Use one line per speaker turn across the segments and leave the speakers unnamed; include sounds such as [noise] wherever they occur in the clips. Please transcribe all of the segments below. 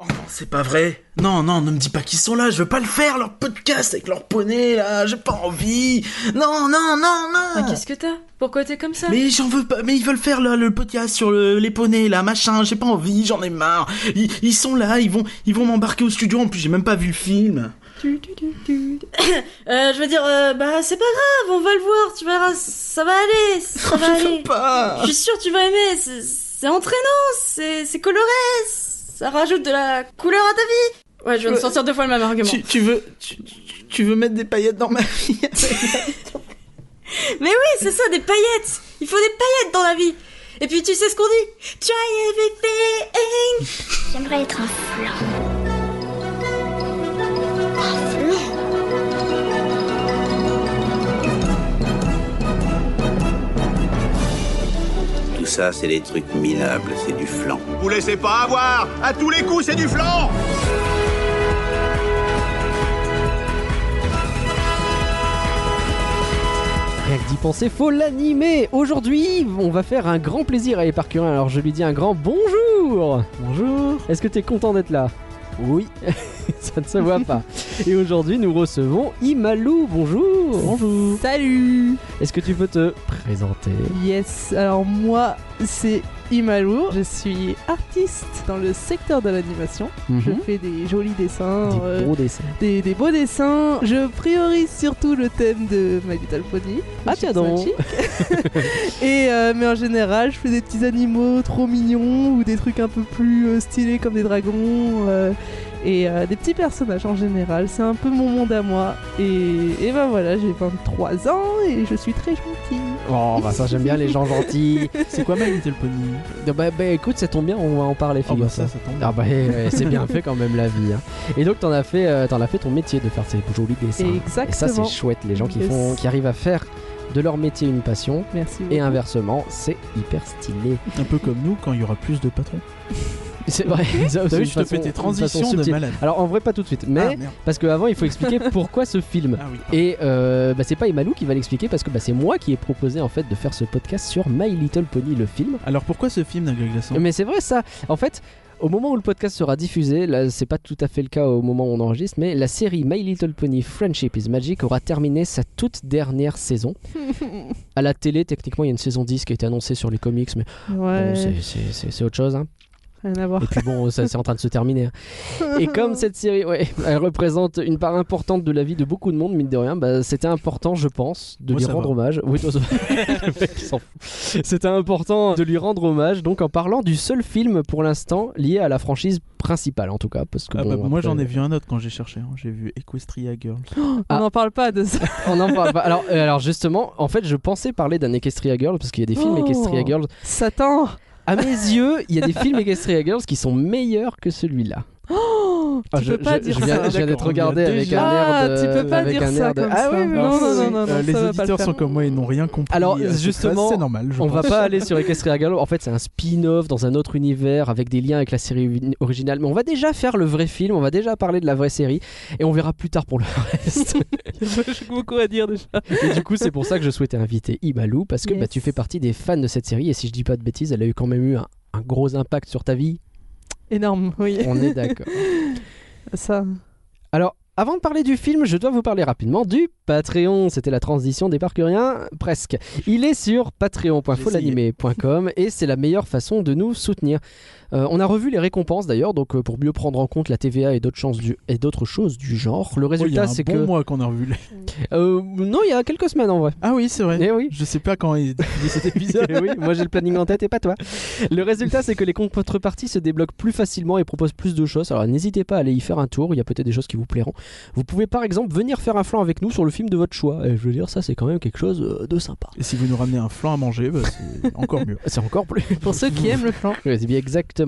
Oh, c'est pas vrai. Non, non, ne me dis pas qu'ils sont là, je veux pas le faire, leur podcast avec leur poney, là, j'ai pas envie. Non, non, non, non.
Ah, Qu'est-ce que t'as Pourquoi t'es comme ça
Mais j'en veux pas, mais ils veulent faire là, le podcast sur le- les poneys là, machin, j'ai pas envie, j'en ai marre. Ils, ils sont là, ils vont ils vont m'embarquer au studio, en plus j'ai même pas vu le film.
Tu, tu, tu, tu. [coughs] Euh, Je veux dire, euh, bah c'est pas grave, on va le voir, tu verras, ça va aller, ça
Ah,
va
je veux
aller.
pas.
[laughs] Je suis sûre tu vas aimer, c'est- c'est entraînant, c'est c'est coloré, ça rajoute de la couleur à ta vie. Ouais, je viens de
Ouais.
sortir deux fois le même argument.
Tu, tu veux tu, tu- tu veux mettre des paillettes dans ma vie
Mais oui, c'est ça, des paillettes Il faut des paillettes dans la vie Et puis tu sais ce qu'on dit Try everything
J'aimerais être un flan. Un flan
Tout ça, c'est des trucs minables, c'est du flan.
Vous laissez pas avoir À tous les coups, c'est du flanc
Rien que d'y penser, faut l'animer. Aujourd'hui, on va faire un grand plaisir à Éparcurin. Alors je lui dis un grand bonjour. Bonjour. Est-ce que t'es content d'être là Oui. [laughs] Ça ne se voit pas. Et aujourd'hui, nous recevons Imalou. Bonjour. Bonjour.
Salut
Est-ce que tu peux te présenter
Yes, alors moi c'est Imalou, je suis artiste dans le secteur de l'animation. Je
Mhm.
fais des jolis dessins,
Des
euh,
gros dessins.
des, des beaux dessins. Je priorise surtout le thème de My Little Pony.
Ah,
Chic,
tiens donc.
chic.
[laughs]
[laughs] Et euh, mais en général, je fais des petits animaux trop mignons ou des trucs un peu plus euh, stylés comme des dragons euh, et euh, des petits personnages en général. C'est un peu mon monde à moi. Et, et ben voilà, j'ai 23 ans et je suis très gentille.
Oh, bah ça, j'aime bien les gens [laughs] gentils.
[laughs] C'est quoi My Little Pony
Bah, bah, écoute, ça tombe bien, on va en parler,
Oh
figure
bah
ça.
ça, ça tombe.
Ah bah eh, ouais, c'est bien fait quand même la vie. hein. Et donc t'en as fait, euh, t'en as fait ton métier de faire ces jolis dessins.
Exactement.
Et ça c'est chouette les gens qui
Yes.
font, qui arrivent à faire de leur métier une passion.
Merci beaucoup.
Et inversement, c'est hyper stylé.
Un peu comme nous quand il y aura plus de patrons.
C'est vrai. [laughs] ça aussi,
T'as vu,
une
je te
façon-
fais tes
une façon
transitions de
subtile.
malade.
Alors en vrai pas tout de suite,
Ah,
mais
merde.
parce qu'avant il faut
[laughs]
expliquer pourquoi ce film.
Ah oui.
Et euh, bah, c'est pas Emalou qui va l'expliquer parce que bah, c'est moi qui ai proposé en fait de faire ce podcast sur My Little Pony le film.
Alors pourquoi ce film d'un glaçon
Mais c'est vrai ça. En fait, au moment où le podcast sera diffusé, là c'est pas tout à fait le cas au moment où on enregistre, mais la série My Little Pony Friendship is Magic aura terminé sa toute dernière saison. à la télé, techniquement, il y a une saison 10 qui a été annoncée sur les comics, mais bon,
Ouais,
c'est- c'est- c'est c'est autre chose. Hein.
rien à voir.
Et puis bon, ça c'est en train de se terminer. hein. Et comme cette série, ouais, elle représente une part importante de la vie de beaucoup de monde, mine de rien, bah, c'était important, je pense, de
Moi,
lui
ça
rendre
va.
hommage. Oui,
[laughs]
toi, ça va. Le mec, il s'en fout. c'était important de lui rendre hommage, donc en parlant du seul film pour l'instant lié à la franchise principale, en tout cas. Parce que
Ah bah,
bon,
moi
après-
j'en ai vu un autre quand j'ai cherché. hein. J'ai vu Equestria Girls.
Ah.
On n'en parle pas
[laughs]
de ça.
On en parle pas. Alors, euh, alors justement, en fait, je pensais parler d'un Equestria Girls, parce qu'il y a des films
Oh.
Equestria Girls.
Satan
À mes yeux, il y a des films Equestria Girls qui sont meilleurs que celui-là. Ah,
Oh, Tu peux pas dire
je viens,
ça.
je viens d'être
D'accord, on
regardé
l'a
avec
déjà.
un
Ah,
air de.
tu peux pas
avec
dire
un
ça
air de-
comme
Ah
ça.
oui, mais
Non,
non,
non, non, non,
Euh,
non,
les
ça va pas
auditeurs
le
[laughs]
faire. [laughs]
sont comme moi et n'ont rien compris.
Alors,
à cette phrase.
justement,
c'est normal. je
On va
pense.
pas aller sur Equestria Girls. En fait, c'est un spin-off dans un autre univers avec des liens avec la série uni- originale. Mais on va déjà faire le vrai film, on va déjà parler de la vraie série et on verra plus tard pour le [laughs] reste.
J'ai beaucoup à dire déjà.
et du coup, c'est pour ça que je souhaitais inviter Ibalou parce que bah,
Yes.
tu fais partie des fans de cette série et si je dis pas de bêtises, elle a eu quand même eu un, un gros impact sur ta vie.
Énorme, oui.
On est d'accord.
[laughs] Ça.
Alors, avant de parler du film, je dois vous parler rapidement du Patreon. C'était la transition des parkuriens, presque. Il est sur patreon.folanimé.com et c'est la meilleure façon de nous soutenir. Euh, on a revu les récompenses d'ailleurs, donc euh, pour mieux prendre en compte la TVA et d'autres chances du- et d'autres choses du genre. Le
Oh, il y a
résultat,
un
c'est
bon
que
mois qu'on a revu. les-
Euh, non, il y a quelques semaines en vrai.
Ah oui, c'est vrai.
Eh oui.
Je sais pas quand est [laughs] diffusé cet épisode.
Eh oui, moi j'ai le planning en tête et pas toi. Le résultat, c'est que les contreparties se débloquent plus facilement et proposent plus de choses. Alors n'hésitez pas à aller y faire un tour, il y a peut-être des choses qui vous plairont. Vous pouvez par exemple venir faire un flanc avec nous sur le film de votre choix. Et je veux dire, ça c'est quand même quelque chose euh, de sympa.
Et si vous nous ramenez un flan à manger, bah, c'est encore
[laughs]
mieux.
C'est encore plus.
[laughs] Pour ceux qui aiment le plan.
Ouais, c'est bien exactement.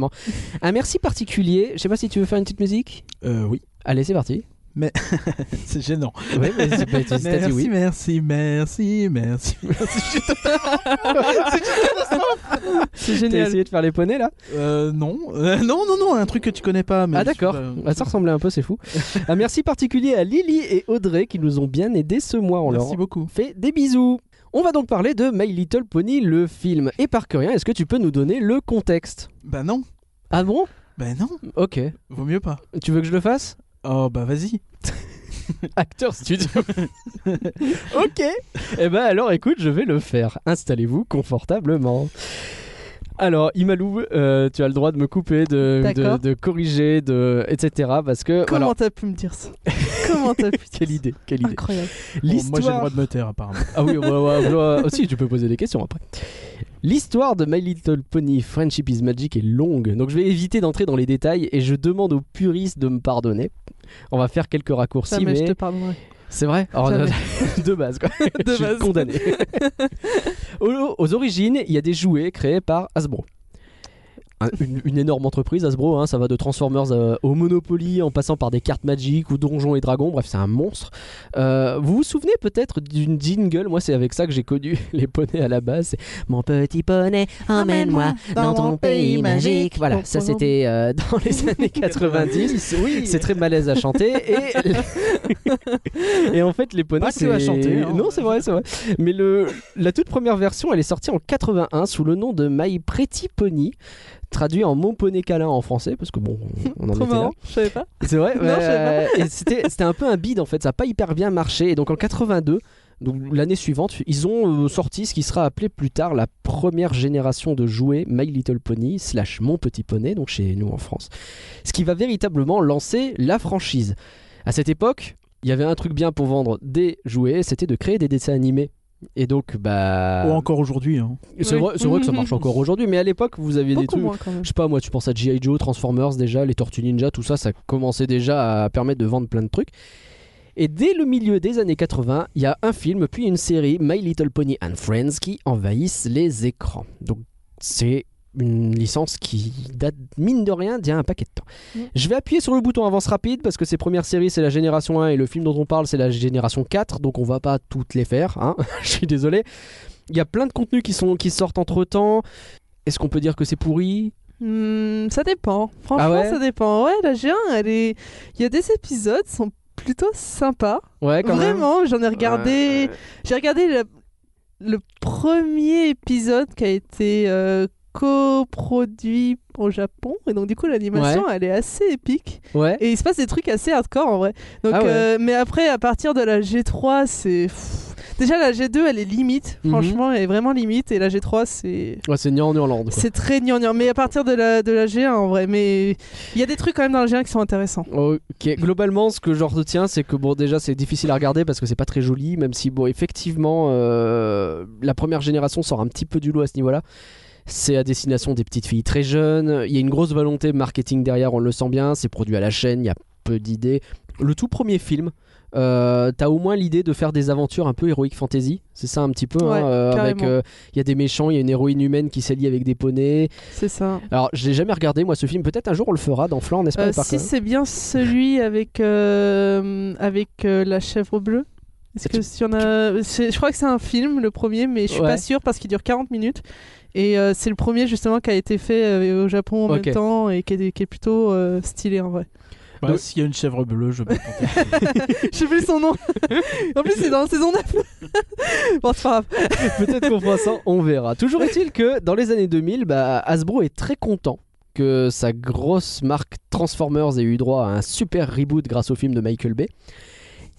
Un merci particulier. Je sais pas si tu veux faire une petite musique.
Euh, oui,
Allez, c'est parti.
[laughs] c'est gênant.
Ouais, mais c'est- bah, t'as dit
Merci,
oui.
merci, merci, merci,
[laughs] C'est génial. T'as essayé de faire les poneys là
Euh, non, Euh, non, non, non, un truc que tu connais pas. Mais
Ah
je sais
d'accord,
pas.
Ah, ça ressemblait un peu, c'est fou. Un merci particulier à Lily et Audrey qui nous ont bien aidés ce mois. On leur
Merci beaucoup.
fait des bisous. On va donc parler de My Little Pony, le film. Et par curieux, est-ce que tu peux nous donner le contexte
Bah non.
Ah bon
Ben non,
Ok.
vaut mieux pas.
Tu veux que je le fasse
Oh bah vas-y.
Acteur studio. [laughs] ok. Eh ben alors écoute, je vais le faire. Installez-vous confortablement. Alors, Imalou, euh, tu as le droit de me couper, de, de,
D'accord.
de corriger, de etc. Parce que
Comment Ah,
alors,
t'as pu me
[laughs]
dire ça Comment t'as pu dire
quelle
ça
idée, quelle idée.
Incroyable.
Bon, Oh, moi j'ai le
L'histoire.
droit de me taire apparemment.
Ah oui, bah, bah, bah, aussi tu peux poser des questions après. L'histoire de My Little Pony Friendship is Magic est longue, donc je vais éviter d'entrer dans les détails et je demande aux puristes de me pardonner. On va faire quelques raccourcis,
Jamais
mais
je te pardonnerai.
c'est vrai. Alors,
Jamais.
[laughs] de base, quoi.
[laughs] De
je suis
base. [laughs]
condamné. aux, aux origines, il y a des jouets créés par Hasbro. Un- Une, une énorme entreprise, Hasbro, hein, ça va de Transformers euh, au Monopoly en passant par des cartes magiques ou Donjons et Dragons, bref, c'est un monstre. Euh, vous vous souvenez peut-être d'une jingle Moi, c'est avec ça que j'ai connu [laughs] les poneys à la base. C'est Mon petit poney, emmène-moi dans ton pays magique. Voilà, ça c'était euh, [laughs] dans les années 90.
oui.
C'est très malaise à chanter et et en fait les poneys
Pas que
c'est
à chanter, hein.
Non, c'est vrai, c'est vrai. Mais le la toute première version, elle est sortie en 81 sous le nom de My Pretty Pony, traduit en Mon Poney câlin en français parce que bon, on en
[laughs] Trop
était là.
marrant, je savais pas.
C'est vrai.
[laughs] Non,
ouais,
je savais
et c'était c'était un peu un bide en fait, ça n'a pas hyper bien marché et donc en 82 donc l'année suivante, ils ont euh, sorti ce qui sera appelé plus tard la première génération de jouets My Little Pony slash Mon Petit Poney, donc chez nous en France, ce qui va véritablement lancer la franchise. À cette époque, il y avait un truc bien pour vendre des jouets, c'était de créer des dessins animés. Et donc, bah,
Ou encore aujourd'hui. hein.
c'est
Oui.
vrai, c'est vrai que ça marche encore aujourd'hui, mais à l'époque, vous aviez des
Beaucoup
trucs.
moins quand même.
Je sais pas, moi, tu penses à G.I. Joe, Transformers déjà, les Tortues Ninja, tout ça, ça commençait déjà à permettre de vendre plein de trucs. Et dès le milieu des années 80, il y a un film, puis une série, My Little Pony and Friends, qui envahissent les écrans. Donc, c'est une licence qui date, mine de rien, d'il y a un paquet de temps.
Mm.
Je vais appuyer sur le bouton avance rapide, parce que ces premières séries, c'est la génération 1, et le film dont on parle, c'est la génération 4, donc on va pas toutes les faire, hein. [laughs] je suis désolé. Il y a plein de contenus qui, sont, qui sortent entre-temps. Est-ce qu'on peut dire que c'est pourri
Hmm, ça dépend. Franchement,
Ah ouais
ça dépend. Ouais, la G1, elle est. Il y a des épisodes qui sont plutôt sympas.
Ouais, Ah, quand même.
Vraiment, j'en ai regardé. J'ai regardé la- le premier épisode qui a été euh, coproduit au Japon. Et donc, du coup, l'animation, elle est assez épique.
Ouais.
Et il se passe des trucs assez hardcore en vrai. Donc,
Ah ouais.
euh, mais après, à partir de la G3, c'est. pff, Déjà, la G2, elle est limite.
Mhm.
Franchement, elle est vraiment limite. Et la G3, c'est.
Ouais, c'est né en Irlande. quoi.
C'est très gnangnan, mais à partir de la, de la G1 en vrai. Mais il y a des trucs quand même dans la G1 qui sont intéressants.
Ok. Globalement, ce que j'en retiens, c'est que bon, déjà, c'est difficile à regarder parce que c'est pas très joli, même si bon, effectivement, euh, la première génération sort un petit peu du lot à ce niveau-là. C'est à destination des petites filles très jeunes. Il y a une grosse volonté marketing derrière, on le sent bien. C'est produit à la chaîne, il y a peu d'idées. Le tout premier film, euh, t'as au moins l'idée de faire des aventures un peu héroïque fantasy. C'est ça un petit peu.
Ouais,
hein, euh, avec,
carrément.
euh, il y a des méchants, il y a une héroïne humaine qui s'allie avec des poneys.
C'est ça.
Alors, je l'ai jamais regardé, moi, ce film. Peut-être un jour on le fera dans Flan, n'est-ce pas
Euh,
ou par
si
quoi
c'est bien celui avec, euh, avec euh, la chèvre bleue. Est-ce
Ah, tu-
que si on a... c'est- Je crois que c'est un film, le premier, mais je suis
Ouais.
pas sûre parce qu'il dure 40 minutes. Et euh, c'est le premier justement qui a été fait euh, au Japon en
Ok.
même temps et qui est, qui est plutôt euh, stylé en vrai. [laughs]
Bah,
Donc-
S'il y a une chèvre bleue, je peux tenter.
Je sais plus
[laughs]
son nom. en plus, c'est dans la saison 9. [laughs] bon, c'est pas grave.
[laughs] Peut-être qu'en fera ça, on verra. Toujours est-il que dans les années 2000, bah, Hasbro est très content que sa grosse marque Transformers ait eu droit à un super reboot grâce au film de Michael Bay.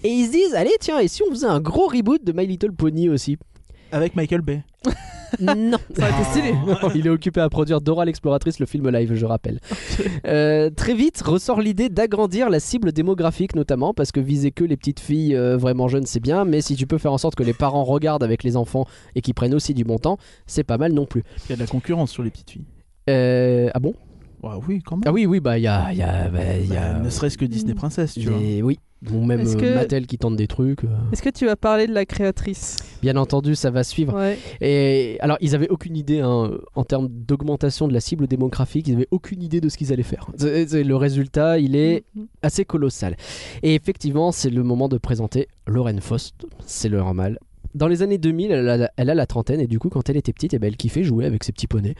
Et ils se disent, allez, tiens, et si on faisait un gros reboot de My Little Pony aussi
[laughs] Avec Michael Bay.
Non
Ça aurait été stylé.
Non, Ah. il est occupé à produire Dora l'exploratrice, le film live, je
[laughs]
rappelle. Euh, très vite ressort l'idée d'agrandir la cible démographique, notamment parce que viser que les petites filles euh, vraiment jeunes, c'est bien, mais si tu peux faire en sorte que les parents regardent avec les enfants et qu'ils prennent aussi du bon temps, c'est pas mal non plus.
Il y a de la concurrence sur les petites filles.
Euh, ah bon
Ouais, oui, quand même.
Ah oui, oui, bah il y a, il y a, bah, il y a-
Bah, ne serait-ce que Disney Princess, tu vois.
les- oui. Ou même
Est-ce
euh,
que-
Mattel qui tente des trucs. euh.
Est-ce que tu vas parler de la créatrice
Bien entendu, ça va suivre.
Ouais.
Et alors, ils avaient aucune idée hein, en termes d'augmentation de la cible démographique. Ils avaient aucune idée de ce qu'ils allaient faire. C'est- c'est- le résultat, il est assez colossal. Et effectivement, c'est le moment de présenter Lauren Faust. C'est le normal. Dans les années 2000, elle a, elle a la trentaine et du coup, quand elle était petite, eh ben, elle kiffait jouer avec ses petits poneys.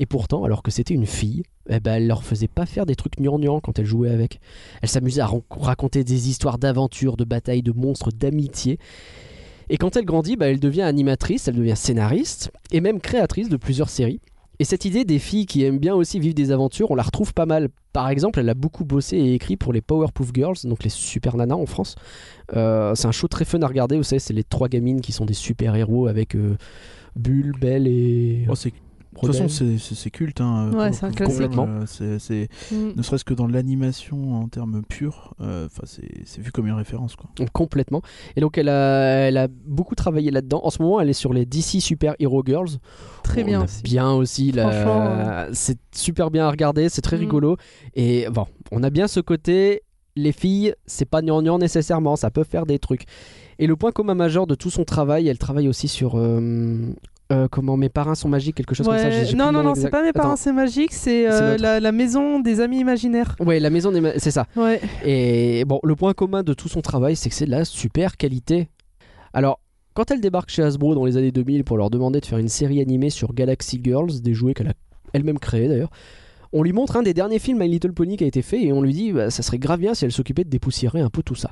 Et pourtant, alors que c'était une fille, eh ben, elle leur faisait pas faire des trucs gnangnans quand elle jouait avec. Elle s'amusait à ran- raconter des histoires d'aventures, de batailles, de monstres, d'amitié. Et quand elle grandit, bah, elle devient animatrice, elle devient scénariste et même créatrice de plusieurs séries. Et cette idée des filles qui aiment bien aussi vivre des aventures, on la retrouve pas mal. Par exemple, elle a beaucoup bossé et écrit pour les Powerpuff Girls, donc les super nanas en France. Euh, c'est un show très fun à regarder, vous savez, c'est les trois gamines qui sont des super-héros avec euh, Bulle, Belle et...
Oh, c'est- de toute façon, c'est- c'est c'est culte. Hein,
Ouais,
euh,
c'est un
Powerpuff
classique.
Girl, euh, c'est- c'est-
Mm.
Ne serait-ce que dans l'animation en termes purs, euh, 'fin, c'est c'est vu comme une référence. Quoi.
Donc, complètement. Et donc elle a, elle a beaucoup travaillé là-dedans. En ce moment, elle est sur les DC Super Hero Girls.
Très
On
bien
a
aussi.
Bien aussi. la-
Franchement, euh,
C'est super bien à regarder, c'est très
Mm.
rigolo. Et bon, on a bien ce côté. Les filles, c'est pas gnangnan nécessairement, ça peut faire des trucs. Et le point commun majeur de tout son travail, elle travaille aussi sur. euh, euh, comment mes parrains sont magiques, quelque chose comme ça.
Ouais,
j'ai- j'ai plus
non,
le
non,
nom
non, c'est
exact.
pas mes parents,
Attends.
c'est magique, c'est
C'est
euh,
l'autre.
la, la maison des amis imaginaires.
Ouais, la maison des. ma- C'est ça.
Ouais.
Et bon, le point commun de tout son travail, c'est que c'est de la super qualité. Alors, quand elle débarque chez Hasbro dans les années 2000 pour leur demander de faire une série animée sur Galaxy Girls, des jouets qu'elle a elle-même créés d'ailleurs, on lui montre un des derniers films My Little Pony qui a été fait et on lui dit bah, ça serait grave bien si elle s'occupait de dépoussiérer un peu tout ça.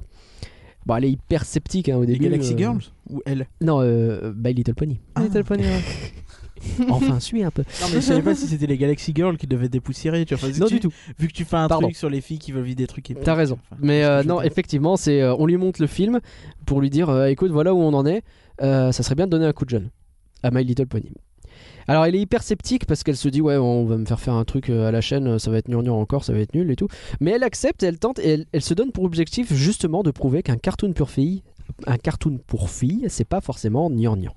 Bon, elle est hyper sceptique hein, au
Les
début.
Galaxy
euh,
Girls Ou elle
Non, euh, My Little
[laughs]
Pony.
Ah.
Little Pony, ouais.
Enfin, suis un peu.
Non, mais je savais pas si c'était les Galaxy Girls qui devaient dépoussiérer. Tu vois. Enfin,
Non,
tu-
du tout.
Vu que tu fais un
Pardon.
truc sur les filles qui veulent vivre des trucs.
T'as raison. Mais euh, non, effectivement, c'est euh, on lui montre le film pour lui dire euh, écoute, voilà où on en est, euh, ça serait bien de donner un coup de jeune à My Little Pony. Alors elle est hyper sceptique parce qu'elle se dit ouais on va me faire faire un truc euh, à la chaîne, euh, ça va être gnangnan encore, ça va être nul et tout. Mais elle accepte, elle tente et elle, elle se donne pour objectif justement de prouver qu'un cartoon pour fille, un cartoon pour fille, c'est pas forcément gnangnan.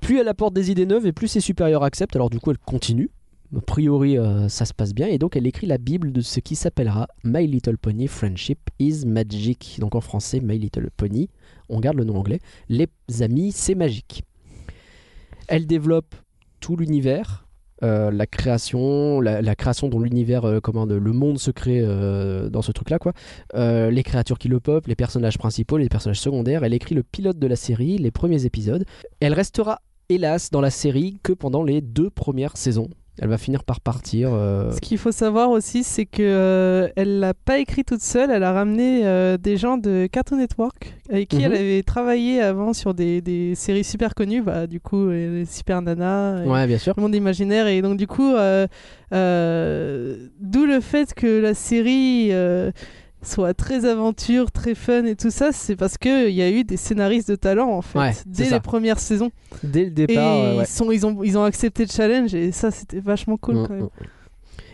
Plus elle apporte des idées neuves et plus ses supérieurs acceptent, alors du coup elle continue. A priori, euh, ça se passe bien. Et donc, elle écrit la Bible de ce qui s'appellera My Little Pony Friendship is Magic. Donc, en français, My Little Pony, on garde le nom anglais. Les amis, c'est magique. Elle développe tout l'univers, euh, la création, la, la création dont l'univers, euh, comment, de- le monde se crée euh, dans ce truc-là, quoi. Euh, les créatures qui le peuplent, les personnages principaux, les personnages secondaires. Elle écrit le pilote de la série, les premiers épisodes. Elle restera, hélas, dans la série que pendant les deux premières saisons. Elle va finir par partir. euh,
Ce qu'il faut savoir aussi, c'est que euh, elle l'a pas écrit toute seule. Elle a ramené euh, des gens de Cartoon Network avec qui
Mhm.
elle avait travaillé avant sur des, des séries super connues. Bah, du coup, euh, les Super Nana, et
Ouais, bien sûr.
le monde imaginaire, et donc du coup, euh, euh, d'où le fait que la série euh, soit très aventure, très fun et tout ça, c'est parce que il y a eu des scénaristes de talent en fait
Ouais, c'est
dès les
ça.
premières saisons.
Dès le
Et
départ. euh, ouais.
ils, sont, ils, ont, ils ont accepté le challenge et ça c'était vachement cool
Mm,
quand même.
mm.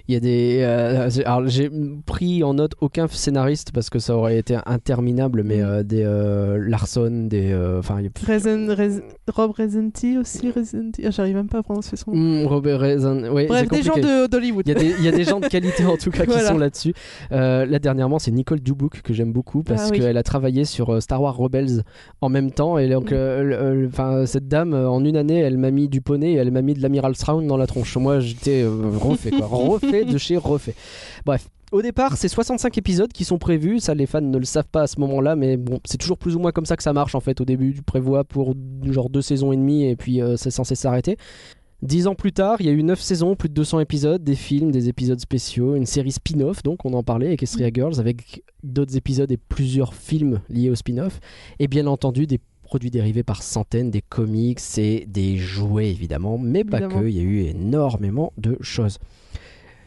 Il y a des. euh, j'ai- alors, j'ai pris en note aucun scénariste parce que ça aurait été interminable, mais
Mm.
euh, des euh, Larson, des. euh, Enfin, il y a-
Raisin- Raisin- Rob Resenti aussi, Resenti. Ah, J'arrive même pas à prononcer son nom.
Mm, Robert Raisin. Ouais, c'est
Bref, des gens
compliqué.
de-
Il
d'Hollywood.
y, a des, il y a des gens de qualité en tout cas qui
Voilà.
sont là-dessus. Euh, là dernièrement, c'est Nicole Dubouk que j'aime beaucoup parce
Ah oui.
qu'elle a travaillé sur euh, Star Wars Rebels en même temps. Et
Mm.
donc, euh, le- euh, le- enfin, cette dame, euh, en une année, elle m'a mis du poney et elle m'a mis de l'amiral Strown dans la tronche. Moi, j'étais euh, refait,
[laughs]
quoi. refait de chez refait. Bref. Au départ, c'est 65 épisodes qui sont prévus. Ça, les fans ne le savent pas à ce moment-là, mais bon, c'est toujours plus ou moins comme ça que ça marche en fait. Au début, tu prévois pour genre deux saisons et demie, et puis euh, c'est censé s'arrêter. Dix ans plus tard, il y a eu 9 saisons, plus de 200 épisodes, des films, des épisodes spéciaux, une série spin-off, donc on en parlait, Equestria Girls, avec d'autres épisodes et plusieurs films liés au spin-off, et bien entendu des produits dérivés par centaines, des comics et des jouets évidemment, mais pas
Évidemment.
que, il y a eu énormément de choses.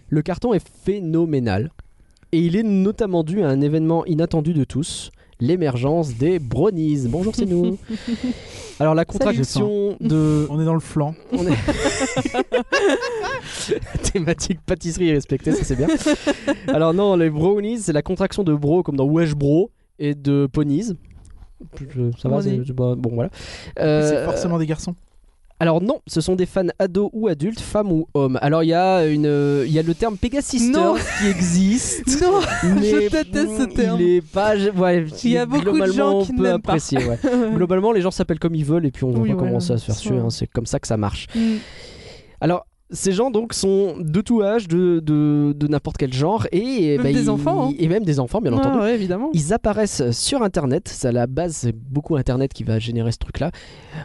Le carton est phénoménal, et il est notamment dû à un événement inattendu de tous, l'émergence des brownies. Bonjour, c'est nous Alors la contraction de...
On est dans le flanc.
On est- [laughs] Thématique pâtisserie respectée, ça c'est bien. Alors non, les brownies, c'est la contraction de bro comme dans Wesh Bro et de ponies. Je- ça va,
Brownies.
c'est- bah, bon voilà.
C'est
Euh,
forcément des garçons.
Alors non, ce sont des fans ados ou adultes, femmes ou hommes. Alors il y a une, euh, il y a le terme Pegasister
Non.
qui existe. [laughs]
[laughs] Non
Mais
[laughs] Je déteste ce
mm,
terme.
Il est pas, ouais,
Il y a
est
beaucoup de
globalement
gens qui
peu
n'aiment pas.
apprécié,
[laughs]
ouais. Globalement, les gens s'appellent comme ils veulent et puis on va
Oui,
pas
voilà,
commencer à se faire
ça.
suer. hein, C'est comme ça que ça marche.
Mm.
Alors, ces gens donc sont de tout âge, de, de, de n'importe quel genre, et bah,
Même des
ils-
enfants, hein.
et même des enfants, bien
Ah
entendu.
ouais, évidemment.
Ils apparaissent sur Internet, c'est à la base c'est beaucoup Internet qui va générer ce truc-là.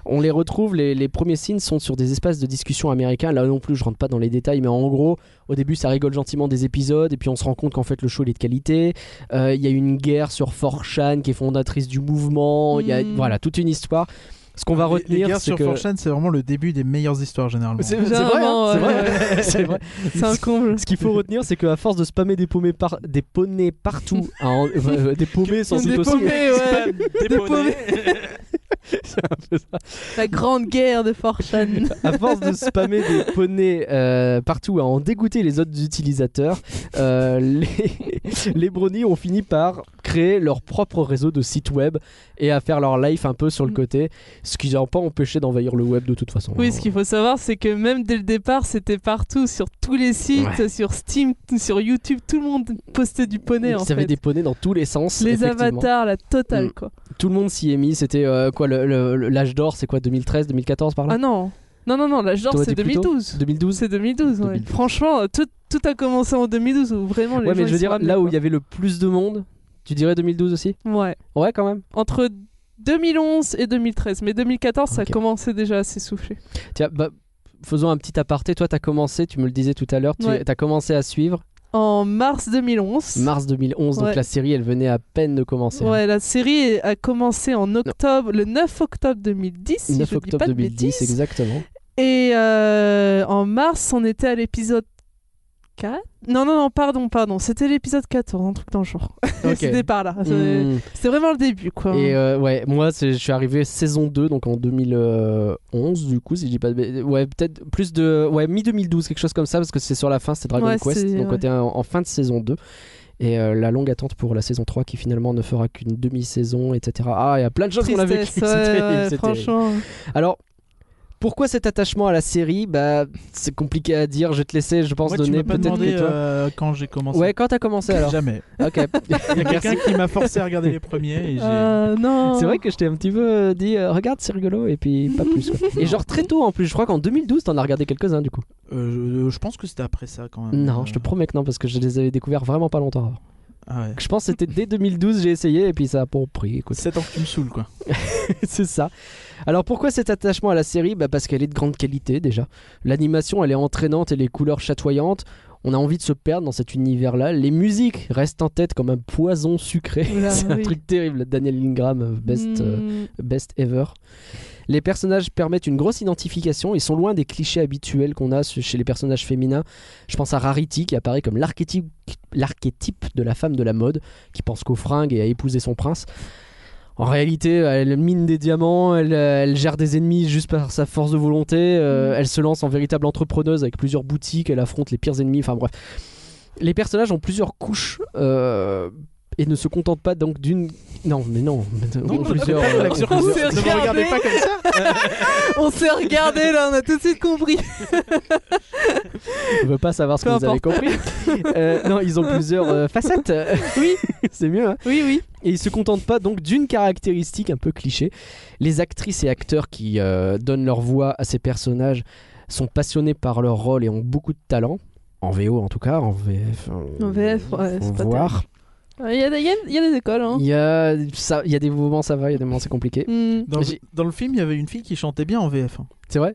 On les retrouve, les, les premiers signes sont sur des espaces de discussion américains. Là non plus, je rentre pas dans les détails, mais en gros, au début, ça rigole gentiment des épisodes, et puis on se rend compte qu'en fait, le show il est de qualité. Euh, Il y a eu une guerre sur 4chan qui est fondatrice du mouvement. Il y a
Mm.
voilà toute une histoire. Ce qu'on va
Les- les
retenir,
guerres
c'est
sur
que
4chan, c'est vraiment le début des meilleures histoires généralement.
c'est c'est vrai, hein,
Généralement,
c'est vrai,
ouais,
[laughs]
ouais.
c'est vrai.
euh, C'est un comble.
Ce qu'il faut retenir, c'est qu'à force de spammer des paumés, par... des poneys
[laughs]
partout, à en- euh, euh, des paumés sans
Des
doute aussi.
paumés, ouais.
Déponné.
C'est [laughs] un peu ça.
La grande guerre
[laughs]
de Fortune.
À force de spammer des poneys euh, partout, à en dégoûter les autres utilisateurs, euh, [laughs] les... les bronies ont fini par créer leur propre réseau de sites web et à faire leur life un peu sur le côté, ce qui n'a pas empêché d'envahir le web de toute façon.
Mm. Oui, ce qu'il faut savoir, c'est que même dès le départ, c'était partout, sur tous les sites, sur Steam, t- sur YouTube, tout le monde postait du poney en
Ils avaient
fait.
des poneys dans tous les sens.
Les
effectivement.
avatars, la totale
Mm.
quoi.
Tout le monde s'y est mis. C'était euh, quoi le- le- le- l'âge d'or C'est quoi 2013, 2014 par là
Ah non, non, non, non, là, genre
T'aurais
c'est
dit plus tôt
2012.
2012
C'est 2012, ouais.
2012.
Franchement, tout, tout a commencé en 2012 où vraiment les
Ouais, mais
gens,
je veux
ils
dire,
sont
là où il
ramenés,
y avait le plus de monde, tu dirais 2012 aussi
quoi. Ouais,
Ouais, quand même.
entre 2011 et 2013. Mais 2014, ça
Ok.
commençait déjà à s'essouffler.
Tiens, bah, faisons un petit aparté. Toi, t'as commencé, tu me le disais tout à l'heure, tu
Ouais.
as commencé à suivre
En mars 2011.
mars 2011, donc
Ouais.
la série, elle venait à peine de commencer.
Ouais, la série a commencé en octobre, le 9 octobre 2010. si
9
je dis
octobre
pas de
2010,
bêtises.
exactement.
Et euh, en mars, on était à l'épisode 4. Non, non, non, pardon, pardon. C'était l'épisode 14, un truc dans le genre.
Ok.
[laughs] C'était par là. C'est-
Hmm.
C'était vraiment le début, quoi.
Et euh, ouais, moi c'est- je suis arrivé saison 2, donc en 2011, du coup, si je dis pas de bê- Ouais, peut-être plus de. Ouais, mi-2012, quelque chose comme ça, parce que c'est sur la fin, c'était Dragon
Ouais,
Quest,
c'est-
donc on
ouais.
était en, en fin de saison 2. Et euh, la longue attente pour la saison 3 qui finalement ne fera qu'une demi-saison, etc. Ah, il y a plein de choses qu'on a vécues. [laughs]
Tristesse,
c'est
ouais,
terrible,
ouais,
c'est terrible.
franchement.
Alors, pourquoi cet attachement à la série Bah, c'est compliqué à dire. Je vais te laisser, je pense,
Moi, tu
donner
m'as pas
peut-être
demandé
que toi.
euh, quand [laughs] j'ai commencé.
Ouais, quand t'as commencé alors
Jamais.
[laughs] Ok.
Il y a quelqu'un qui m'a forcé à regarder les premiers et j'ai.
Euh, non.
C'est vrai que je t'ai un petit peu euh, dit, euh, regarde, c'est rigolo, et puis pas plus. [laughs] quoi. Et genre très tôt en plus, je crois qu'en 2012, t'en as regardé quelques-uns du coup.
Euh, je, je pense que c'était après ça quand même.
Ah, Non, je te promets que non, parce que je les avais découverts vraiment pas longtemps avant.
Ah ouais.
Je pense que c'était dès 2012, j'ai essayé, et puis ça a pas pris, écoute.
7 ans que tu me saoules quoi.
[laughs] c'est ça. Alors pourquoi cet attachement à la série bah Parce qu'elle est de grande qualité déjà. L'animation elle est entraînante et les couleurs chatoyantes. On a envie de se perdre dans cet univers-là. Les musiques restent en tête comme un poison sucré. [laughs]
Oula,
C'est un
oui.
truc terrible. Daniel Ingram, euh, best, euh,
Mm.
best ever. Les personnages permettent une grosse identification et sont loin des clichés habituels qu'on a su- chez les personnages féminins. Je pense à Rarity qui apparaît comme l'archétype l'archétype de la femme de la mode qui pense qu'aux fringues et à épouser son prince. En réalité, elle mine des diamants, elle, euh, elle gère des ennemis juste par sa force de volonté, euh, elle se lance en véritable entrepreneuse avec plusieurs boutiques, elle affronte les pires ennemis, enfin bref. Les personnages ont plusieurs couches euh, et ne se contentent pas donc d'une... Non, mais non, [laughs] ont [laughs] plusieurs... euh,
Blague sur
ont
on
plusieurs.
s'est
Ne me
regardé.
regardez pas comme ça.
[laughs] On s'est regardé là, on a tout de suite compris.
On veut pas savoir ce
Peu
que vous avez compris.
[laughs]
Euh, non, ils ont plusieurs euh, facettes. Oui, [laughs] c'est mieux. hein.
Oui, oui.
Et ils se contentent pas donc d'une caractéristique un peu cliché. Les actrices et acteurs qui euh, donnent leur voix à ces personnages sont passionnés par leur rôle et ont beaucoup de talent. En VO en tout cas, en VF. on-
En VF, ouais,
faut
c'est pas
voir.
Il y a, il y a- il y a des écoles, hein.
Il y a ça, il y a des moments ça va, il y a des moments c'est compliqué.
Mm.
Dans, le-
J'ai-
dans le film, il y avait une fille qui chantait bien en VF. hein.
C'est vrai.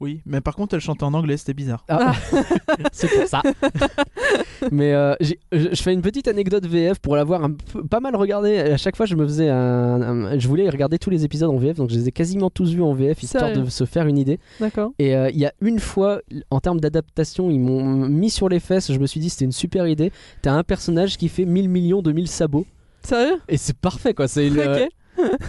Oui, mais par contre, elle chantait en anglais, c'était bizarre.
Ah. [laughs] c'est pour
[laughs]
ça. Mais euh, j'ai- je je fais une petite anecdote VF pour l'avoir un peu- pas mal regardé. À chaque fois, je me faisais un, un- Je voulais regarder tous les épisodes en VF, donc je les ai quasiment tous vus en VF, histoire
Sérieux
de se faire une idée.
D'accord.
Et euh, il y a une fois, en termes d'adaptation, ils m'ont mis sur les fesses. Je me suis dit, c'était une super idée. T'as un personnage qui fait 1000 millions de 1000 sabots.
Sérieux
Et c'est parfait, quoi. C'est une
Ok.
euh,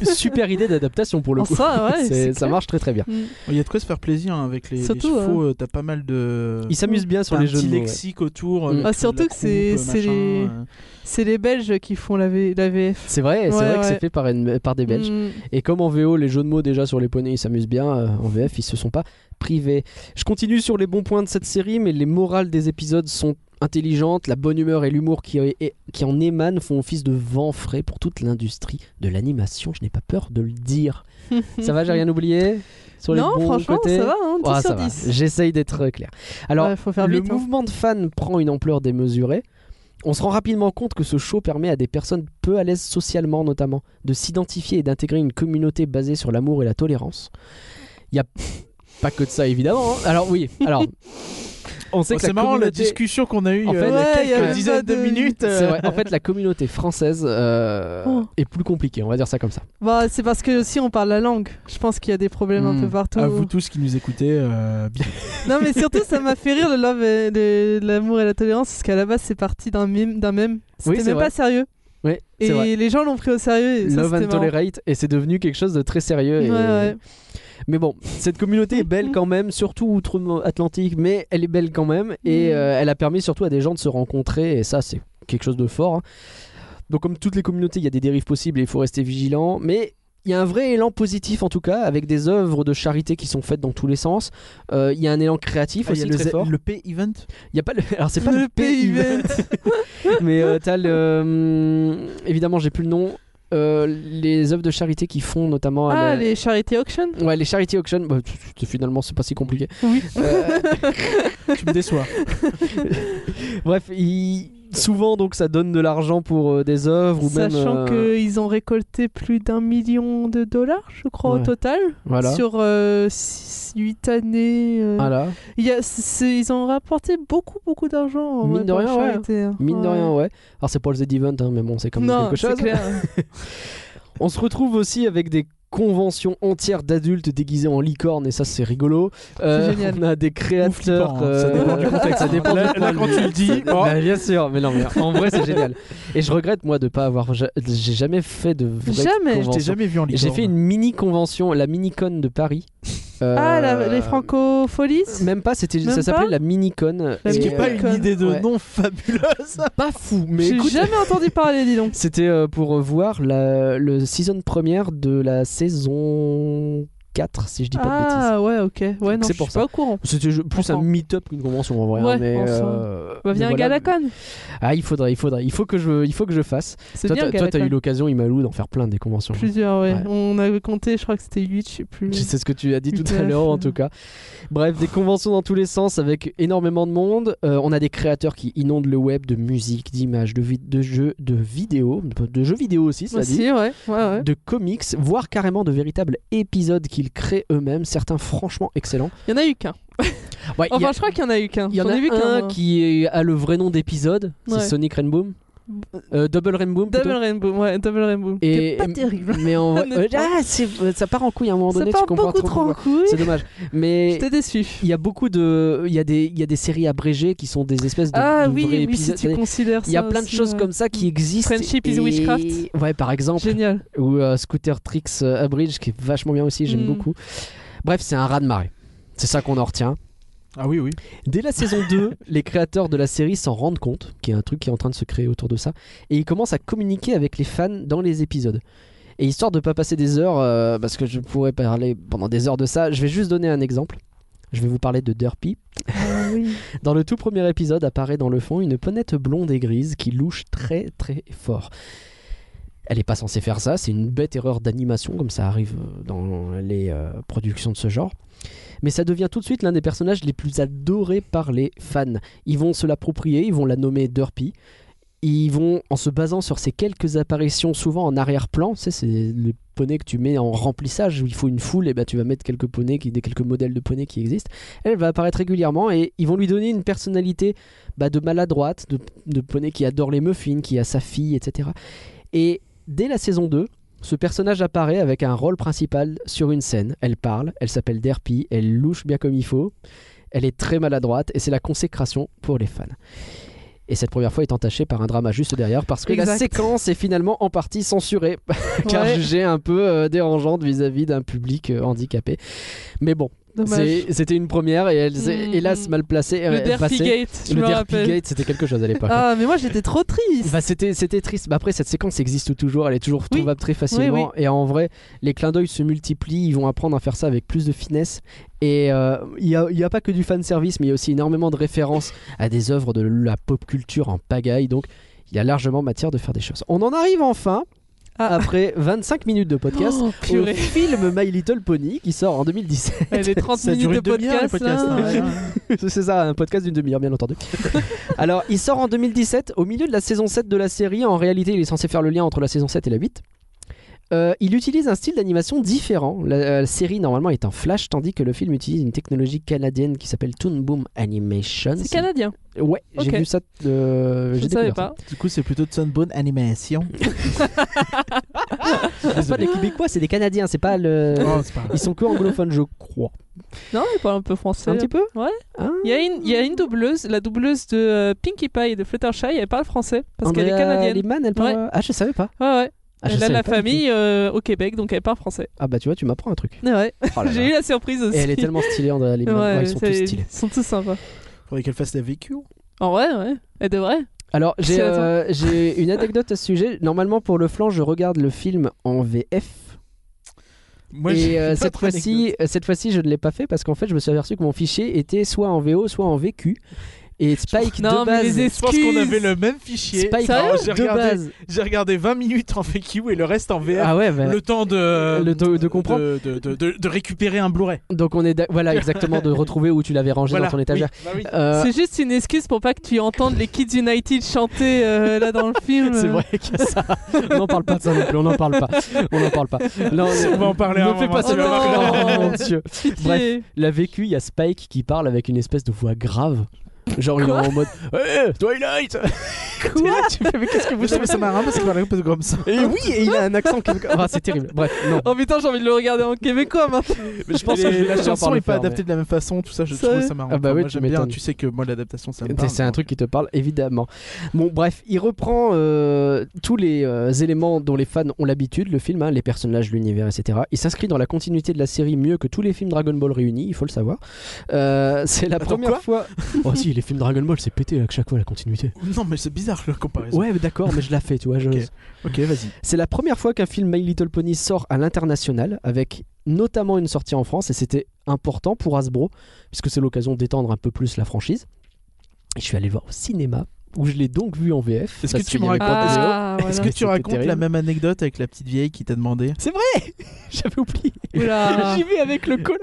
super idée d'adaptation pour le
En
coup.
ça,
[laughs]
ouais.
C'est-
c'est
ça
clair.
marche très très bien.
Mm.
Il y a de quoi se faire plaisir hein, avec les, les
Surtout,
chevaux. euh, T'as pas mal de.
Ils s'amusent bien sur
T'as
les
un
jeux
petit
de mots, ouais.
lexique autour. euh,
Mm.
le
Ah,
truc de la
surtout que c'est-
croupe,
c'est
machin,
les-
euh.
C'est les Belges qui font la, V- la VF.
C'est vrai, c'est
Ouais,
vrai que c'est
ouais.
fait par, une- par des Belges.
Mm.
Et comme en VO, les jeux de mots déjà sur les poneys, ils s'amusent bien. euh, en VF, ils se sont pas privés. Je continue sur les bons points de cette série, mais les morales des épisodes sont intelligentes. La bonne humeur et l'humour qui, et- qui en émanent font office de vent frais pour toute l'industrie de l'animation. Je n'ai pas peur de le
[laughs]
dire. ça va, j'ai rien oublié sur les
non,
bons
franchement,
côtés
ça va, hein, 10
Ah, ça
sur
va.
10.
J'essaye d'être clair. Alors,
Ouais, faut faire
le
vite, hein.
mouvement de fans prend une ampleur démesurée. On se rend rapidement compte que ce show permet à des personnes peu à l'aise socialement notamment de s'identifier et d'intégrer une communauté basée sur l'amour et la tolérance. Il y a pas que de ça évidemment. hein. Alors oui, alors on sait
Bon,
que la
Oh, c'est marrant la
communauté-
discussion qu'on a eue
En
euh,
fait,
il y
Ouais,
a
il y a
quelques
même
dizaines
pas
de
de-
minutes.
[laughs]
euh,
C'est vrai. En fait, la communauté française euh,
Oh.
est plus compliquée, on va dire ça comme ça.
Bah, c'est parce que aussi on parle la langue. Je pense qu'il y a des problèmes un
hmm.
peu partout.
À vous tous qui nous écoutez, euh, bien.
Non, mais surtout, ça m'a fait rire le love, et le- l'amour et la tolérance, parce qu'à la base, c'est parti d'un mème. D'un mème. C'était
Oui, c'est
même
vrai.
pas sérieux.
Oui, c'est
Et
vrai.
les gens l'ont pris au sérieux. Et ça,
Love
c'était
and
marrant.
Tolerate, et c'est devenu quelque chose de très sérieux. et-
Ouais, ouais.
Mais bon, cette communauté est belle quand même, surtout outre-Atlantique, mais elle est belle quand même, et
Mm.
euh, elle a permis surtout à des gens de se rencontrer, et ça, c'est quelque chose de fort. hein. Donc, comme toutes les communautés, il y a des dérives possibles et il faut rester vigilant, mais. Il y a un vrai élan positif en tout cas, avec des œuvres de charité qui sont faites dans tous les sens. Euh, il y a un élan créatif
Ah, il y
aussi
a
très fort.
le, le P-Event
Il y a pas le... Alors c'est pas le,
Le
PIB,
PIB.
[laughs] mais euh, t'as le... hum, Évidemment, j'ai plus le nom. Euh, les œuvres de charité qui font notamment... à
Ah,
la-
les charity auction
Ouais, les charity auction, bah, tu- tu- finalement c'est pas si compliqué.
Oui. [laughs]
Euh,
Tu me déçois.
[laughs] bref, ils- souvent donc ça donne de l'argent pour euh, des œuvres ou même...
Sachant
euh,
qu'ils ont récolté plus d'un million de dollars, je crois,
Ouais.
au total,
Voilà. Ah
sur 8 années. euh.
Voilà.
Il y a- c'est- ils ont rapporté beaucoup, beaucoup d'argent. en
Mine
vrai,
de
pour la
rien, ouais.
charité, hein.
Mine de
Ouais.
rien, ouais. Alors c'est pas le Z-Event, hein, mais bon, c'est quand même
non,
quelque
c'est
chose.
clair.
[laughs] On se retrouve aussi avec des conventions entières d'adultes déguisés en licorne et ça c'est rigolo. Euh,
génial.
on a des créateurs. euh,
Ou flippant, hein, ça dépend du contexte.
ça dépend
Là-
du point
là,
de
quand
vue.
tu le [laughs] dis,
Bah,
oh.
bien sûr, mais non, mais en vrai c'est génial. Et je regrette moi de pas avoir, ja- j'ai jamais fait de vraie
Jamais.
Je t'ai
convention.
jamais vu en licorne.
J'ai fait une mini convention, la mini con de Paris. Euh,
Ah, la- les francopholies
Même pas, c'était,
Même
ça s'appelait
pas
la mini con.
La
Ce qui
Et,
est pas
euh,
une idée de
ouais.
nom fabuleuse.
Pas fou, mais
J'ai
écoute,
jamais entendu parler, dis donc.
C'était euh, pour voir la, le season première de la saison 4, si je [laughs] dis pas de bêtises.
Ah, ouais, ok. Ouais, non,
c'est
je
pour
suis
ça.
pas au courant.
C'était ju- plus
Enfin.
un meet-up qu'une convention en vrai. hein,
Ouais,
mais,
enfin.
euh,
Bah, viens
mais
à
voilà.
Galacon.
Ah, il faudrait, il faudrait. Il faut que je, il faut que je fasse.
C'est
Toi,
bien,
t'as- toi, t'as
Galacon.
eu l'occasion, Imalou, d'en faire plein des conventions.
Plusieurs, ouais.
Ouais.
On avait compté, je crois que c'était 8, je sais plus.
C'est ce que [laughs] tu as dit tout à
Putain.
l'heure, en tout cas. Bref, des conventions dans tous les sens avec énormément de monde. Euh, on a des créateurs qui inondent le web de musique, d'images, de, vi- de jeux, de vidéos, de jeux vidéo aussi, ça dit.
Aussi, ouais. ouais, ouais.
de comics, voire carrément de véritables épisodes qu'ils créent eux-mêmes, certains franchement excellents.
Il y en a eu qu'un.
Ouais, il y
Enfin,
a-
je crois qu'il y en a eu qu'un.
il y en
J'en
a
ai vu
un
qu'un.
qui est- a le vrai nom d'épisode,
Ouais.
c'est Sonic Rainbow. Euh, Double Rainbow. plutôt.
Double Rainbow, ouais, Double Rainbow.
Et-
Qui est pas terrible.
Mais
[laughs]
en vrai-
Honnêtement.
Ah, c'est- ça part en couille à un moment
Ça
donné,
part
tu comprends
beaucoup
trop
trop en
pourquoi.
[laughs] couille.
C'est dommage. Mais
J'étais déçu.
il y a beaucoup de il y a des il y a des séries abrégées qui sont des espèces de,
Ah
de
oui,
vrais
oui,
épisodes.
si tu considères ça.
il y a plein de
aussi,
choses
ouais.
comme ça qui existent.
Friendship is
et-
Witchcraft.
Ouais, par exemple.
Génial.
ou euh, Scooter Tricks euh, Abridge qui est vachement bien aussi, j'aime
Mm.
beaucoup. Bref, c'est un raz de marée. C'est ça qu'on en retient.
Ah oui, oui.
Dès la saison 2, les créateurs de la série s'en rendent compte, qu'il y a un truc qui est en train de se créer autour de ça, et ils commencent à communiquer avec les fans dans les épisodes. Et histoire de pas passer des heures, euh, parce que je pourrais parler pendant des heures de ça, je vais juste donner un exemple. Je vais vous parler de Derpy.
Ah oui.
[laughs] Dans le tout premier épisode apparaît dans le fond une ponette blonde et grise qui louche très très fort. Elle n'est pas censée faire ça, c'est une bête erreur d'animation comme ça arrive euh, dans les euh, productions de ce genre. Mais ça devient tout de suite l'un des personnages les plus adorés par les fans. Ils vont se l'approprier, ils vont la nommer Derpy. Ils vont, en se basant sur ces quelques apparitions, souvent en arrière-plan, tu sais, c'est les poneys que tu mets en remplissage, où il faut une foule, et ben tu vas mettre quelques poneys, qui, des quelques modèles de poneys qui existent elle va apparaître régulièrement et ils vont lui donner une personnalité bah, de maladroite, de, de poney qui adore les muffins, qui a sa fille, etc. Et dès la saison 2, ce personnage apparaît avec un rôle principal sur une scène. Elle parle, elle s'appelle Derpy, elle louche bien comme il faut, elle est très maladroite et c'est la consécration pour les fans. Et cette première fois est entachée par un drama juste derrière parce que la
Exact.
séquence est finalement en partie censurée [laughs] car jugée un peu euh, dérangeante vis-à-vis d'un public euh, handicapé. Mais bon,
Dommage.
c'est- C'était une première et elle s'est
Mm,
hélas
mm.
mal placée.
Le
euh,
Derpy
passée.
Gate, je
Le
me
Derpy
rappelle.
Gate, c'était quelque chose à l'époque.
Ah, mais moi j'étais trop triste.
Bah, c'était c'était triste. Bah, après, cette séquence existe toujours. Elle est toujours trouvable très facilement. Et en vrai, les clins d'œil se multiplient. Ils vont apprendre à faire ça avec plus de finesse. Et euh, il n'y a, il y a pas que du fanservice, mais il y a aussi énormément de références à des œuvres de la pop culture en pagaille. Donc, il y a largement matière de faire des choses. On en arrive enfin,
Ah.
après 25 minutes de podcast,
Oh,
au [laughs]
purée.
film My Little Pony qui sort en 2017.
Eh, les 30
Ça dure
minutes
une
de
demi-heure le
podcast.
podcast.
là.
hein, ouais.
[laughs] C'est ça, un podcast d'une demi-heure, bien entendu. Alors, il sort en 2017, au milieu de la saison 7 de la série. En réalité, il est censé faire le lien entre la saison 7 et la 8. Euh, il utilise un style d'animation différent. La, euh, la série normalement est en flash, tandis que le film utilise une technologie canadienne qui s'appelle Toon Boom Animation.
C'est canadien.
hein. Ouais,
Ok.
j'ai vu ça. euh,
Je
j'ai
ne savais
découvert ça.
pas.
Du coup, c'est plutôt de son bonne [laughs] animation.
C'est pas des Québécois, c'est des Canadiens. C'est pas
[laughs]
le. Ils sont que anglophones, je crois.
Non, il parle un peu français.
Un petit peu.
Ouais.
Ah.
Il y, a une, il y a une doubleuse, la doubleuse de euh, Pinkie Pie et de Fluttershy, elle parle français parce qu'elle est
Andrea
canadienne.
Lehmann, elle parle-
Ouais.
Ah, je savais pas.
Ouais, ouais.
Ah, je
elle a
savais
la
pas du tout.
famille euh, au Québec, donc elle parle français.
Ah bah tu vois, tu m'apprends un truc.
Ouais, ouais. [laughs]
Oh là là.
J'ai eu la surprise aussi.
Et
[laughs]
elle est tellement stylée, Andrea Lehmann.
Ouais,
Ouais, ils sont
c'est-
tous stylés.
Ils sont tous sympas.
Faudrait qu'elle fasse la vécu.
En vrai, ouais. Elle devrait.
Alors, j'ai
[laughs] C'est-
euh, j'ai une anecdote à ce sujet. Normalement, pour le flanc, je regarde le film en VF.
Moi,
et
j'ai
euh,
pas
cette
trop
fois-ci,
d'anecdotes.
euh, cette fois-ci, je ne l'ai pas fait parce qu'en fait, je me suis aperçu que mon fichier était soit en VO, soit en VQ. Et Spike
Non,
de
mais
base,
les
Je pense qu'on avait
excuses.
le même fichier.
Spike
Sérieux
de
J'ai regardé,
base.
j'ai regardé 20 minutes en VQ et le reste en VF.
Ah ouais, bah,
Le temps de,
Le temps de comprendre.
de, de- de- de- de récupérer un Blu-ray.
donc on est d'a-
[laughs]
voilà exactement de retrouver où tu l'avais rangé
Voilà,
dans ton étagère.
oui. Bah oui.
Euh,
C'est juste une excuse pour pas que tu entendes les Kids United chanter euh,
[laughs]
là dans le film.
C'est vrai qu'il y a ça. [laughs] On n'en parle pas de ça non plus, on n'en parle pas. On n'en parle pas. Non,
On va en parler à
Ne
un
fais
moment,
pas
ça
ça, Oh,
va marquer.
mon dieu.
Bref.
Bref. La vécu, il y a Spike qui parle avec une espèce de voix grave. Genre, il est en mode Eh, Twilight Quoi Tu fais, mais qu'est-ce que vous
Vous
savez
savez, ça m'a parce qu'il parlait un peu comme ça.
Et oui, et il a un accent québécois. Ah, c'est terrible. Bref, non.
Oh putain, j'ai envie de le regarder en québécois maintenant.
Mais je
pense
pense
que je
que
vais finir
la
par
chanson
le
n'est pas
faire,
adaptée de la même façon, tout ça, je
Ça,
trouve
ouais.
ça marrant.
Ah bah
Enfin,
oui,
moi
tu
j'aime bien,
m'étonnes.
tu sais que moi l'adaptation ça me
C'est-
parle.
C'est un truc qui te parle, évidemment. Bon, bref, il reprend euh, tous les euh, éléments dont les fans ont l'habitude, le film, hein, les personnages, l'univers, etc. Il s'inscrit dans la continuité de la série mieux que tous les films Dragon Ball réunis, il faut le savoir. Euh, c'est la
Attends,
première
quoi
fois. oh, si, les films Dragon Ball, c'est pété à chaque fois la continuité.
Non mais c'est bizarre la comparaison.
Ouais, d'accord, mais je la fais, tu vois. je-
Ok. Ok, vas-y.
C'est la première fois qu'un film My Little Pony sort à l'international, avec notamment une sortie en France, et c'était important pour Hasbro, puisque c'est l'occasion d'étendre un peu plus la franchise. Et je suis allé le voir au cinéma, où je l'ai donc vu en VF.
Est-ce
parce
que tu
qu'il y
me
avait pas de
racontes-
vidéo.
Ah,
Est-ce
voilà.
que
Mais
tu
c'était
racontes
terrible.
la même anecdote avec la petite vieille qui t'a demandé
C'est vrai [laughs] J'avais oublié.
Oula.
Ah.
[laughs] J'y vais avec le coloc.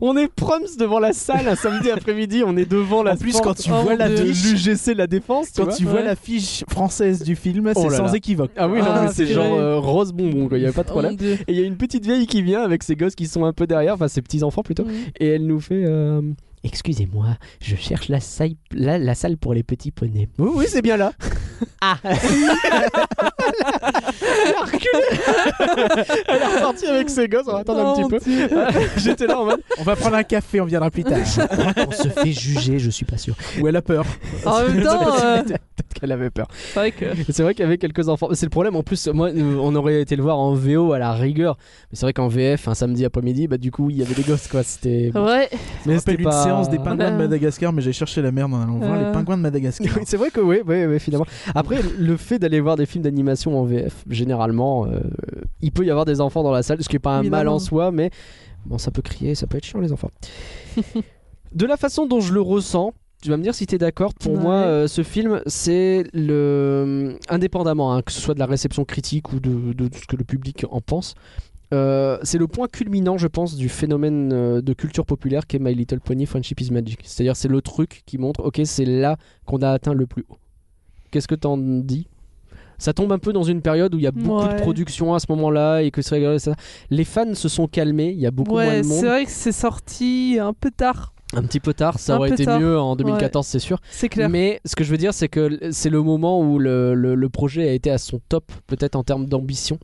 On est proms devant la salle un samedi après-midi, on est devant la
En plus
porte
quand tu
Oh
vois
mon
la
de
Dieu.
fiche,
l'UGC La Défense, tu
quand
vois.
tu vois
Ouais.
l'affiche française du film, c'est
là
sans
là.
équivoque.
Ah oui, non,
Ah,
mais c'est
purée.
genre euh, rose bonbon, quoi. Il n'y avait pas de
Oh
problème.
mon
[laughs]
dieu.
Et il y a une petite vieille qui vient avec ses gosses qui sont un peu derrière, enfin ses petits-enfants plutôt, et elle nous fait euh, Excusez-moi, je cherche la salle, la, la salle pour les petits poneys. Oui, oui, c'est bien là. [laughs] Ah Elle a reculé. Elle est repartie avec ses gosses, on va attendre un
Oh, mon
petit peu.
Dieu.
[laughs] J'étais là en mode
On va prendre un café, [laughs] on viendra plus tard.
On se fait juger, je suis pas sûr.
Ou elle a peur.
En
[laughs]
même temps, euh,
Peut-être qu'elle avait peur.
c'est vrai que.
[laughs] C'est vrai qu'il y avait quelques enfants. C'est le problème. En plus, moi, euh, on aurait été le voir en VO à la rigueur. Mais c'est vrai qu'en VF, un samedi après-midi, bah du coup, il y avait des gosses, quoi. C'était.
Ouais.
Mais
C'était une séance des
pingouins
pingouins
de
de Madagascar, mais j'ai cherché la merde en allant voir
Euh.
les pingouins de Madagascar.
[laughs]
Oui, c'est vrai que oui, oui, oui, finalement. Après, le fait d'aller voir des films d'animation en VF, généralement, euh, il peut y avoir des enfants dans la salle, ce qui est pas un mal
Évidemment.
en soi, mais bon, ça peut crier, ça peut être chiant les enfants. [laughs] de la façon dont je le ressens, tu vas me dire si tu es d'accord. Pour
Ouais.
moi, euh, ce film, c'est le, euh, indépendamment, hein, que ce soit de la réception critique ou de, de ce que le public en pense. euh, c'est le point culminant, je pense, du phénomène euh, de culture populaire qu'est My Little Pony Friendship is Magic. C'est-à-dire, c'est le truc qui montre, ok, c'est là qu'on a atteint le plus haut. Qu'est-ce que t'en dis Ça tombe un peu dans une période où il y a beaucoup
Ouais.
de production à ce moment-là et que c'est rigolo, ça. Les fans se sont calmés, il y a beaucoup moins
Ouais,
de monde.
c'est vrai que c'est sorti un peu tard.
Un petit peu tard, ça
Un
aurait
peu
été
tard.
mieux en 2014, c'est sûr.
C'est clair.
Mais ce que je veux dire, c'est que c'est le moment où le, le- le projet a été à son top, peut-être en termes d'ambition.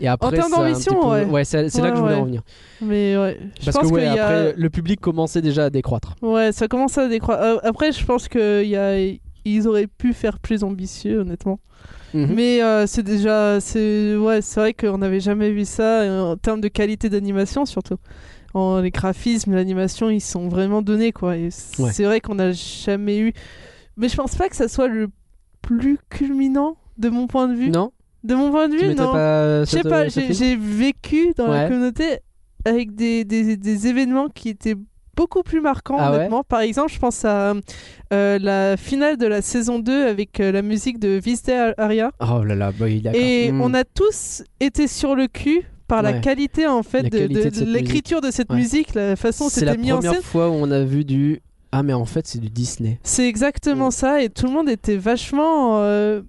Et après,
termes
ça a un
d'ambition,
petit peu-
ouais.
c'est c'est là
Ouais,
que je voulais
ouais.
en venir.
Mais ouais. Je
Parce
pense
que ouais,
qu'il y a-
après, le public commençait déjà à décroître.
Ouais, ça commence à décroître. Euh, après, je pense que y a... ils auraient pu faire plus ambitieux, honnêtement.
Mhm.
Mais euh, c'est déjà. c'est- Ouais, c'est vrai qu'on n'avait jamais vu ça euh, en termes de qualité d'animation, surtout. En, les graphismes, l'animation, ils sont vraiment donnés, quoi. Et C'est
Ouais.
vrai qu'on n'a jamais eu. Mais je pense pas que ça soit le plus culminant de mon point de vue.
Non
De mon point de
Tu
vue,
mettrais
non.
pas
Je sais
cette-
pas,
ce
j'ai
film
j'ai vécu dans la
Ouais.
communauté avec des, des, des événements qui étaient beaucoup plus marquants,
Ah ouais
honnêtement. Par exemple, je pense à euh, la finale de la saison 2 avec euh, la musique de Viste Aria.
Oh là là, bah, il a
Et on a tous été sur le cul par la
Ouais.
qualité, en fait,
La
de-
qualité
de,
de cette
l'écriture de cette
Ouais.
musique, la façon dont
C'est la
c'était mis en
première
scène.
fois où on a vu du. Ah, mais en fait, c'est du Disney.
C'est exactement ça, et tout le monde était vachement euh,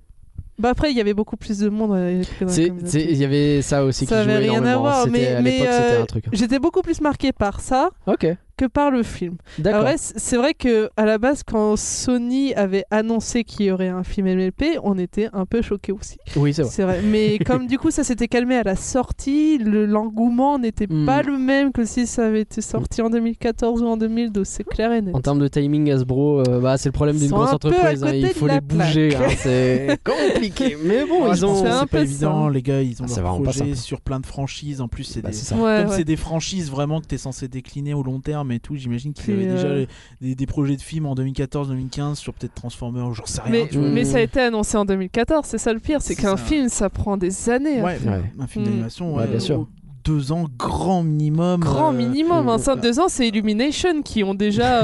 Bah après, il y avait beaucoup plus de monde. euh, que dans la
C'est-
communauté.
c'est- Il y avait ça aussi
Ça
qui jouait
avait rien à
énormément.
voir,
C'était-
mais,
à
mais
l'époque, c'était
euh,
un truc.
j'étais beaucoup plus marqué par ça
Ok,
que par le film.
d'accord.
Après, Ah c- c'est vrai que à la base, quand Sony avait annoncé qu'il y aurait un film MLP, on était un peu choqués aussi.
oui, c'est vrai.
C'est vrai.
[laughs]
Mais comme du coup, ça s'était calmé à la sortie, le- l'engouement n'était
Hmm.
pas le même que si ça avait été sorti en 2014 ou en 2012. C'est clair et net.
En termes de timing, Hasbro, euh, bah, c'est le problème d'une
Ils sont
grosse
un peu à
entreprise. hein,
côté
il
de
faut
la
les bouger.
plaque. Ah,
hein,
[laughs]
c'est compliqué. Mais bon,
Ouais, je
ils
pense
ont.
que
C'est un
c'est pas
peu
évident,
ça.
les gars, ils ont
Ah, c'est
leur
vraiment pas
projet
simple.
sur plein de franchises. En plus, c'est
Bah,
des...
c'est ça.
Ouais,
Comme
ouais.
c'est des franchises vraiment que t'es censé décliner au long terme et tout, j'imagine qu'ils
Puis,
avaient déjà
euh,
les- des, des projets de films en 2014-2015 sur peut-être Transformers, ou j'en sais rien.
Mais,
tu vois.
mais
Mm.
ça a été annoncé en 2014, c'est ça le pire, c'est
C'est
qu'un
ça.
film ça prend des années. à
Ouais,
Ouais. Mmh.
un film
Mm.
d'animation,
Ouais,
ouais,
bien sûr.
au- deux ans grand minimum.
Grand
euh,
minimum, hein.
euh,
ça, deux ans, c'est Illumination qui ont déjà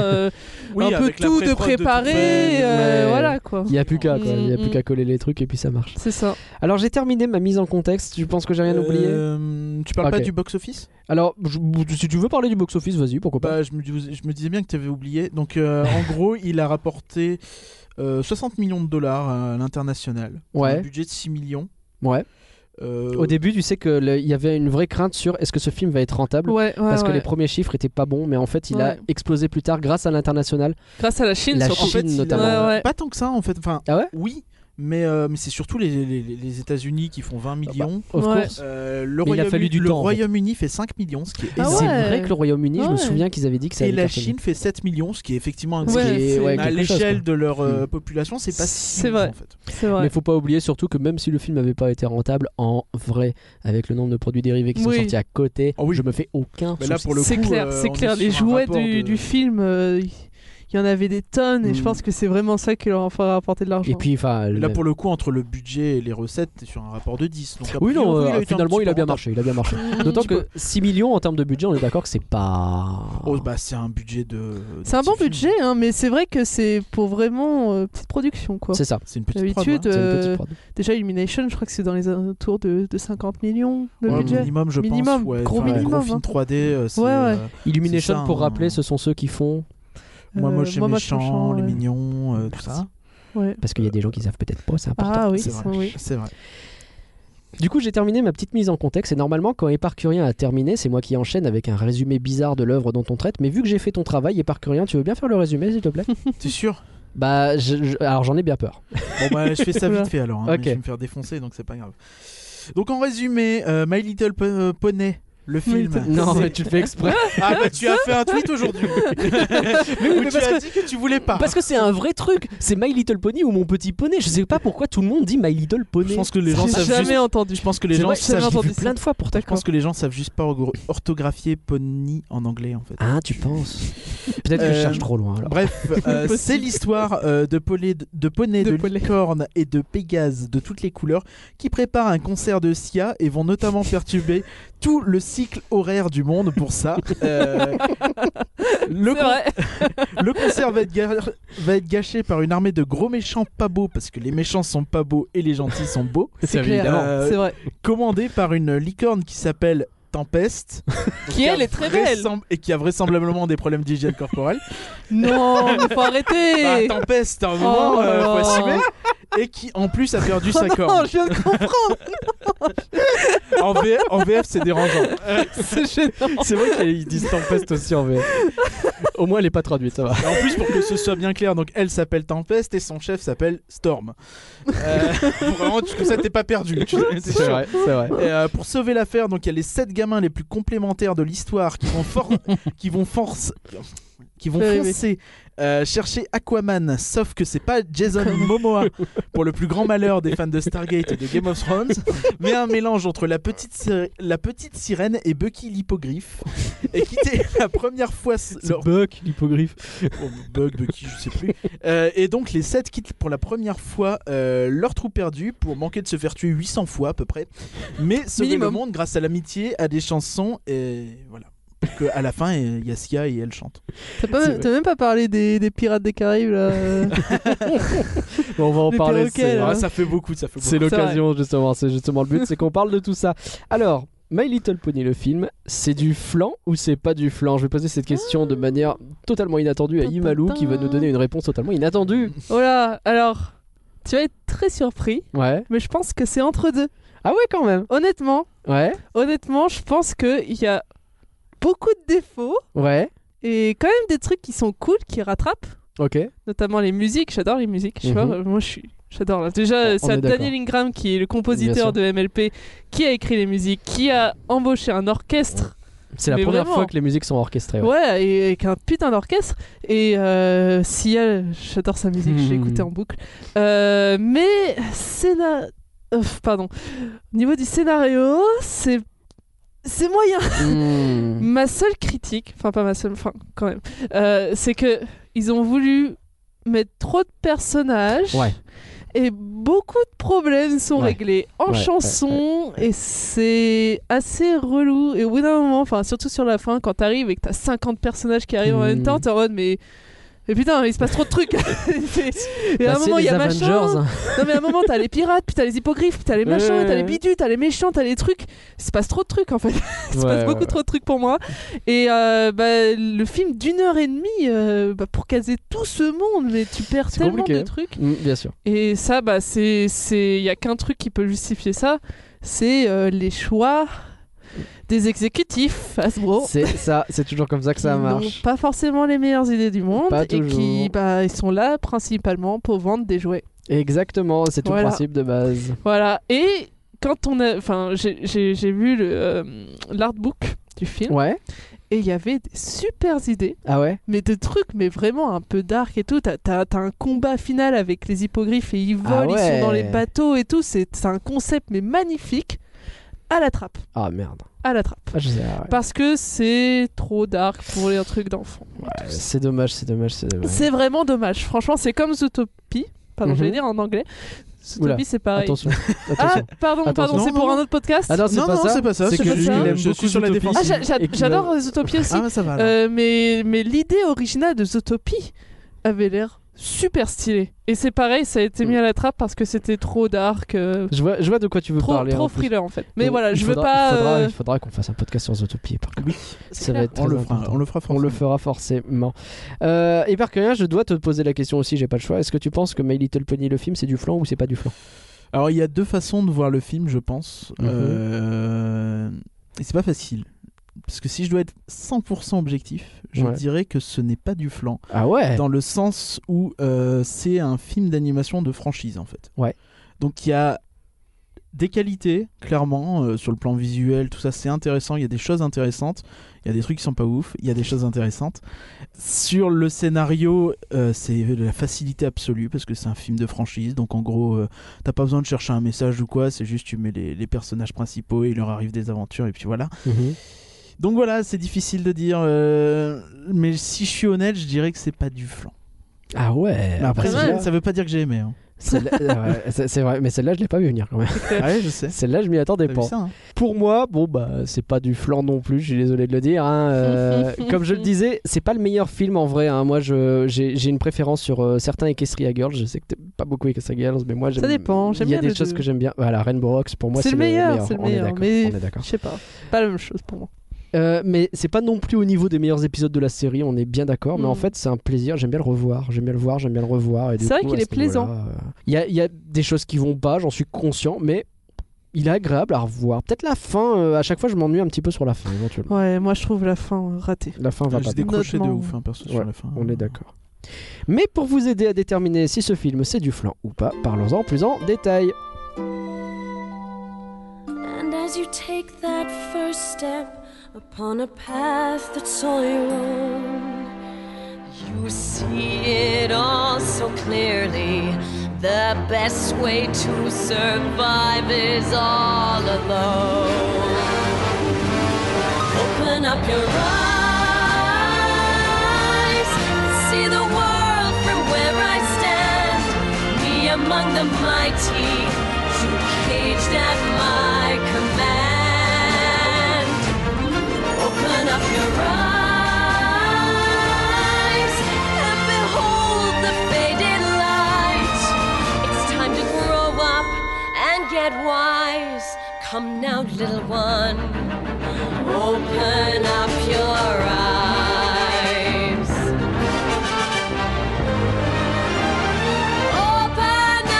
[laughs]
euh,
oui,
un peu
avec la
tout de
pré-prod tout
préparé,
fait.
euh,
Ouais.
voilà quoi.
Il n'y a plus qu'à, quoi. Il y a
Mm,
plus
mm.
qu'à coller les trucs et puis ça marche.
C'est ça.
Alors j'ai terminé ma mise en contexte. Tu penses que j'ai rien oublié
Euh, tu parles
Ok.
pas du box-office
Alors je- si tu veux parler du box office, vas-y, pourquoi pas.
Bah, je, me, dis- je me disais bien que tu avais oublié. Donc, euh,
[laughs]
en gros, il a rapporté euh, 60 millions de dollars à l'international. pour
Ouais.
Un budget de 6 millions.
Bah,
ouais.
Euh,
Au début, tu sais que le- il y avait une vraie crainte sur est-ce que ce film va être rentable.
Ouais, ouais,
Parce que
ouais.
les premiers chiffres étaient pas bons, mais en fait, il a
Ouais.
explosé plus tard grâce à l'international.
Grâce à la Chine,
La
surtout.
en fait,
Chine,
il a-
notamment.
Ouais, ouais.
Pas tant que ça, en fait. Enfin,
Ah ouais
oui, mais, euh, mais c'est surtout les, les, les États-Unis qui font 20 millions.
Of
Ouais.
course.
Euh, le
Ah bah. Mais il a
Royaume-
fallu du
le
temps, en fait.
Royaume-Uni fait 5 millions, ce qui est
Ah
Et C'est
ouais.
vrai que le Royaume-Uni, je me
Ouais.
souviens qu'ils avaient dit que ça
Et
allait
la
cartonner.
Chine fait 7 millions, ce qui est effectivement un
Ce qui
Ouais,
est-
c'est-
ouais,
Mais à
quelque chose, quoi. Hmm.
l'échelle de leur euh, population, c'est pas si
C'est
grand,
vrai.
en fait.
c'est vrai.
Mais faut pas oublier surtout que même si le film n'avait pas été rentable en vrai, avec le nombre de produits dérivés qui
Oui.
sont sortis à côté,
Oh oui.
je me fais aucun
Mais là,
souci.
pour le
C'est
coup,
clair,
euh,
c'est
on
clair.
est
Les
sur un
jouets
rapport
du,
de-
du film, euh, il il y en avait des tonnes, et je
Mm.
pense que c'est vraiment ça qui leur a fait rapporter de l'argent.
Et puis, enfin, le-
Là, pour le coup, entre le budget et les recettes, t'es sur un rapport de 10. Donc, a
oui, non,
priori,
euh,
été un
finalement,
petit
il a
peu
bien
rentable.
marché, il a bien
[laughs]
marché.
Mm,
D'autant
tu peux-
que 6 millions en termes de budget, on est d'accord que c'est pas.
Oh, bah, c'est un budget de.
C'est un
de
bon
petit film.
budget, hein, mais c'est vrai que c'est pour vraiment euh, petite production quoi.
C'est ça,
C'est une petite prod.
D'habitude,
hein.
c'est une petite
euh,
prod.
déjà Illumination, je crois que c'est dans les autours de, de 50 millions de
Ouais,
euh, budget.
minimum, je
Minimum,
pense. Ouais,
gros
enfin, un
minimum,
film
hein.
3D. euh, c'est,
Ouais, ouais.
euh,
Illumination,
c'est ça,
pour
hein.
rappeler, ce sont ceux qui font.
Moi,
Euh,
moche et
Moi, Moche et
méchant,
Méchant,
les
ouais.
mignons, euh, tout ça.
Ouais.
Parce qu'il y a des gens qui savent peut-être pas, c'est important.
Ah oui,
c'est
ça,
vrai.
oui.
C'est vrai.
Du coup, j'ai terminé ma petite mise en contexte. Et normalement, quand Éparcurien a terminé, c'est moi qui enchaîne avec un résumé bizarre de l'œuvre dont on traite. Mais vu que j'ai fait ton travail, Éparcurien, tu veux bien faire le résumé, s'il te plaît
T'es sûr
[laughs] Bah, je- je- alors j'en ai bien peur.
Bon, bah, je
[laughs]
fais ça
Voilà.
vite fait alors. hein, mais
Ok.
Je vais me faire défoncer, donc c'est pas grave. Donc, en résumé, euh, My Little Po- euh, Pony. Le film.
[laughs] Non,
C'est-
mais tu le fais exprès.
[laughs] Ah bah tu as fait un tweet
[laughs]
aujourd'hui. mais
mais
tu
parce
as
que-
dit que tu voulais
[laughs]
pas.
Parce que c'est un vrai truc. C'est My Little Pony ou Mon Petit Poney. Je sais pas pourquoi tout le monde dit My Little Pony.
Je pense que les gens
J'ai
savent
jamais
juste.
entendu.
Je pense que les gens
vrai,
j'ai jamais
savent.
entendu
J'ai vu
ça.
plein de fois pour ta
Je pense que les gens savent juste pas orgo- orthographier pony en anglais en fait.
Ah, tu penses Peut-être que je
Euh,
cherche trop loin alors.
[laughs]
Bref, euh,
Possible.
c'est l'histoire euh, de, polé- de poney,
De
de,
poney.
licorne et de pégase de toutes les couleurs qui préparent un concert de Sia et vont notamment perturber tout le cycle horaire du monde pour ça.
[laughs]
Euh, le,
C'est
con-
vrai.
Le concert va être, gar- va être gâché par une armée de gros méchants pas beaux, parce que les méchants sont pas beaux et les gentils
[laughs]
sont beaux,
C'est clair,
évidemment.
c'est vrai.
commandé par une licorne qui s'appelle Tempest.
Qui elle est très belle.
vraisemb- Et qui a vraisemblablement des problèmes d'hygiène corporelle.
Non, mais faut arrêter. [laughs]
Bah, Tempest, à un moment,
Oh
euh,
là. Oh
faut assumer. Et qui en plus
[laughs]
a perdu sa
non,
corne.
je viens de comprendre.
En, V- en VF, c'est
[laughs]
dérangeant.
c'est gênant.
C'est vrai qu'ils disent Tempest aussi en VF. [laughs] Au moins, elle est pas traduite, ça va.
Et en plus, pour que ce soit bien clair, donc elle s'appelle Tempest et son chef s'appelle Storm. Euh, vraiment, tu- comme ça, t'es pas perdu.
[laughs]
Tu- c'est sûr.
c'est vrai.
Et, euh, pour sauver l'affaire, donc il y a les sept gamins les plus complémentaires de l'histoire qui vont for- qui vont force qui vont
Oui, oui.
foncer euh, chercher Aquaman, sauf que c'est pas Jason
[laughs]
Momoa pour le plus grand malheur des fans de Stargate et de Game of Thrones, mais un mélange entre la petite sir- la petite sirène et Bucky l'hippogriffe et quitter la première fois s- leur
Buck, l'hippogriffe.
Oh, Bug, Bucky, je sais plus. Euh, et donc les 7 quittent pour la première fois euh, leur trou perdu pour manquer de se faire tuer 800 fois à peu près. Mais sauver le
Minimum.
monde grâce à l'amitié, à des chansons et voilà. Pour que, à la fin, euh, il y a Sia et elle chante.
T'as pas-
C'est vrai.
t'as même pas parlé des, des pirates des Caraïbes là. euh.
Bon, on va en
Les
parler.
perroquets,
c'est-
là.
Ah, ça fait beaucoup, ça fait beaucoup.
C'est l'occasion justement, c'est justement le but, c'est qu'on parle de tout ça. Alors, My Little Pony le film, c'est du flan ou c'est pas du flan Je vais poser cette question de manière totalement inattendue à Imalou qui va nous donner une réponse totalement inattendue.
Oh là, alors. Tu vas être très surpris,
Ouais.
mais je pense que c'est entre deux.
Ah ouais, quand même.
Honnêtement,
Ouais.
honnêtement, je pense qu'il y a beaucoup de défauts
Ouais.
et quand même des trucs qui sont cool, qui rattrapent,
Ok.
notamment les musiques. J'adore les musiques. Je sais pas,
Mhm.
euh, moi, je suis. J'adore. là. Déjà,
On- on est
c'est
d'accord.
Daniel Ingram qui est le
Bien sûr.
compositeur de MLP, qui a écrit les musiques, qui a embauché un orchestre.
C'est la
Mais
première
vraiment.
fois que les musiques sont orchestrées.
Ouais,
Ouais.
et avec un putain d'orchestre. Et euh, Sia, j'adore sa musique, je l'ai
Mhm.
écoutée en boucle. Euh, mais c'est la. euh, pardon. Au niveau du scénario, c'est. C'est moyen.
Hmm.
Ma seule critique, enfin pas ma seule, enfin quand même, euh, c'est que ils ont voulu mettre trop de personnages
Ouais.
et beaucoup de problèmes sont
Ouais.
réglés en
Ouais, ouais,
chanson et c'est assez relou. Et au bout d'un moment, enfin surtout sur la fin, quand t'arrives et que t'as 50 personnages qui arrivent en même
Mhm.
temps, t'es en mode mais. mais putain, il se passe trop de
[laughs]
trucs! [laughs] et à
Bah,
un
c'est
moment, il
les
y a
Avengers. hein.
machin! Non mais à un moment t'as les pirates, puis t'as les hippogriffes, puis t'as les machins,
Ouais,
t'as les
ouais.
bidus, t'as les méchants, t'as les trucs. Il se passe trop de trucs en fait. [laughs] Il se
Ouais,
passe
ouais,
beaucoup
ouais.
trop de trucs pour moi. Et euh, bah, le film d'une heure et demie euh, bah, pour caser tout ce monde, mais tu perds
C'est
tellement
compliqué.
de trucs.
Hmm, bien sûr.
Et ça, bah c'est c'est il y a qu'un truc qui peut justifier ça, c'est euh, les choix des exécutifs Hasbro.
C'est ça. C'est toujours comme ça que ça
qui Oh. n'ont
marche.
Pas forcément les meilleures idées du monde
Pas
et qui
toujours.
bah, ils sont là principalement pour vendre des jouets.
Exactement. C'est tout le
Voilà.
principe de base.
Voilà. Et quand on a, enfin, j'ai- j'ai j'ai vu le, euh, l'artbook du film
Ouais.
et il y avait des supers idées,
Ah ouais.
mais des trucs, mais vraiment un peu dark et tout. T'as as, un combat final avec les hippogriffes et ils volent,
Ah
ils
ouais.
sont dans les bateaux et tout. C'est c'est un concept mais magnifique à la trappe,
Ah merde.
à la trappe.
Ah, je sais, ah ouais.
Parce que c'est trop dark pour les trucs d'enfant.
Ouais, c'est dommage, c'est dommage, c'est dommage.
C'est vraiment dommage. Franchement, c'est comme Zootopie. Pardon,
Mhm.
je vais dire en anglais.
Oula.
Zootopie, c'est pareil.
Attention.
Ah,
Attention.
pardon,
Attention.
pardon, c'est
Non,
pour
non.
un autre podcast.
Ah non, c'est
Non,
pas
non,
ça.
c'est pas ça.
C'est
c'est
que
pas
lui,
ça.
il aime
Je
beaucoup
suis sur la
Zootopie.
Ah,
défensive.
j'a- j'a-
Et qu'il
j'adore Zootopie aussi,
Ah, bah, ça va. alors.
euh, mais, mais l'idée originale de Zootopie avait l'air super stylée. Et c'est pareil, ça a été mis à la trappe parce que c'était trop dark, euh,
Je vois, Mm. je vois de quoi tu veux
trop,
parler.
trop
en plus.
thriller en fait. Mais
Donc,
voilà,
il
je veux
faudra-
pas.
Il faudra,
euh,
il faudra qu'on fasse un podcast sur Zootopie. Par contre. ça va
clair.
être très
on le
important.
fera, on le fera
On
forcément.
le fera forcément. Euh, et par je dois te poser la question aussi, j'ai pas le choix. Est-ce que tu penses que My Little Pony, le film, c'est du flan ou c'est pas du flan
Alors il y a deux façons de voir le film, je pense.
Mhm.
Euh, Et c'est pas facile. Parce que si je dois être 100% objectif, je
Ouais.
dirais que ce n'est pas du flan.
Ah ouais
Dans le sens où euh, c'est un film d'animation de franchise en fait.
Ouais.
Donc il y a des qualités, clairement, euh, sur le plan visuel, tout ça c'est intéressant, il y a des choses intéressantes, il y a des trucs qui sont pas ouf, il y a des choses intéressantes. Sur le scénario, euh, c'est de la facilité absolue parce que c'est un film de franchise, donc en gros, euh, t'as pas besoin de chercher un message ou quoi, c'est juste tu mets les, les personnages principaux et il leur arrive des aventures et puis voilà.
Mhm.
Donc voilà, c'est difficile de dire, euh, mais si je suis honnête, je dirais que c'est pas du flan.
Ah ouais
Mais après,
bah,
mal.
ça,
celle-là-
ça veut pas dire que j'ai aimé. hein.
celle-là- ouais, c'est c'est vrai, mais celle-là, je l'ai pas vu venir quand même.
Ah ouais, je sais.
Celle-là, je m'y attendais
T'as vu
pas.
ça, hein
Pour moi, bon bah c'est pas du flan non plus, je suis désolé de le dire. hein.
[laughs]
Euh, comme je le disais, c'est pas le meilleur film en vrai. hein. Moi, je- j'ai j'ai une préférence sur euh, certains Equestria Girls. Je sais que t'aimes pas beaucoup Equestria Girls, mais moi j'aime.
Ça dépend, j'aime
Il y a
bien
des
les
choses
deux.
que j'aime bien. Voilà, Rainbow Rocks pour moi
C'est
c'est
le meilleur, c'est le
On est
meilleur,
d'accord,
mais-
on est d'accord.
Je sais pas, pas la même chose pour moi.
Euh, mais c'est pas non plus au niveau des meilleurs épisodes de la série, on est bien d'accord. Mais
Mm.
en fait, c'est un plaisir. J'aime bien le revoir. J'aime bien le voir. J'aime bien le revoir. et du
C'est vrai
coup,
qu'il
à
est
ce niveau-là,
plaisant.
euh, Il y a- il y, a des choses qui vont pas, j'en suis conscient, mais il est agréable à revoir. Peut-être la fin. euh, à chaque fois, je m'ennuie un petit peu sur la fin, éventuellement.
Ouais, moi je trouve la fin euh, ratée.
La fin va pas.
J'ai décroché de
Honnêtement,
ouf, hein, perso,
ouais,
sur la fin.
On est d'accord. Mais pour vous aider à déterminer si ce film c'est du flan ou pas, parlons-en plus en détail.
And as you take that first step upon a path that's all your own, you see it all so clearly. The best way to survive is all alone. Open up your eyes, see the world from where I stand. Me among the mighty, you caged at my command. Open up your eyes and behold the faded light. It's time to grow up and get wise. Come now, little one. Open up your eyes. Open up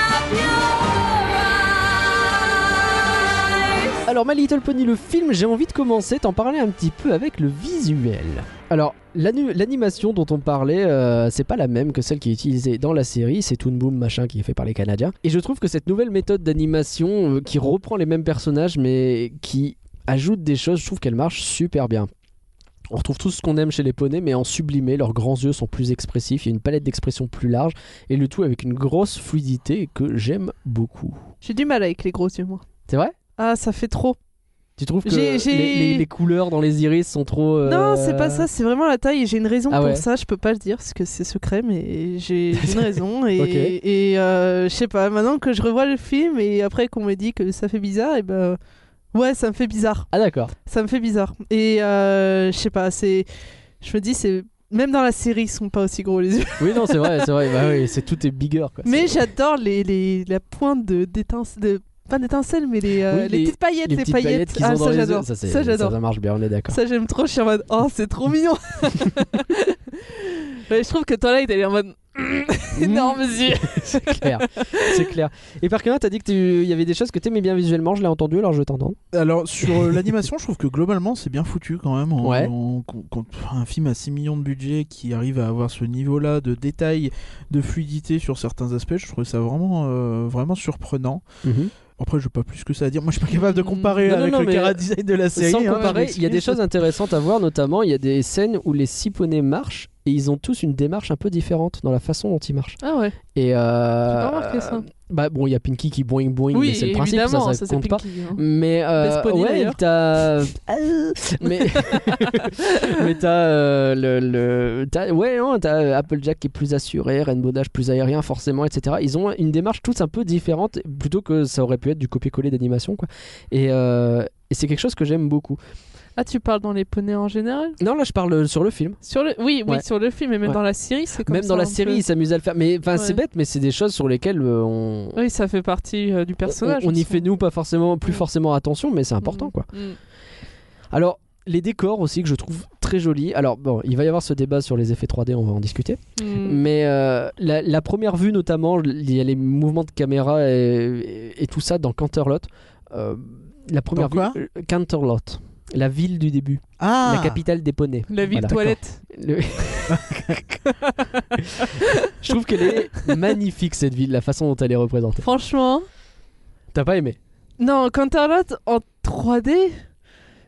Alors, My Little Pony, le film, j'ai envie de commencer, t'en parler un petit peu avec le visuel. Alors, l'anu- l'animation dont on parlait, euh, c'est pas la même que celle qui est utilisée dans la série, c'est Toon Boom machin qui est fait par les Canadiens. Et je trouve que cette nouvelle méthode d'animation euh, qui reprend les mêmes personnages mais qui ajoute des choses, je trouve qu'elle marche super bien. On retrouve tout ce qu'on aime chez les poneys, mais en sublimé, leurs grands yeux sont plus expressifs, il y a une palette d'expressions plus large, et le tout avec une grosse fluidité que j'aime beaucoup.
J'ai du mal avec les gros yeux, moi.
C'est vrai
Ah, ça fait trop.
Tu trouves que
J'ai- j'ai-
Les, les- les couleurs dans les iris sont trop. euh,
Non, c'est pas ça, c'est vraiment la taille. et J'ai une raison
Ah
pour
ouais.
ça, je peux pas le dire parce que c'est secret, mais
[laughs]
j'ai j'ai une raison. Et,
Ok.
et, euh, je sais pas, maintenant que je revois le film et après qu'on me dit que ça fait bizarre, et ben. Ouais, ça me fait bizarre.
Ah d'accord.
Ça me fait bizarre. Et euh, je sais pas, c'est. Je me dis, c'est. Même dans la série, ils sont pas aussi gros les yeux.
Oui non c'est vrai c'est vrai bah oui c'est tout est bigger quoi.
Mais
C'est-
j'adore les, les, la pointe de, d'étince- de pas d'étincelles, mais les, euh,
Oui,
les
les-
petites paillettes, les,
les petites
paillettes.
paillettes qu'ils
ah,
ont dans
ça,
les
j'adore.
yeux ça c'est-
ça j'adore.
ça marche bien on est d'accord.
Ça j'aime trop, je suis en mode oh c'est trop [laughs] mignon. Ouais, je trouve que Twilight elle est en mode énorme yeux.
[laughs] c'est clair c'est clair. Et par contre t'as dit que tu- il y avait des choses que t'aimais bien visuellement je l'ai entendu alors je t'entends.
Alors sur
[laughs]
euh, l'animation, je trouve que globalement c'est bien foutu quand même. On-
Ouais.
on- qu'on- qu'on- enfin, un film à 6 millions de budget qui arrive à avoir ce niveau-là de détail, de fluidité sur certains aspects, je trouve ça vraiment, euh, vraiment surprenant. Après, je n'ai pas plus que ça à dire. Moi, je suis pas capable de comparer
Mm. Non, non,
avec
non,
le
mais-
cara design de la série.
Sans
hein,
comparer
je
il y a des
m'excuse.
choses intéressantes à voir notamment il y a des scènes où les six poneys marchent et ils ont tous une démarche un peu différente dans la façon dont ils marchent.
Ah ouais.
Et euh,
pas remarqué ça.
bah bon il y a Pinky qui boing boing mais
oui
c'est le principe
évidemment
ça,
ça, c'est
compte pas.
Pinky, hein.
Mais euh,
Best Pony,
ouais,
d'ailleurs.
t'as [laughs]
[laughs]
mais mais t'as euh, le, le- t'as- ouais non t'as euh, Applejack qui est plus assuré, Rainbow Dash plus aérien forcément, etc. Ils ont une démarche toutes un peu différente plutôt que ça aurait pu être du copier-coller d'animation quoi. Et, euh, et c'est quelque chose que j'aime beaucoup.
Ah tu parles dans les poneys en général
Non là je parle euh, sur le film.
Sur le oui oui
Ouais.
sur le film et même
Ouais.
dans la série c'est comme
Même
ça,
dans la
un
série
peu.
ils s'amusent à le faire. Mais enfin c'est
Ouais.
bête mais c'est des choses sur lesquelles euh, on
Oui ça fait partie euh, du personnage.
on, on y
aussi.
fait nous pas forcément plus
Mm.
forcément attention mais c'est important
Mm.
quoi.
Mm.
Alors, les décors aussi que je trouve très jolis. Alors, bon, il va y avoir ce débat sur les effets 3D, on va en discuter.
Mm.
Mais euh, la, la première vue, notamment, il y a les mouvements de caméra et, et- et tout ça dans Canterlot. Euh, la première
Dans quoi
vue, euh, Canterlot. La ville du début,
Ah
la capitale des poneys.
La ville
Voilà,
toilette.
Le- [laughs] je trouve qu'elle est magnifique cette ville, la façon dont elle est représentée.
Franchement
T'as pas aimé
non Canterlot en 3D.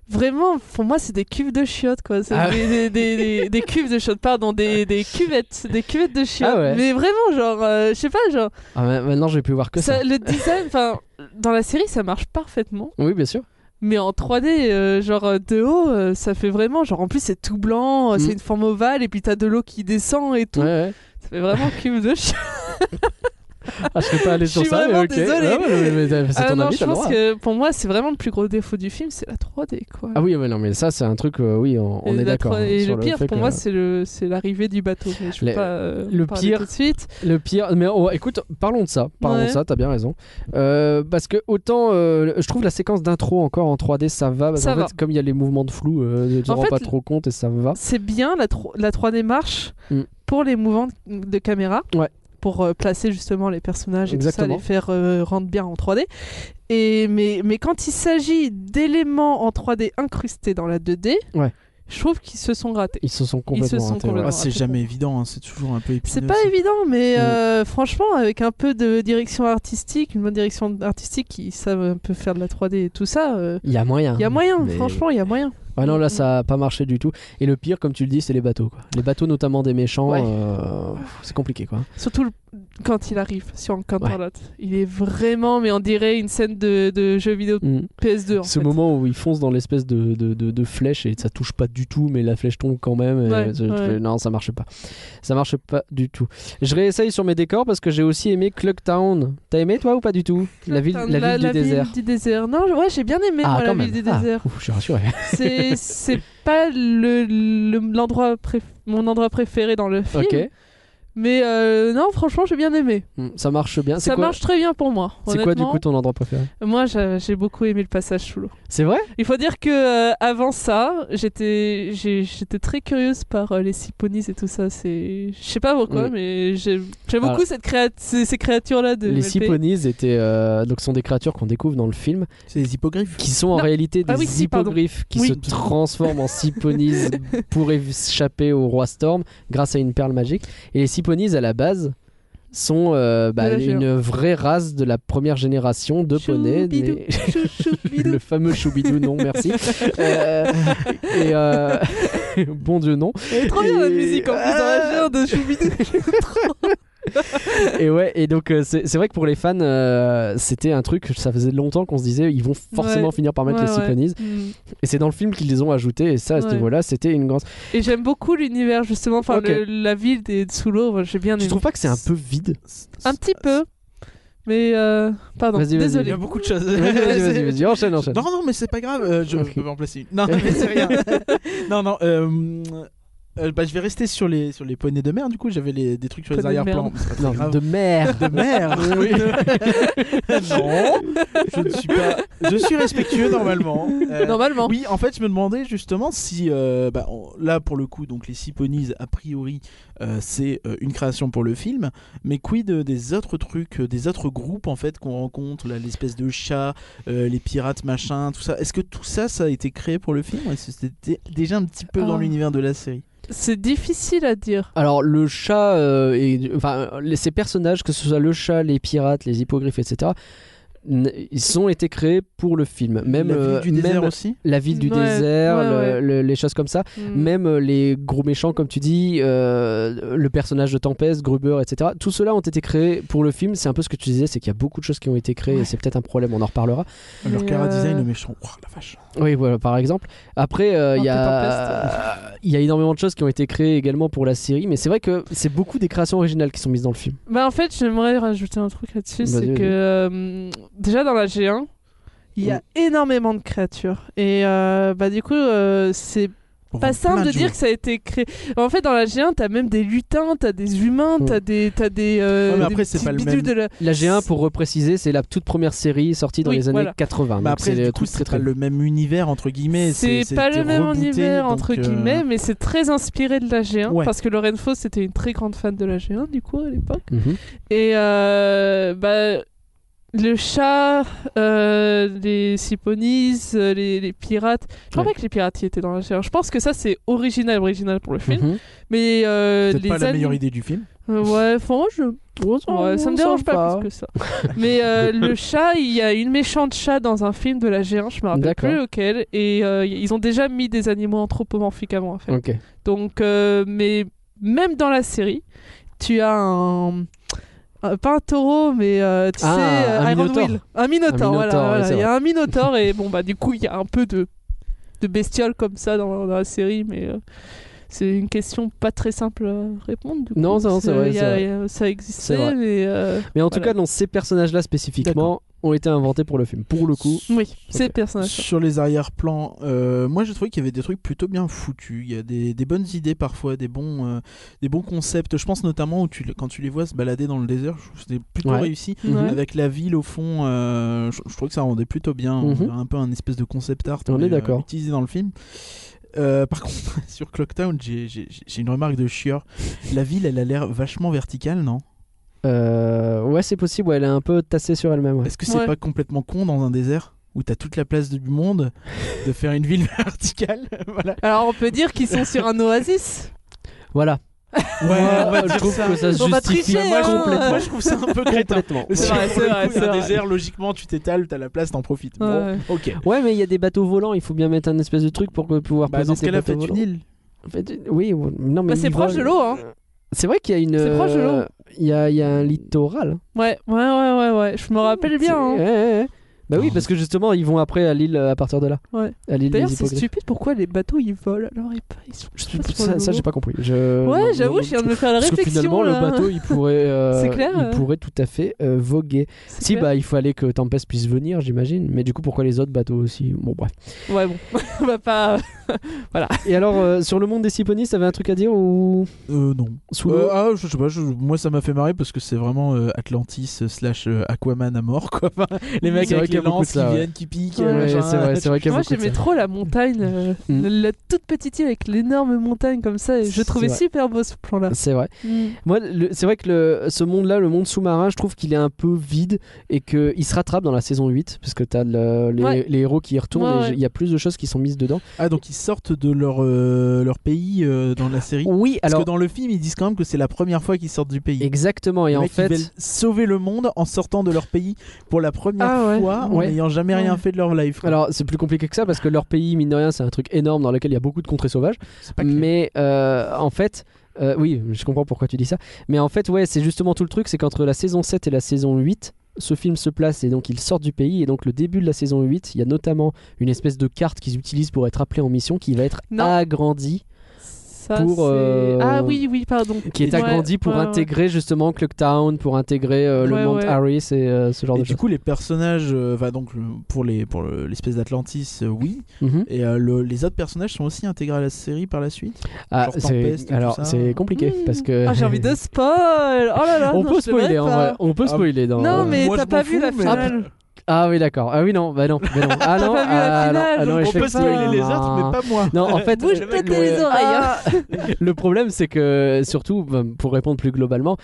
Vraiment, pour moi, c'est des cuves de chiottes, quoi. C'est
Ah
des, des, des- des- des cuves de chiottes, pardon, des, des cuvettes, des cuvettes de chiottes.
Ah ouais.
Mais vraiment, genre, euh, je sais pas, genre,
Ah, ma- Maintenant, je vais plus voir que ça.
Ça, le design, enfin, dans la série, ça marche parfaitement.
Oui, bien sûr.
Mais en 3D, euh, genre euh, de haut, euh, ça fait vraiment. Genre en plus, c'est tout blanc, euh,
Mm.
c'est une forme ovale, et puis t'as de l'eau qui descend et tout.
Ouais, ouais.
Ça fait vraiment cube de chien.
Ah, je serais pas allé
Je
sur
suis
ça, mais
vraiment
ok.
désolée.
Ouais, ouais, mais t'as- c'est
Ah
ton
non,
avis,
je
t'as le
pense
droit.
que pour moi, c'est vraiment le plus gros défaut du film, c'est la 3D, quoi.
Ah oui, mais non, mais ça, c'est un truc, euh, oui, on, on
Et
est
la
d'accord.
3D Et
hein, sur
le pire
fait
pour
que-
moi, c'est le, c'est l'arrivée du bateau. Mais je peux
Les-
pas euh,
le
en parler
pire-
tout de suite.
Le pire, mais oh, écoute, parlons de ça, parlons
Ouais.
de ça, t'as bien raison. Euh, parce que autant, euh, je trouve la séquence d'intro encore en 3D, ça va, parce
Ça
qu'en
va.
fait, comme il y a les mouvements de flou, euh, tu t'en
En
rends
fait,
pas trop compte et ça va.
C'est bien la, tro- la 3D marche
Mm.
pour les mouvements de, de caméra.
Ouais.
Pour euh, placer justement les personnages et tout ça,
Exactement.
les faire euh, rendre bien en 3D. Et, mais, mais quand il s'agit d'éléments en 3D incrustés dans la 2D,
Ouais.
je trouve qu'ils se sont ratés.
Ils se sont
Ils se
complètement
sont
ratés, ouais.
complètement-
Ah, c'est jamais évident, hein, c'est toujours un peu épineux.
C'est pas
ça.
évident,
Mm.
mais euh, franchement, avec un peu de direction artistique, une bonne direction artistique qui savent un peu faire de la 3D et tout ça, euh,
Il y a moyen.
il y a moyen,
Ah, Mais-
franchement, il y a moyen.
Ouais, non, là, ça a pas marché du tout. Et le pire, comme tu le dis, c'est les bateaux. Quoi. Les bateaux, notamment des méchants,
Ouais.
euh, pff, c'est compliqué, quoi.
Surtout le- quand il arrive sur un Canterlot. Il est vraiment, mais on dirait une scène de, de jeu vidéo
Mm.
PS2. En
Ce
fait.
moment où il fonce dans l'espèce de, de, de- de flèche et ça touche pas du tout, mais la flèche tombe quand même. et
Ouais,
je-
ouais.
Non, ça marche pas. Ça marche pas du tout. Je réessaye sur mes décors parce que j'ai aussi aimé Clucktown. T'as aimé toi ou pas du tout La ville, la, ville du désert.
du désert. Non, je- ouais, j'ai bien aimé
Ah,
moi, la
quand même.
ville du
Ah,
désert.
ouf, je suis rassuré. [laughs]
C'est- C'est pas l'endroit le, l'endroit préf- mon endroit préféré dans le film,
ok.
Mais euh, non, franchement, j'ai bien aimé.
Hmm, Ça marche bien. C'est
Ça
quoi-
marche très bien pour moi.
C'est quoi du
honnêtement.
coup ton endroit préféré
Moi, j'ai j'ai beaucoup aimé le passage sous l'eau.
C'est vrai
Il faut dire que euh, avant ça, j'étais j'ai- j'étais très curieuse par euh, les Siponies et tout ça. C'est je sais pas pourquoi,
Mm.
mais j'ai- j'aime
Alors-
beaucoup cette créa- ces, créatures là de
Les
MLP.
Siponies étaient euh, donc sont des créatures qu'on découvre dans le film
C'est les hippogriffes.
qui sont en
Non.
réalité des
Ah oui, si, pardon.
hippogriffes qui
Oui.
se transforment en Siponies
[laughs]
pour échapper au roi Storm grâce à une perle magique. Et les Siponies à la base sont euh, bah,
De la géante.
une vraie race de la première génération de poneys.
Choubidou,
mais-
chou- choubidou. [laughs]
[laughs] le fameux choubidou, non merci. Euh, et euh, [laughs] bon Dieu, non.
Elle est trop bien la
Et-
musique en plus dans la chair de [laughs] Choubidou.
Et ouais, et donc euh, c'est c'est vrai que pour les fans, euh, c'était un truc, ça faisait longtemps qu'on se disait, ils vont forcément
Ouais.
finir par mettre
Ouais,
les
ouais.
Siponies.
Mm.
Et c'est dans le film qu'ils les ont ajoutés, et ça, à ce
Ouais.
niveau-là, c'était une grande.
Et j'aime beaucoup l'univers justement, enfin
Ok.
le- la ville des sous l'eau. moi, J'ai bien
Tu
aimé.
trouves pas que c'est un peu [laughs] vide
Un petit peu, mais euh, pardon.
Vas-y, vas-y.
Il y
Désolé.
a beaucoup de choses.
Vas-y,
[laughs]
vas-y, vas-y, vas-y, enchaîne, enchaîne.
Non, non, mais c'est pas grave, euh, je
Ok.
peux en placer une. Non, non, mais c'est rien. non, non, euh, euh, bah, je vais rester sur les, sur les poneys de mer, du coup, j'avais les- des trucs sur les
Poneys de
arrière-plans.
merde.
C'est pas très
Non,
grave.
de mer.
De mer oui. Non, je ne suis pas. Je suis respectueux normalement. Euh,
Normalement.
Oui, en fait, je me demandais justement si, euh, bah, on- là pour le coup, donc les Siponies, a priori, euh, c'est euh, une création pour le film, mais quid euh, des autres trucs, euh, des autres groupes en fait qu'on rencontre, là, l'espèce de chat, euh, les pirates, machin, tout ça. Est-ce que tout ça, ça a été créé pour le film ou est-ce que c'était déjà un petit peu dans
Ah.
l'univers de la série
C'est difficile à dire.
Alors le chat, euh, et, enfin les- ces personnages, que ce soit le chat, les pirates, les hippogriffes, etc., n- ils ont été créés pour le film. Même
La ville
euh,
du désert
même
aussi.
la ville du
Ouais,
désert,
ouais,
le-
ouais.
le- les choses comme ça.
Mm.
Même euh, les gros méchants, comme tu dis, euh, le personnage de Tempest, Gruber, etc. Tout cela ont été créés pour le film. C'est un peu ce que tu disais, c'est qu'il y a beaucoup de choses qui ont été créées. et C'est peut-être un problème, on en reparlera.
Alors
Mais,
Cara Design,
euh,
le méchant, oh, la vache.
Oui, voilà, par exemple. Après, euh, il y,
Un
a... [laughs] il y a énormément de choses qui ont été créées également pour la série, mais c'est vrai que c'est beaucoup des créations originales qui sont mises dans le film.
Bah en fait, j'aimerais rajouter un truc là-dessus,
Vas-y,
c'est
vas-y.
que euh, déjà dans la G1, il y a
Mm.
énormément de créatures et euh, bah du coup euh, c'est
On
pas
voit
simple
plein hein.
de
jouets.
dire que ça a été créé. En fait, dans la G1, t'as même des lutins, t'as des humains,
Mm.
t'as des t'as des euh,
Ouais, mais après,
des
c'est
petits
pas le
bidules
même.
de la-
La G1, pour repréciser, c'est la toute première série sortie dans
Oui,
les années
voilà.
80.
Bah
donc
après,
c'est
du
le
coup,
truc très
c'est
très
pas le même univers entre guillemets.
C'est pas le
c'était
même
rebooté,
univers
donc,
entre
euh,
guillemets, mais c'est très inspiré de la G1
Ouais.
parce que Lauren Faust était une très grande fan de la G1 du coup à l'époque.
Mhm.
Et euh, bah, le chat, euh, les Siponies, euh, les, les pirates. Je crois
Ouais.
pas que les pirates y étaient dans la chair. Je pense que ça, c'est original, original pour le film.
Mhm.
Mais euh,
Peut-être
les
pas la
anim-
meilleure idée du film.
Euh, ouais, enfin, moi, je... ouais, ça me dérange pas plus que
[laughs]
ça. [laughs] Mais euh, le chat, il y a une méchante chat dans un film de la G1, je me rappelle
D'accord.
plus lequel. Et euh, y- ils ont déjà mis des animaux anthropomorphiques avant, en fait.
Ok.
Donc, euh, mais même dans la série, tu as un. un- pas un taureau, mais euh, tu
Ah,
sais, euh,
un
Iron
minotaure.
Will. Un minotaure,
Un
voilà,
minotaure, ouais,
voilà.
c'est
Il y a
[laughs]
un minotaure, et bon, bah, du coup, il y a un peu de, de bestioles comme ça dans, dans la série, mais. euh, c'est une question pas très simple à répondre. Du coup,
Non, non, c'est
parce que
vrai,
il y
c'est
a-
vrai.
il y a- ça existait,
C'est vrai.
mais. euh,
Mais en tout
Voilà.
cas, non, ces personnages-là spécifiquement ont été inventés pour le film. Pour le coup,
oui, c'est personnage.
Sur les arrière-plans, euh, moi j'ai trouvé qu'il y avait des trucs plutôt bien foutus. Il y a des, des bonnes idées parfois, des bons, euh, des bons concepts. Je pense notamment où tu, le- quand tu les vois se balader dans le désert, je trouve que c'était plutôt
Ouais.
réussi.
Mhm. Ouais.
Avec la ville au fond, euh, je, je trouve que ça rendait plutôt bien. On
Mhm.
dirait Un peu un espèce de concept art
On est
mais, euh,
d'accord.
utilisé dans le film. Euh, par contre, [laughs] sur Clocktown, j'ai j'ai- j'ai une remarque de chieur. La ville, elle a l'air vachement verticale, non
euh, ouais, c'est possible. ouais, elle est un peu tassée sur elle-même. ouais.
Est-ce que c'est
Ouais.
pas complètement con dans un désert où t'as toute la place du monde de faire une ville [laughs] verticale Voilà.
Alors, on peut dire qu'ils sont sur un oasis.
Voilà.
Ouais,
Moi, je trouve que ça se
On va
justifie
tricher, hein.
complètement.
Moi, je trouve ça un peu crétin.
complètement.
Mais
C'est
vrai,
vrai, c'est vrai,
coup,
c'est
un
vrai.
désert, logiquement, tu t'étales, t'as la place, t'en profites.
Ouais.
Bon, ok.
Ouais, mais il y a des bateaux volants. Il faut bien mettre un espèce de truc pour que- pouvoir
Bah,
poser
dans ce
tes
cas-là,
bateaux
faites une
volants.
île.
Faites une- Oui, ou- non, mais
Bah, c'est
ils
proche
volent.
de l'eau, hein.
C'est vrai qu'il y a une. euh,
C'est proche de l'eau.
Il y a, il y a un littoral.
Ouais, ouais, ouais, ouais, ouais. Je me rappelle bien. hein.
C'est- ouais, ouais, ouais. Bah
Oh.
oui, parce que justement, ils vont après à l'île euh, à partir de là.
Ouais.
À l'île
D'ailleurs,
des
c'est
hippogriffes.
stupide pourquoi les bateaux ils volent alors ils, ils sont je sais pas sur
Ça,
le
ça, j'ai
haut.
pas euh, compris. Je-
Ouais, j'avoue, je viens de me faire la
Parce que
réflexion.
finalement,
là.
le bateau, il pourrait, euh,
[laughs] C'est clair,
il
euh.
pourrait tout à fait euh, voguer.
C'est
Si,
clair.
bah, il fallait que Tempest puisse venir, j'imagine. Mais du coup, pourquoi les autres bateaux aussi Bon, bref.
Ouais, bon, [laughs] on va pas. euh,
Et alors, euh, sur le monde des Siponies, t'avais un truc à dire ou
Euh, non.
sous
Euh,
l'eau
ah, je sais pas, je- moi ça m'a fait marrer parce que c'est vraiment euh, Atlantis euh, slash euh, Aquaman à mort quoi. Enfin, les mecs
C'est vrai
avec
qu'il y a
les
beaucoup de
lances qui
ça, ouais.
viennent, qui piquent.
Ouais,
euh,
Ouais,
machin.
c'est vrai, c'est vrai qu'il y a
Moi,
beaucoup de
j'aimais
ça.
trop la montagne, euh,
Mm.
la toute petite île avec l'énorme montagne comme ça. Et je
C'est
trouvais
vrai.
super beau ce plan-là.
C'est vrai.
Mm.
Moi, le- c'est vrai que le- ce monde-là, le monde sous-marin, je trouve qu'il est un peu vide et qu'il se rattrape dans la saison 8 parce que t'as le- les,
Ouais.
les héros qui y retournent
Ouais,
et
ouais.
j- il y a plus de choses qui sont mises dedans.
Ah, donc ils sortent de leur, euh, leur pays euh, dans la série
Oui,
Parce
Oh, alors.
que dans le film, ils disent quand même que c'est la première fois qu'ils sortent du pays.
Exactement, et
Les
en
mecs, ils
fait.
veulent sauver le monde en sortant de leur pays pour la première
Ah ouais.
fois en
Ouais.
n'ayant jamais rien
Ouais.
fait de leur life. quoi.
Alors, c'est plus compliqué que ça parce que leur pays, mine de rien, c'est un truc énorme dans lequel il y a beaucoup de contrées sauvages.
c'est pas clair.
Mais euh, en fait, euh, oui, je comprends pourquoi tu dis ça. Mais en fait, ouais, c'est justement tout le truc c'est qu'entre la saison 7 et la saison 8, ce film se place et donc ils sortent du pays. Et donc, le début de la saison 8, il y a notamment une espèce de carte qu'ils utilisent pour être appelés en mission qui va être
Non.
agrandie,
Ça,
Pour,
c'est-
euh,
Ah oui, oui, pardon.
qui est
Ouais, euh,
agrandie pour
ouais, ouais.
intégrer justement Clocktown, pour intégrer euh, le
Ouais,
Mont
ouais.
Harris et euh, ce genre
Et
de
du
choses.
coup, les personnages, euh, enfin, donc le- pour les pour le- l'espèce d'Atlantis, euh, oui.
Mhm.
Et euh, le- les autres personnages sont aussi intégrés à la série par la suite.
Ah,
genre Tempest et
c'est
tout
alors
ça.
c'est compliqué
Mmh.
parce que
Ah, j'ai envie de spoil. Oh là là.
[laughs] on
non,
peut
je devrais
spoiler en
pas.
vrai. Euh, On peut
Ah,
spoiler dans.
Non, mais
Moi, je
t'as
m'en
pas vu
fous,
la
mais-
finale.
Ah oui, d'accord. Ah oui, non, bah non, bah
[laughs]
non. Ah non,
pas vu la
ah,
finale,
ah non,
donc
On peut
effectivement.
spoiler les autres, mais pas moi.
[laughs]
Non, en fait,
Bouge
le-
peut-être
le- Ah,
les oreilles. hein.
le problème, c'est que surtout, bah, pour répondre plus globalement,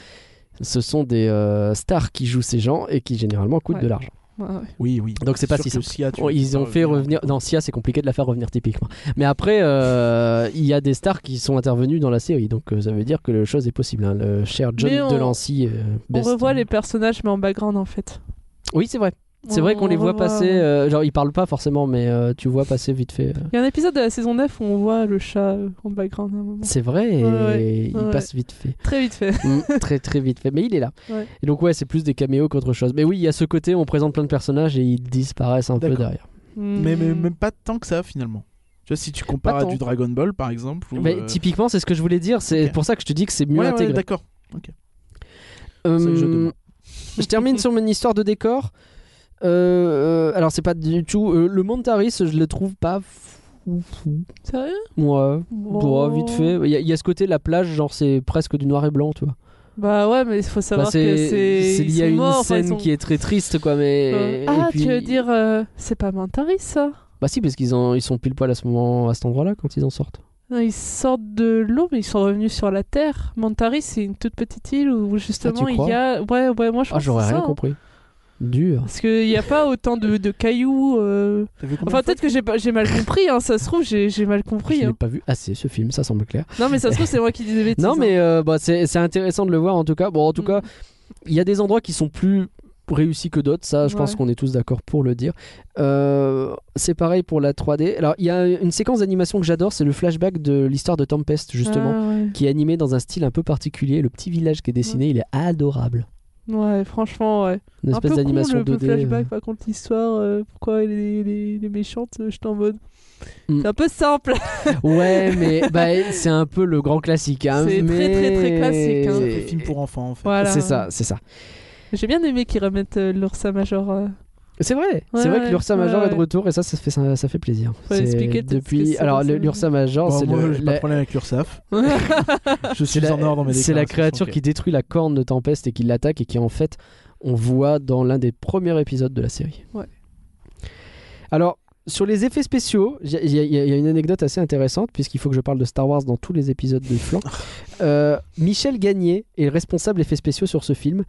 ce sont des euh, stars qui jouent ces gens et qui généralement coûtent
Ouais.
de l'argent.
[laughs] Ouais, ouais.
Oui, oui.
Donc, c'est pas
sûr
si
que Sia, tu
Oh,
peux
Ils
pas
ont fait revenir. Non, Sia, c'est compliqué de la faire revenir typiquement. Mais après, euh, il y a des stars qui sont intervenues dans la série, donc euh, ça veut dire que la chose est possible. hein. Le cher John
Mais on-
Delancey. euh,
On
best-
revoit les personnages, mais en background en fait.
Oui, c'est vrai. C'est vrai
On
qu'on les voit
revoit-
passer. euh, genre, ils parlent pas forcément, mais euh, tu vois passer vite fait. euh,
Il y a un épisode de la saison 9 où on voit le chat euh, en background à un moment.
C'est vrai, et
Ouais, ouais,
il
ouais.
passe vite fait.
Très
[laughs]
vite fait.
Mm, très très vite fait. Mais il est là.
Ouais.
Et donc ouais, c'est plus des caméos qu'autre chose. Mais oui, il y a ce côté où on présente plein de personnages et ils disparaissent un peu
D'accord.
derrière.
Mais, mais même pas tant que ça finalement. Tu vois, si tu compares
Pas
à
tant.
du Dragon Ball par exemple. ou,
Mais
euh,
typiquement, c'est ce que je voulais dire. C'est
ok.
pour ça que je te dis que c'est mieux
ouais, ouais,
Bah, intégré.
d'accord.
Euh,
C'est le jeu de mots.
[laughs] je termine sur mon histoire de décor. Euh, euh, alors c'est pas du tout euh, le Montaris, je le trouve pas fou fou.
Sérieux
Ouais.
Bon.
Bon, vite fait. Il y, a- il y a ce côté la plage, genre c'est presque du noir et blanc, tu vois.
Bah ouais, mais il faut
Bah,
savoir que
c'est
c'est.
c'est
ils
lié à
sont
une
morts, enfin, ils
scène
sont-
qui est très triste, quoi. Mais
Euh,
et
Ah,
puis-
tu veux dire. euh, C'est pas Mantaris ça
Bah si, parce qu'ils ont, ils sont pile poil à ce moment, à cet endroit-là quand ils en sortent.
Non, ils sortent de l'eau, mais ils sont revenus sur la Terre. Mantari, c'est une toute petite île où justement il
Ah, crois
y a. Ouais, ouais, moi je
Ah,
pense que
j'aurais
c'est
rien
ça, hein.
compris. Dur.
Parce qu'il n'y a pas autant de, de cailloux. euh,
T'as vu combien
Enfin,
de fois
peut-être que j'ai pas- j'ai mal compris, hein, ça se trouve, j'ai j'ai mal compris.
Je n'ai
hein.
pas vu assez ce film, ça semble clair.
Non, mais ça se trouve, c'est moi qui dis des bêtises.
Non,
hein.
mais euh, bah, c'est c'est intéressant de le voir en tout cas. Bon, en tout
Mm.
cas, il y a des endroits qui sont plus réussis que d'autres, ça je pense
Ouais.
qu'on est tous d'accord pour le dire. Euh, c'est pareil pour la 3D. Alors, il y a une séquence d'animation que j'adore, c'est le flashback de l'histoire de Tempest, justement.
Ah, ouais.
Qui est animé dans un style un peu particulier. Le petit village qui est dessiné, il est adorable.
Ah Ouais, franchement, ouais.
Une
Un peu
espèce
con,
d'animation
le, le
2D. euh,
flashback raconte l'histoire, euh, pourquoi elle est, elle est- elle est méchante, euh, j'étais en mode.
Mm.
C'est un peu simple. [laughs]
Ouais, mais bah, c'est un peu le grand classique. hein,
C'est très,
mais-
très, très classique, hein.
C'est un film pour enfants en fait.
Voilà.
C'est ça, c'est ça.
J'ai bien aimé qu'ils remettent euh, l'Ursa Major. euh,
[laughs] C'est vrai,
Ouais,
c'est vrai
ouais,
que l'Ursa Major
ouais,
est de
ouais.
retour et ça, ça fait, ça, ça fait plaisir.
Faut
C'est
expliquer peut-être ce que
depuis.
c'est,
Alors,
l'Ursa
le- l'Ursa Major,
Bon,
c'est
moi,
le-
j'ai pas de
la-
problème avec l'URSAF. Je
c'est
suis
la-
en ordre dans mes
c'est la
déclarations,
créature
ok.
qui détruit la corne de Tempest et qui l'attaque et qui, en fait, on voit dans l'un des premiers épisodes de la série.
Ouais.
Alors. Sur les effets spéciaux, il y, a- y a- y a une anecdote assez intéressante, puisqu'il faut que je parle de Star Wars dans tous les épisodes de
[laughs]
Flan. Euh, Michel Gagné est responsable effets spéciaux sur ce film,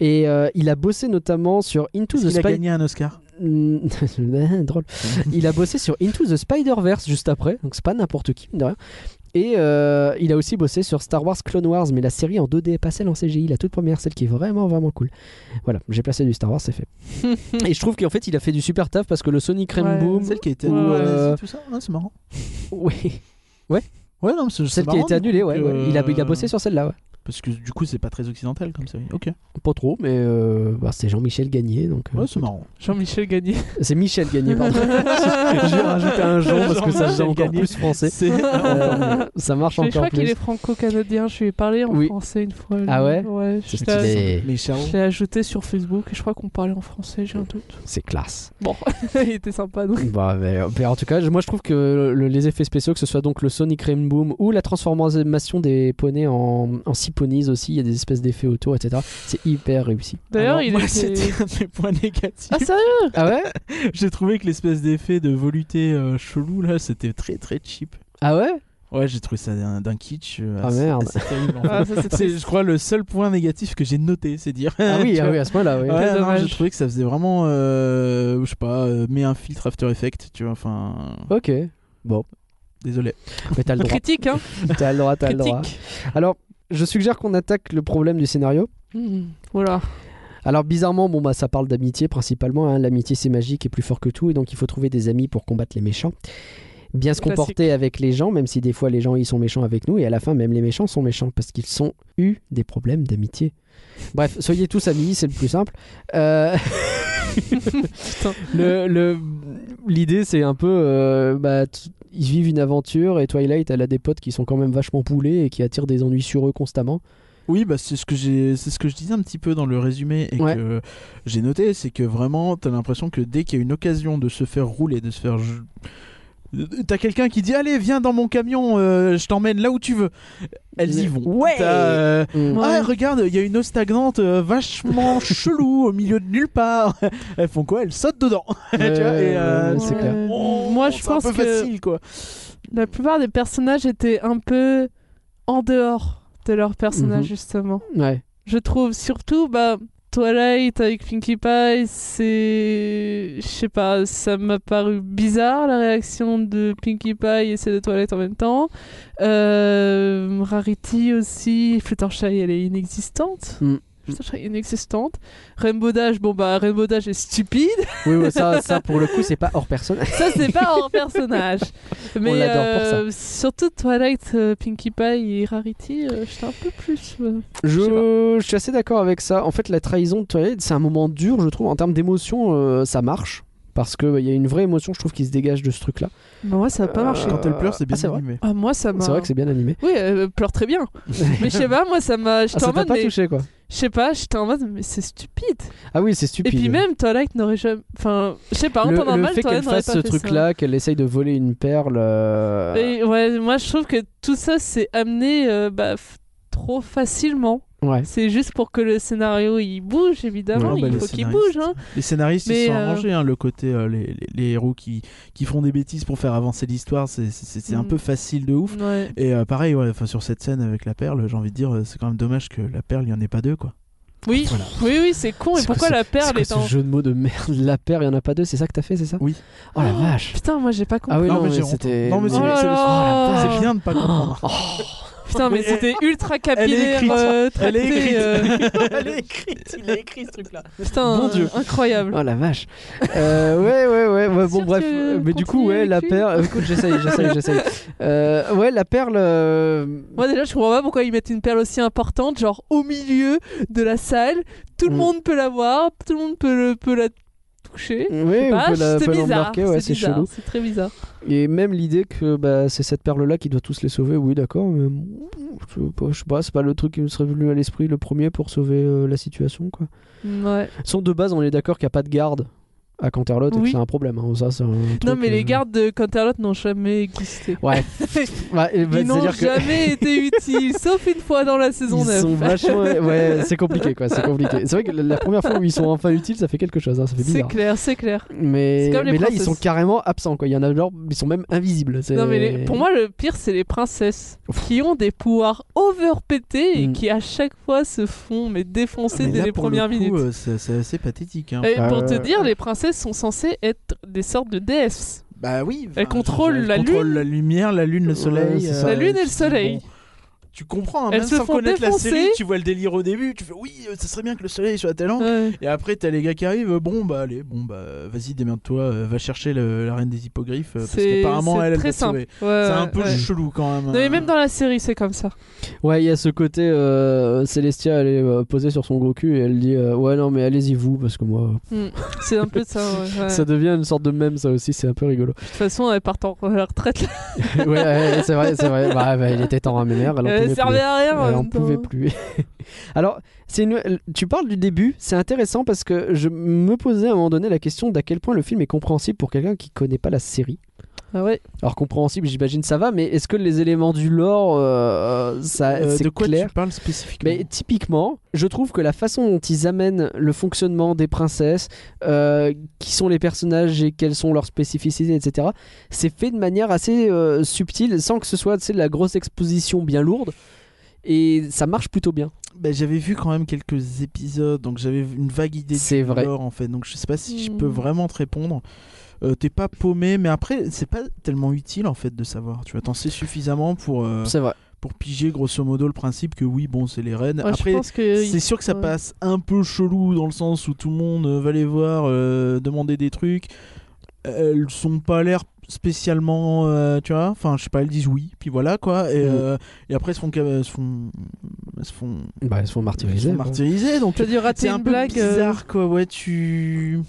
et euh, il a bossé notamment sur Into
Est-ce
the
qu'il a
Spider
gagné un Oscar.
Mm, [laughs] drôle. Il a bossé sur Into the Spider-Verse juste après, donc c'est pas n'importe qui, mine de rien. Et euh, il a aussi bossé sur Star Wars Clone Wars, mais la série en 2D, pas celle en CGI, la toute première, celle qui est vraiment vraiment cool. Voilà, j'ai placé du Star Wars, c'est
[laughs]
fait. et je trouve qu'en fait, il a fait du super taf parce que le Sonic Rainbow,
Ouais.
Celle qui a été
Ou,
annulée en
euh,
Asie, tout ça. Ouais, c'est marrant.
oui, [laughs]
Ouais, non, mais c'est- c'est
celle qui a
marrant,
été
du coup,
annulée, ouais,
que,
ouais. Il, a, il a
euh,
bossé sur celle-là, ouais.
Parce que du coup, c'est pas très occidental comme série. Ok.
Pas trop, mais euh, bah, c'est Jean-Michel Gagné. Donc, euh,
Ouais, c'est marrant.
Jean-Michel Gagné.
c'est Michel Gagné,
[laughs]
pardon. J'ai rajouté un Jean parce que ça faisait
Jean-Michel
encore
Gagné.
plus français. [laughs]
[laughs] C'est.
Euh, ça marche
Je
encore
crois qu'il
plus.
est franco-canadien. Je lui ai parlé en
Oui.
français une fois.
Ah ouais
Ouais.
C'est
je l'ai-
stylé.
Mais Charo.
Je l'ai ajouté sur Facebook et je crois qu'on parlait en français, j'ai un doute.
C'est classe.
Bon, [laughs] il était sympa donc.
Bah, mais, mais en tout cas, je- moi je trouve que le- les effets spéciaux, que ce soit donc le Sonic Rainboom ou la transformation des poneys en, en six ponies aussi, il y a des espèces d'effets autour, etc. C'est hyper réussi.
D'ailleurs,
Alors,
il
moi,
était.
c'était un de mes points négatifs.
Ah, sérieux
Ah ouais
J'ai trouvé que l'espèce d'effet de volupté euh, chelou là, c'était très très cheap.
Ah ouais
Ouais, j'ai trouvé ça d'un d'un kitsch. euh,
Ah,
assez-
merde.
assez terrible, en fait.
Ah, ça, c'est
C'est,
triste.
je crois, le seul point négatif que j'ai noté, c'est dire.
Ah oui,
[laughs] Tu
ah
vois.
oui, à ce point-là, oui.
Ouais,
Quel
non, j'ai
dommage.
trouvé que ça faisait vraiment, euh, je sais pas, euh, mets un filtre After Effects, tu vois, enfin,
Ok.
désolé.
Mais t'as le droit.
Critique, hein
T'as le droit, t'as le droit.
Critique.
Alors, je suggère qu'on attaque le problème du scénario.
Hmm, Voilà.
Alors bizarrement, bon bah ça parle d'amitié principalement. hein. L'amitié c'est magique et plus fort que tout, et donc il faut trouver des amis pour combattre les méchants. Bien se
Classique.
comporter avec les gens, même si des fois les gens ils sont méchants avec nous, et à la fin même les méchants sont méchants parce qu'ils sont eu des problèmes d'amitié. Bref, soyez tous amis, c'est le plus simple. Euh, [laughs] le- le- l'idée c'est un peu, euh, bah, t- ils vivent une aventure et Twilight elle a des potes qui sont quand même vachement poulés et qui attirent des ennuis sur eux constamment.
Oui, bah c'est ce que j'ai, c'est ce que je disais un petit peu dans le résumé et
Ouais.
que j'ai noté, c'est que vraiment, t'as l'impression que dès qu'il y a une occasion de se faire rouler, de se faire, je- t'as quelqu'un qui dit, allez, viens dans mon camion, euh, je t'emmène là où tu veux. Elles y vont.
Ouais.
T'as, euh,
Mm.
Ah, regarde, il y a une eau stagnante euh, vachement chelou au milieu de nulle part. [laughs] Elles font quoi Elles sautent dedans. [laughs] Tu vois, et, euh,
Ouais, c'est
Ouais.
clair.
Oh,
Moi, je
c'est
pense
un peu
que-
facile, quoi.
La plupart des personnages étaient un peu en dehors de leur personnage,
Mhm.
justement.
Ouais.
Je trouve surtout, bah, Twilight avec Pinkie Pie, c'est. Je sais pas, ça m'a paru bizarre la réaction de Pinkie Pie et celle de Twilight en même temps. Euh, Rarity aussi, Fluttershy, elle est inexistante.
Mm.
Fluttershy est inexistante. Rainbow Dash, bon bah, Rainbow Dash est stupide.
Oui, ouais, ça, ça pour le coup, c'est pas hors [laughs] personne.
Ça, c'est pas
[laughs]
hors personnage. Mais
l'adore pour
euh, surtout Twilight, euh, Pinkie Pie et Rarity, euh, j'étais un peu plus. euh, Je sais
Je, je suis assez d'accord avec ça. En fait, la trahison de Twilight, c'est un moment dur, je trouve. En termes d'émotion, euh, ça marche. Parce qu'il y a une vraie émotion, je trouve, qui se dégage de ce truc-là.
Bah, moi, ça a pas
Euh,
marché.
Quand elle pleure, c'est bien
Ah, c'est vrai.
animé.
Ah, moi, ça m'a.
C'est vrai que c'est bien animé.
Oui, elle pleure très bien. [laughs]
[laughs]
mais je sais pas, moi, ça m'a.
Ah,
J'étais
ça
en
t'a
mode.
pas
mais-
touché, quoi.
Je sais pas, j'étais en mode, mais c'est stupide.
Ah oui, c'est
Et
stupide.
puis même, Twilight n'aurait jamais. Enfin, je sais pas, en
le,
temps
le
normal,
fait qu'elle
Twilight n'aurait
fasse
pas
ce
fait
truc-là, qu'elle essaye de voler une perle. euh,
ça. Et ouais, moi, je trouve que tout ça, c'est amené euh, bah, f- trop facilement.
Ouais.
C'est juste pour que le scénario il bouge, évidemment.
Ouais, bah,
il
les
faut qu'il
scénaristes.
bouge, hein.
Les scénaristes,
Mais,
ils sont
euh,
arrangés. hein, le côté, euh, les, les- les héros qui, qui font des bêtises pour faire avancer l'histoire, c'est c'est- c'est un
Mm.
peu facile de ouf.
Ouais.
Et euh, pareil, ouais, enfin, sur cette scène avec la perle, j'ai envie de dire, euh, c'est quand même dommage que la perle, il n'y en ait pas deux, quoi.
Oui, oui, oui, c'est con. Et
C'est quoi
pourquoi
ce-
la
c'est
perle
quoi
est, en.
ce jeu de mots de merde La perle, il y en a pas deux, c'est ça que t'as fait, c'est ça
Oui.
Oh
Ah.
la vache.
Putain, moi j'ai pas compris.
Ah oui,
Non,
non,
mais
mais
j'ai honte.
c'était.
Non, mais
Oh là
c'est-
là.
C'est bien de pas comprendre.
Putain, mais c'était ultra capillaire.
écrite.
euh,
Elle est
tracté,
écrite.
euh,
Elle est écrite, il a écrit ce truc-là.
Putain,
Bon
euh,
Dieu.
incroyable.
Oh la vache. Euh, ouais, ouais, ouais. ouais, bon,
Sûr
bref.
que
Mais du coup,
continuer
ouais,
avec
la
lui
perle. euh, Écoute, j'essaye, j'essaye, j'essaye. Euh, ouais, la perle. euh,
Moi déjà, je comprends pas pourquoi ils mettent une perle aussi importante, genre au milieu de la salle. Tout le
Mm.
monde peut la voir, tout le monde peut, le, peut la toucher.
Ouais, on
Bah,
peut la-
c'est
peut
bizarre,
l'embarquer, ouais, c'est
c'est bizarre,
chelou.
C'est très bizarre.
Et même l'idée que bah, c'est cette perle-là qui doit tous les sauver, oui, d'accord, mais bon, je sais pas, je sais pas, c'est pas le truc qui me serait venu à l'esprit le premier pour sauver euh, la situation, quoi.
Ouais.
Sont de base, on est d'accord qu'il n'y a pas de garde à Canterlot et que
Oui.
c'est un problème. hein, ça, c'est un
Non,
truc,
mais
euh,
les gardes de Canterlot n'ont jamais existé. [laughs]
Ouais, ouais, et bah,
Ils n'ont
c'est-à-dire que- [laughs]
jamais été utiles, sauf une fois dans la saison
Ils
9.
sont
[laughs]
vachement. Ouais, c'est compliqué quoi, c'est compliqué. C'est vrai que la- la première fois où ils sont enfin utiles, ça fait quelque chose, hein, ça fait
C'est
bizarre.
clair, c'est clair.
Mais,
C'est comme les
mais là, ils
princesses.
sont carrément absents quoi. Il y en a genre, ils sont même invisibles. c'est-
Non, mais les- pour moi, le pire, c'est les princesses qui ont des pouvoirs overpétés et
Mm.
qui à chaque fois se font mais défoncer
Mais
dès
là,
les
pour le
premières
coup,
minutes.
euh, C'est c'est assez pathétique. hein.
Et
Ah
pour
ouais,
te
ouais,
dire,
ouais.
les princesses sont censées être des sortes de déesses.
Bah oui.
Elle
enfin,
contrôle
je- elle
la
contrôle
lune.
euh.
la lumière, la lune, le soleil.
Ah, c'est ça.
La lune et le
c'est-
soleil.
bon. tu comprends, hein,
Elles
même
se
sans
font
connaître
défoncer.
la série, tu vois le délire au début, tu fais oui, euh, ça serait bien que le soleil soit à tel angle.
Euh,
Ouais.
Et après, t'as les gars qui arrivent, euh, bon bah allez, bon bah vas-y, démerde-toi, euh, va chercher le- la reine des hippogriffes, euh, parce
C'est
qu'apparemment
c'est
elle, elle
très
va te
simple.
sauver.
Ouais,
C'est un peu
ouais.
chelou quand même. hein.
Non, mais même dans la série, c'est comme ça.
Ouais, il y a ce côté euh, Célestia, elle est euh, posée sur son gros cul et elle dit euh, Ouais, non, mais allez-y vous, parce que moi.
Hmm. C'est un peu ça.
[laughs]
ouais, ouais.
Ça devient une sorte de mème, ça aussi, c'est un peu rigolo. [laughs]
De toute façon, elle part en à la retraite. là.
ouais, ouais, c'est vrai, c'est vrai. Bah, bah, il était temps à mère, elle en
Elle
pouvait plus.
servait à rien. en
Elle en
même temps.
pouvait plus. [laughs] Alors, c'est une... tu parles du début, c'est intéressant parce que je me posais à un moment donné la question d'à quel point le film est compréhensible pour quelqu'un qui connaît pas la série.
Ah ouais.
Alors compréhensible, j'imagine ça va, mais est-ce que les éléments du lore, euh, ça,
Euh,
c'est
de quoi
clair
tu parles spécifiquement
mais typiquement, je trouve que la façon dont ils amènent le fonctionnement des princesses, euh, qui sont les personnages et quelles sont leurs spécificités, etc., c'est fait de manière assez euh, subtile, sans que ce soit tu sais, de la grosse exposition bien lourde. Et ça marche plutôt bien.
Bah, j'avais vu quand même quelques épisodes, donc j'avais une vague idée
C'est
du
vrai.
lore en fait. Donc je sais pas si je peux
Mm.
vraiment te répondre. Euh, T'es pas paumé, mais après c'est pas tellement utile en fait de savoir. Tu vois, t'en sais suffisamment pour euh,
C'est vrai.
pour piger grosso modo le principe que oui, bon, c'est les reines.
Ouais,
après,
je pense que
c'est sûr que ça
ouais.
passe un peu chelou dans le sens où tout le monde euh, va les voir euh, demander des trucs. Elles sont pas l'air spécialement, euh, tu vois. Enfin, je sais pas, elles disent oui, puis voilà quoi. Et,
Mm.
euh, et après, elles se font, elles se font, elles se font
Bah, ils se font
ils sont
martyriser. quoi.
martyrisés, donc
T'as dû rater
c'est
une
un peu
blague. euh,
bizarre quoi. Ouais, tu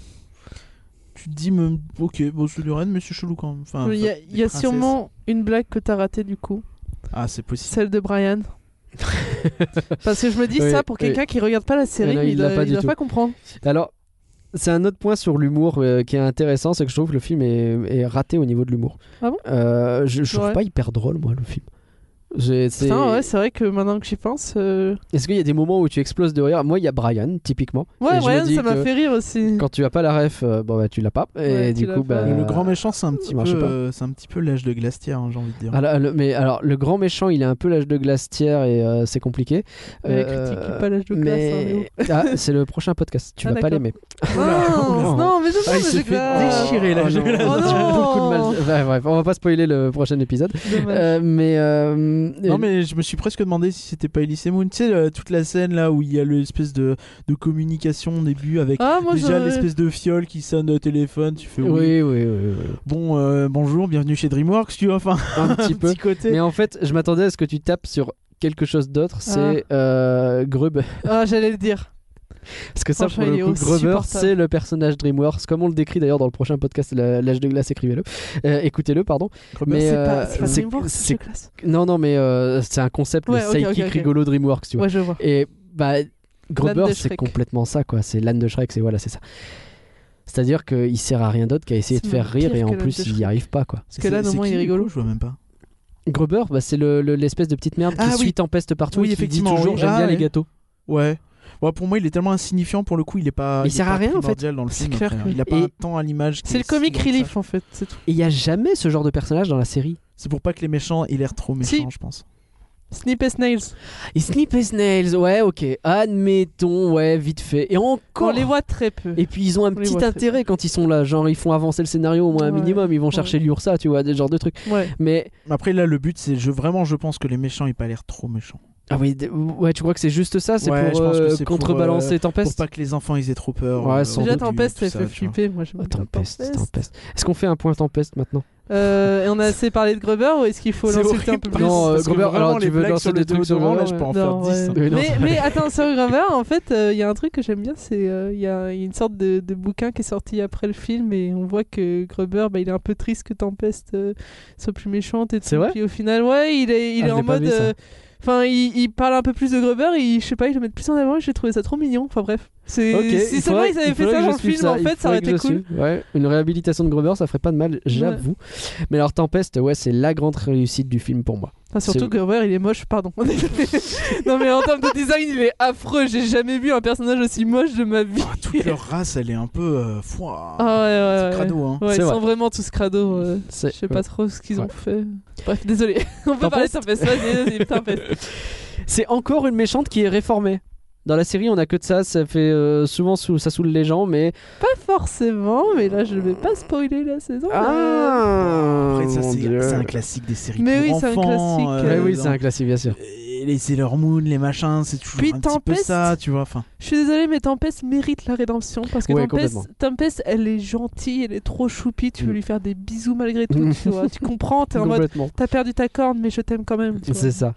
tu te dis me... ok, bon c'est du Rennes, mais c'est chelou quand même. Enfin,
Il y a,
des
il y a
princesses.
sûrement une blague que t'as ratée du coup,
ah c'est possible.
celle de Brian. Parce que je me dis
Oui,
ça pour
oui.
quelqu'un qui regarde pas la série,
Mais non,
mais
il
il,
l'a
doit-
pas
il
du
doit
tout.
pas comprendre.
Alors, c'est un autre point sur l'humour euh, qui est intéressant, c'est que je trouve que le film est, est raté au niveau de l'humour.
Ah bon
Euh, Je, je trouve
Ouais.
pas hyper drôle, moi, le film. J'ai- c'est-
Putain, ouais, c'est vrai que maintenant que j'y pense, euh,
Est-ce qu'il y a des moments où tu exploses de rire Moi, il y a Brian, typiquement.
ouais,
Et je me
Brian,
dis
ça m'a
que
fait rire aussi.
Quand tu as pas la ref, euh, bon, bah, tu l'as pas. Et
Ouais, tu
du
l'as
coup,
pas.
bah,
Le grand méchant c'est un petit
ça marche
peu
pas.
euh, c'est un petit peu l'âge de Glastière, hein, j'ai envie de dire.
Alors, le- mais alors, le grand méchant, il a un peu l'âge de glacière et euh, c'est compliqué.
Ouais,
Euh,
critique, pas l'âge de hein,
mais [laughs] Ah, c'est le prochain podcast. Tu
Ah,
vas pas
d'accord. [laughs]
l'aimer. [laughs]
classe. hein, mais-
oula.
Non, non, mais je sais,
Ah, il
mais
s'est
j'ai
fait
que-
déchirer, là,
Oh
je-
non.
là,
Oh
[laughs] J'ai
non.
beaucoup de mal.
[laughs]
Ouais, bref, on va pas spoiler le prochain épisode.
Dommage.
Euh, mais euh,
Non mais je me suis presque demandé si c'était pas Elise Moon. Tu sais euh, toute la scène là où il y a l'espèce de de communication au début avec
Ah, moi,
déjà
je-
l'espèce de fiole qui sonne au téléphone. Tu fais oui.
euh, oui, oui, oui, oui, oui.
Bon euh, bonjour, bienvenue chez DreamWorks. Tu vois, enfin
un
[laughs]
petit peu.
petit côté.
Mais en fait, je m'attendais à ce que tu tapes sur quelque chose d'autre. C'est euh, Grub.
Ah, j'allais le dire.
[laughs] Parce que ça, pour
Franchement,
le
il est
coup, Gruber,
insupportable.
c'est le personnage DreamWorks, comme on le décrit d'ailleurs dans le prochain podcast La- L'âge de glace, écrivez-le, Euh, écoutez-le, pardon.
Gruber,
mais
C'est
euh,
pas, c'est pas
c'est-
DreamWorks,
c'est-
c'est classe.
non, non, mais euh, c'est un concept
Ouais,
de
ok,
psychic
ok, ok.
rigolo DreamWorks, tu vois.
Ouais, je vois.
Et bah, Gruber,
de
c'est
Shrek.
complètement ça, quoi. C'est l'âne de Shrek, c'est voilà, c'est ça. C'est-à-dire qu'il sert à rien d'autre qu'à essayer
C'est
de faire
même
rire
pire
et
que
en
l'âne
plus
de
il n'y
Shrek.
arrive pas, quoi.
que là,
C'est-
au
c'est
moins, il
qui,
est
du coup
rigolo.
Je vois même pas.
Gruber, bah, c'est le- le- l'espèce de petite merde qui
Ah oui.
suit tempeste partout
Oui,
et qui dit
effectivement,
toujours
oui.
j'aime
Ah,
bien les
ouais.
gâteaux.
Ouais. Ouais, pour moi, il est tellement insignifiant pour le coup, il est pas.
Mais il
est
sert à
pas
rien, en fait.
primordial Dans le
C'est
film,
clair
après,
que-
hein. Il a pas
Et-
un temps à l'image. qui
C'est le
est
comic
si grand que ça.
relief en fait, c'est tout.
Et il n'y a jamais ce genre de personnage dans la série.
C'est pour pas que les méchants aient l'air trop méchants,
Si.
je pense.
Snip et Snails.
Et Snip et Snails, ouais, ok, admettons, ouais, vite fait. Et encore.
On les voit très peu.
Et puis ils ont un
les
petit
voit très
intérêt quand ils sont là, genre ils font avancer le scénario au moins un
Ouais,
minimum, ils vont chercher l'Ursa, tu vois, des genres de trucs.
Ouais.
Mais
Après, là, le but, c'est je, vraiment, je pense que les méchants aient pas l'air trop méchants.
ah oui, d- ouais, tu crois que c'est juste ça, c'est
Ouais,
pour
je pense que
euh,
c'est pour,
contrebalancer
Pour
Tempeste.
pas que les enfants ils aient trop peur.
Ouais,
euh,
sans
Déjà
du-
Tempest,
tout
elle
ça,
fait
tu vois.
flipper. Moi, je
Ah, tempeste, tempeste. Est-ce qu'on fait un point tempeste
[laughs]
maintenant
Euh, et on a assez parlé de Gruber ou est-ce qu'il faut
C'est
l'insulter un
horrible,
peu
[laughs] parce
plus
Non, euh,
que
Gruber,
vraiment,
alors,
les
tu veux
blagues
lancer
sur
des
le
trucs sur
déodorant,
Gruber,
là, je peux en faire
Non,
10. hein.
ouais.
Mais non,
mais,
ça-
mais attends, sur Gruber, en fait, euh, il y a un truc que j'aime bien, c'est euh, il y, a il y a une sorte de, de bouquin qui est sorti après le film et on voit que Gruber, bah, il est un peu triste que Tempest euh, soit plus méchante et tout.
C'est vrai
Puis au final, ouais, il est, il
Ah,
est
je
en
l'ai pas
mode.
vu, ça.
euh, Enfin, il, il parle un peu plus de Gruber, et je sais pas, il le met plus en avant, et j'ai trouvé ça trop mignon. Enfin bref, c'est
Ok,
si
il
seulement
faudrait-
ils avaient
il
fait
faudrait que
ça
je
dans le
suive
film, en
il
fait, ça
faudrait
aurait
que
été
je
cool.
suive. Ouais, une réhabilitation de Gruber, ça ferait pas de mal, j'avoue. Mais alors Tempeste, ouais, c'est la grande réussite du film pour moi.
Enfin, surtout
C'est-
Gruber, il est moche, pardon. [laughs] non mais en termes de design, il est affreux. J'ai jamais vu un personnage aussi moche de
[laughs]
ma vie.
hein. Toute leur race, elle est un peu. euh, fouah,
Ah ouais, ouais, ouais.
c'est crado, hein.
Ouais,
C'est
ils
vrai.
sont vraiment tous crado. euh, Je
C'est-
sais
ouais.
pas trop ce qu'ils ont
Ouais.
fait. Bref, désolé. [laughs] On peut parler de Tempest. Vas-y,
[laughs]
vas-y, Tempest.
C'est encore une méchante qui est réformée. Dans la série, on a que de ça, ça fait euh, souvent sou- ça saoule les gens, mais
Pas forcément, mais là, je vais pas spoiler la saison. euh.
ah,
Après, ça,
mon
c'est
Dieu.
c'est un classique des séries
Mais
pour
oui, c'est un
enfants,
classique,
euh,
Ouais, oui,
dans-
c'est un classique, bien sûr.
Et les Sailor Moon, les machins, c'est toujours
Puis
un petit peu
Tempest.
ça, tu vois. Enfin,
Ah,
Je suis désolée, mais Tempest mérite la rédemption parce que
Ouais,
Tempest,
complètement.
Tempest, elle est gentille, elle est trop choupie. Tu veux
Mm.
lui faire des bisous malgré tout,
Mm. [laughs]
tu vois. Tu comprends, t'es en mode
complètement.
t'as perdu ta corne, mais je t'aime quand même. tu vois.
C'est ça.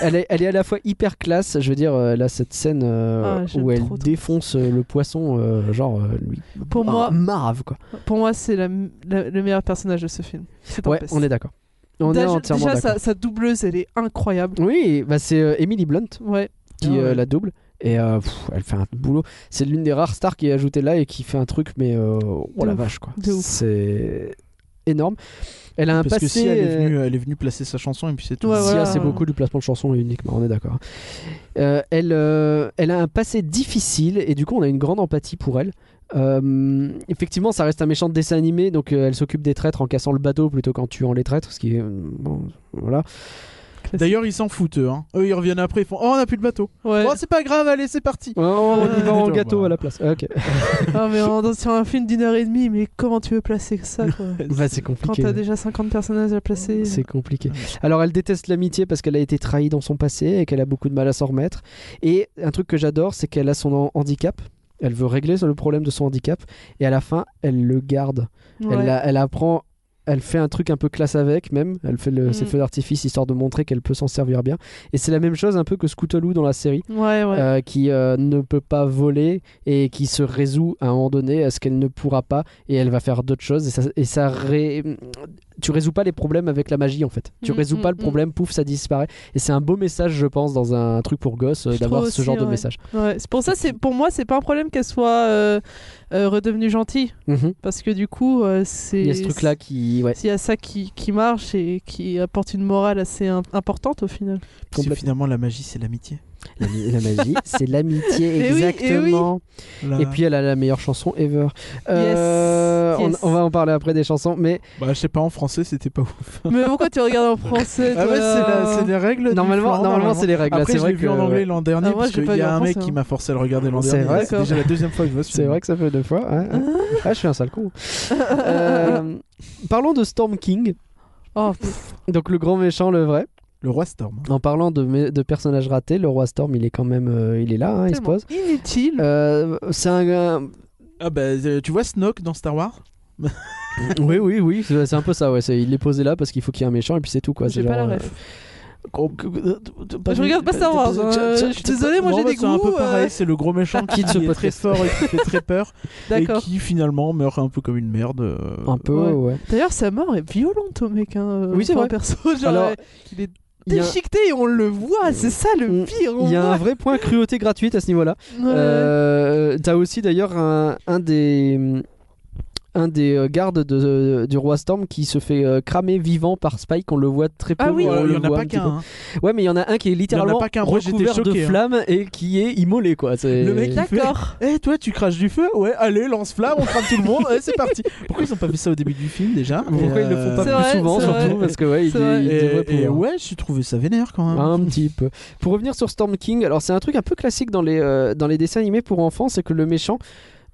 elle, est, elle est à la fois hyper classe, je veux dire, euh, là, cette scène euh,
Ah, j'aime
où elle
trop, trop.
défonce euh, le poisson, euh, genre, euh, lui.
Pour
Ah,
moi-
Marave, quoi.
Pour moi, c'est la- la- le meilleur personnage de ce film. C'est
Ouais,
Tempest.
on est d'accord. On est
déjà,
entièrement
déjà,
d'accord.
sa, sa doubleuse, elle est incroyable.
Oui, bah, c'est euh, Emily Blunt
Ouais.
qui
Ah ouais.
euh, la double. Et euh, pff, elle fait un boulot. C'est l'une des rares stars qui est ajoutée là et qui fait un truc, mais euh, oh
De
la
ouf,
vache quoi.
de ouf.
C'est énorme. Elle a un
parce
passé.
que si elle est,
euh,
venue, euh, elle est venue placer sa chanson et puis c'est tout.
Ouais,
Sia,
voilà.
c'est beaucoup du placement de chansons uniquement, on est d'accord. Euh, elle, euh, elle a un passé difficile et du coup, on a une grande empathie pour elle. Euh, effectivement, ça reste un méchant de dessin animé, donc euh, elle s'occupe des traîtres en cassant le bateau plutôt qu'en tuant les traîtres, ce qui est. euh, bon, voilà.
D'ailleurs, ils s'en foutent, eux. hein. Eux, ils reviennent après, ils font Oh, on a plus de bateau.
Ouais.
Oh, c'est pas grave, allez, c'est parti.
Oh, [laughs] on y va en
Voilà.
gâteau à la place. Ok.
Ah,
[laughs]
mais on danse sur un film d'une heure et demie, mais comment tu veux placer ça, quoi
[laughs] Bah, c'est
Quand
compliqué.
t'as déjà 50 personnages à placer.
C'est compliqué. Alors elle déteste l'amitié parce qu'elle a été trahie dans son passé et qu'elle a beaucoup de mal à s'en remettre. Et un truc que j'adore, c'est qu'elle a son han- handicap. Elle veut régler le problème de son handicap et à la fin, elle le garde. Elle,
Ouais.
la- elle apprend, elle fait un truc un peu classe avec même. Elle fait le, ses
Mm.
feux d'artifice histoire de montrer qu'elle peut s'en servir bien. Et c'est la même chose un peu que Scootaloo dans la série.
Ouais, ouais.
euh, qui euh, ne peut pas voler et qui se résout à un moment donné à ce qu'elle ne pourra pas et elle va faire d'autres choses et ça, et ça ré- tu résous pas les problèmes avec la magie en fait tu
Mm,
résous
mm,
pas le
mm.
problème pouf ça disparaît et c'est un beau message je pense dans un truc pour gosses euh,
Je
d'avoir
trouve
ce genre
aussi,
de
ouais.
message
Ouais, c'est pour ça, c'est pour moi, c'est pas un problème qu'elle soit euh, euh, redevenue gentille,
Mhm.
parce que du coup, euh, c'est
il y a ce truc là qui ouais
S'il y a ça qui, qui marche et qui apporte une morale assez im- importante au final.
[laughs]
Parce que
complètement.
finalement, la magie, c'est l'amitié.
la, la
[laughs]
magie c'est l'amitié
Eh oui, eh oui.
exactement
Là-
et puis elle a la meilleure chanson ever Euh, on-
yes.
On, va en parler après des chansons mais
Bah, je sais pas, en français, c'était pas ouf.
Mais pourquoi tu regardes en français
Ah,
toi,
ouais, c'est
là [laughs]
la- c'est les règles. du
normalement,
flanc,
normalement c'est les règles là.
Après,
c'est
je l'ai
vrai
vu
que
en anglais l'an dernier
Ah, moi,
parce
j'ai
qu'il
pas
y
vu
a
en
un mec
français,
qui
hein.
m'a forcé à le regarder l'an
C'est
dernier.
vrai,
C'est
d'accord.
déjà la deuxième fois que je vois ce film.
C'est vrai que ça fait deux fois. ouais. Ah, je suis un sale con. Euh, parlons de Storm King,
Oh, pff,
donc le grand méchant, le vrai.
Le roi Storm.
En parlant de, mé- de personnages ratés, le roi Storm, il est quand même, euh, il est là, hein, il se
tellement
pose.
inutile.
Euh, c'est un, un-
Ah, bah, euh, tu vois Snoke dans Star Wars
oui, oui, oui, c'est c'est un peu ça. Ouais, c'est- il est posé là parce qu'il faut qu'il y ait un méchant et puis c'est tout quoi.
J'ai
c'est
pas
genre,
la
euh,
ref.
Je
Je regarde
euh,
pas Star Wars, hein, je suis désolée, moi, j'ai des
C'est un peu
goûts, euh.
pareil, c'est le
[laughs]
gros méchant qui
Quitte ce
est très
podcast.
fort et qui fait très peur et
D'accord.
qui finalement meurt un peu comme une merde. euh,
Un peu, ouais.
D'ailleurs, sa mort est violente au mec. Hein, euh,
Oui, c'est
enfin,
vrai.
Perso, [laughs] genre,
Alors,
euh, il est
Il y a-
déchiqueté et on le voit. C'est ça le
Mm.
pire. on
il y a un
voit.
vrai point cruauté gratuite à ce niveau-là.
Ouais.
Euh, T'as aussi d'ailleurs un, un des un des euh, gardes de- du roi Storm qui se fait euh, cramer vivant par Spike. On le voit très peu.
Ah oui.
on
voilà,
le
il y en a
voit
pas
un petit
qu'un. hein.
peu. Ouais, mais il y en a un qui est littéralement
pas qu'un. Moi, j'étais
recouvert
choqué,
de
hein.
flammes et qui est immolé quoi. C'est-
Le mec, il fait-
D'accord.
Eh toi tu craches du feu Ouais allez lance flamme on crame tout le monde ouais, c'est parti [laughs] Pourquoi ils ont pas fait ça au début du film déjà
Pourquoi
Et,
ils le font pas plus
euh,
C'est vrai,
souvent
c'est
surtout
vrai.
parce que ouais, il,
C'est vrai.
il devrait
et, et
pouvoir.
ouais j'ai trouvé ça vénère quand même
Un petit peu. Pour revenir sur Storm King, alors c'est un truc un peu classique dans les, euh, dans les dessins animés pour enfants, c'est que le méchant,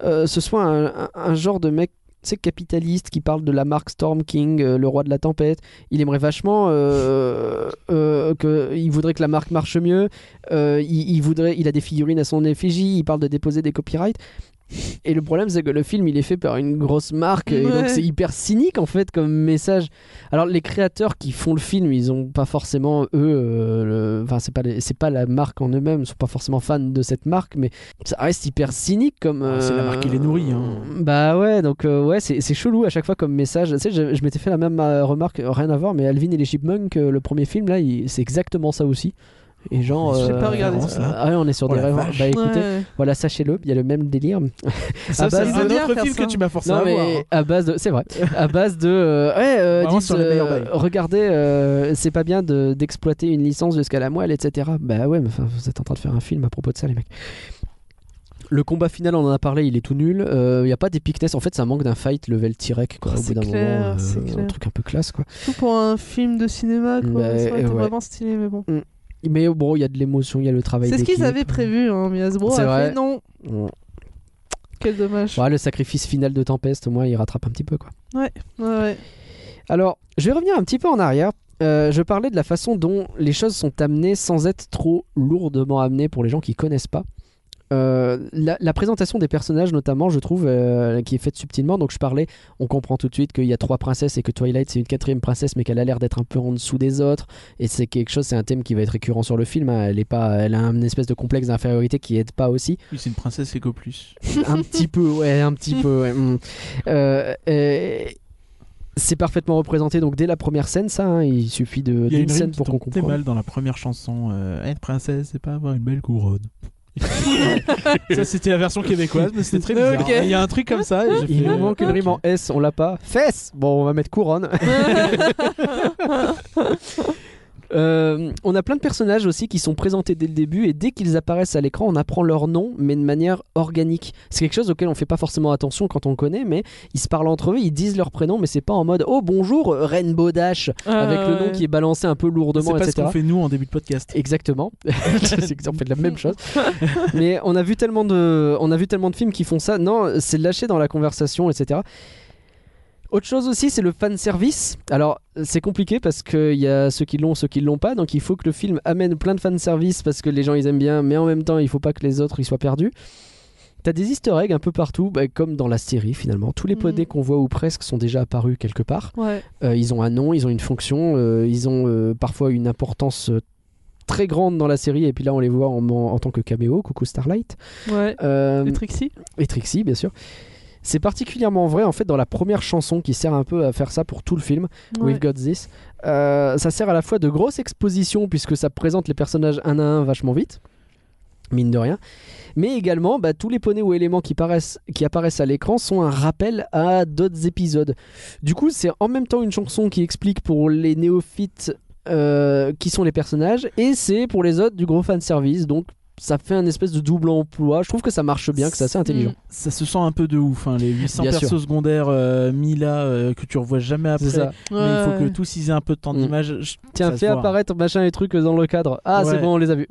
euh, ce soit un, un- un genre de mec tu sais, capitaliste qui parle de la marque Storm King, euh, le roi de la tempête. Il aimerait vachement euh, euh, que, il voudrait que la marque marche mieux. Euh, il, il voudrait, il a des figurines à son effigie. Il parle de déposer des copyrights. Et le problème, c'est que le film, il est fait par une grosse marque, et donc
Ouais.
c'est hyper cynique en fait comme message. Alors les créateurs qui font le film, ils ont pas forcément eux, euh, le- enfin c'est pas les- c'est pas la marque en eux-mêmes, ils sont pas forcément fans de cette marque, mais ça reste hyper cynique comme.
Ah, c'est la
euh,
marque qui les nourrit, hein.
Bah ouais, donc euh, ouais, c'est c'est chelou à chaque fois comme message. Tu sais, je, je m'étais fait la même euh, remarque, rien à voir, mais Alvin et les Chipmunks, euh, le premier film là, il- c'est exactement ça aussi. Et genre,
J'ai
pas regardé
euh,
ça.
ah ouais, on est sur
Oh
des
la
rêves.
vache.
Bah écoutez,
Ouais.
voilà, sachez-le, il y a le même délire.
Ça
à
Ah bah, c'est
base
un
de-
autre
Faire
film
ça. hein.
que tu m'as forcé
Non
à voir hein.
mais à base de, c'est vrai, à base de, euh, ouais, euh,
Vraiment
dites,
sur les
euh,
meilleurs bails.
regardez, euh, c'est pas bien de- d'exploiter une licence jusqu'à la moelle, etc. Bah ouais, mais enfin, vous êtes en train de faire un film à propos de ça, les mecs. Le combat final, on en a parlé, il est tout nul. Il n'y a pas d'épicness. En fait, ça manque d'un fight level T-Rec. quoi,
Oh,
au
c'est
bout d'un
clair,
moment, euh,
c'est
un
clair.
truc un peu classe. quoi.
Tout pour un film de cinéma, quoi.
Bah,
ça aurait été
ouais.
vraiment stylé, mais bon.
Mais bon, il y a de l'émotion, Bah, il y a le travail.
C'est ce qu'ils
d'équipe.
avaient prévu, hein, mais Hasbro
C'est
a
vrai.
fait non.
Ouais.
Quel dommage.
Ouais, le sacrifice final de Tempest, au moins, il rattrape un petit peu. quoi.
Ouais, ouais.
Alors, je vais revenir un petit peu en arrière euh, je parlais de la façon dont les choses sont amenées sans être trop lourdement amenées pour les gens qui connaissent pas. Euh, la, la présentation des personnages notamment je trouve euh, qui est faite subtilement donc je parlais on comprend tout de suite qu'il y a trois princesses et que Twilight c'est une quatrième princesse mais qu'elle a l'air d'être un peu en dessous des autres et c'est quelque chose c'est un thème qui va être récurrent sur le film hein. elle est pas elle a une espèce de complexe d'infériorité qui aide pas aussi
Oui, c'est une princesse éco plus.
un petit peu, ouais, un petit peu. ouais, mm. Euh, euh, c'est parfaitement représenté. Donc dès la première scène, ça, hein, il suffit de
Il y a
d'une
une
scène
scène
pour qu'on comprenne.
mal dans la première chanson. euh, Être princesse, c'est pas avoir une belle [laughs] couronne. ça, c'était la version québécoise, mais c'était très bizarre.
Ok.
Il y a un truc comme ça. et j'ai
Il
fait,
nous manque une
ok.
rime en S, on l'a pas. Fesse Bon, on va mettre couronne. Euh, on a plein de personnages aussi qui sont présentés dès le début et dès qu'ils apparaissent à l'écran, on apprend leur nom, mais de manière organique. C'est quelque chose auquel on fait pas forcément attention quand on connaît, mais ils se parlent entre eux, ils disent leur prénom, mais c'est pas en mode oh bonjour euh, Rainbow Dash avec le
Euh,
nom qui est balancé un peu
Euh, C'est
lourdement,
pas ce
etc.
qu'on fait nous en début de podcast.
Exactement. c'est exact- on fait de la même chose. Mais on a vu tellement de, on a vu tellement de films qui font ça. Non, c'est lâché dans la conversation, etc. Autre chose aussi, c'est le fan service. Alors, c'est compliqué parce qu'il y a ceux qui l'ont, ceux qui l'ont pas. Donc, il faut que le film amène plein de fan service parce que les gens ils aiment bien, mais en même temps, il faut pas que les autres ils soient perdus. T'as des easter eggs un peu partout, bah, comme dans la série finalement. Tous les
Mhm.
podés qu'on voit ou presque sont déjà apparus quelque part.
Ouais.
Euh, ils ont un nom, ils ont une fonction, euh, ils ont euh, parfois une importance euh, très grande dans la série, et puis là on les voit en, en- en tant que caméo, coucou Starlight.
Ouais.
Euh,
Le Trixie
et Trixie, bien sûr. C'est particulièrement vrai en fait dans la première chanson qui sert un peu à faire ça pour tout le film, We've Got This. Euh, ça sert à la fois de grosse exposition puisque ça présente les personnages un à un vachement vite, mine de rien, mais également bah, tous les poneys ou éléments qui, paraissent, qui apparaissent à l'écran sont un rappel à d'autres épisodes. Du coup, c'est en même temps une chanson qui explique pour les néophytes euh, qui sont les personnages et c'est pour les autres du gros fan service donc ça fait un espèce de double emploi. Je trouve que ça marche bien, que c'est assez intelligent.
Ça se sent un peu de ouf, hein, les 800
Bien
persos
sûr.
secondaires euh, mis là euh, que tu revois jamais après.
C'est ça.
Mais il faut que tous ils aient un peu de temps
Mm.
d'image. Je-
Tiens,
ça se
fais
voit, hein.
apparaître machin et trucs dans le cadre. Ah, c'est
Ouais.
bon, on les a vus.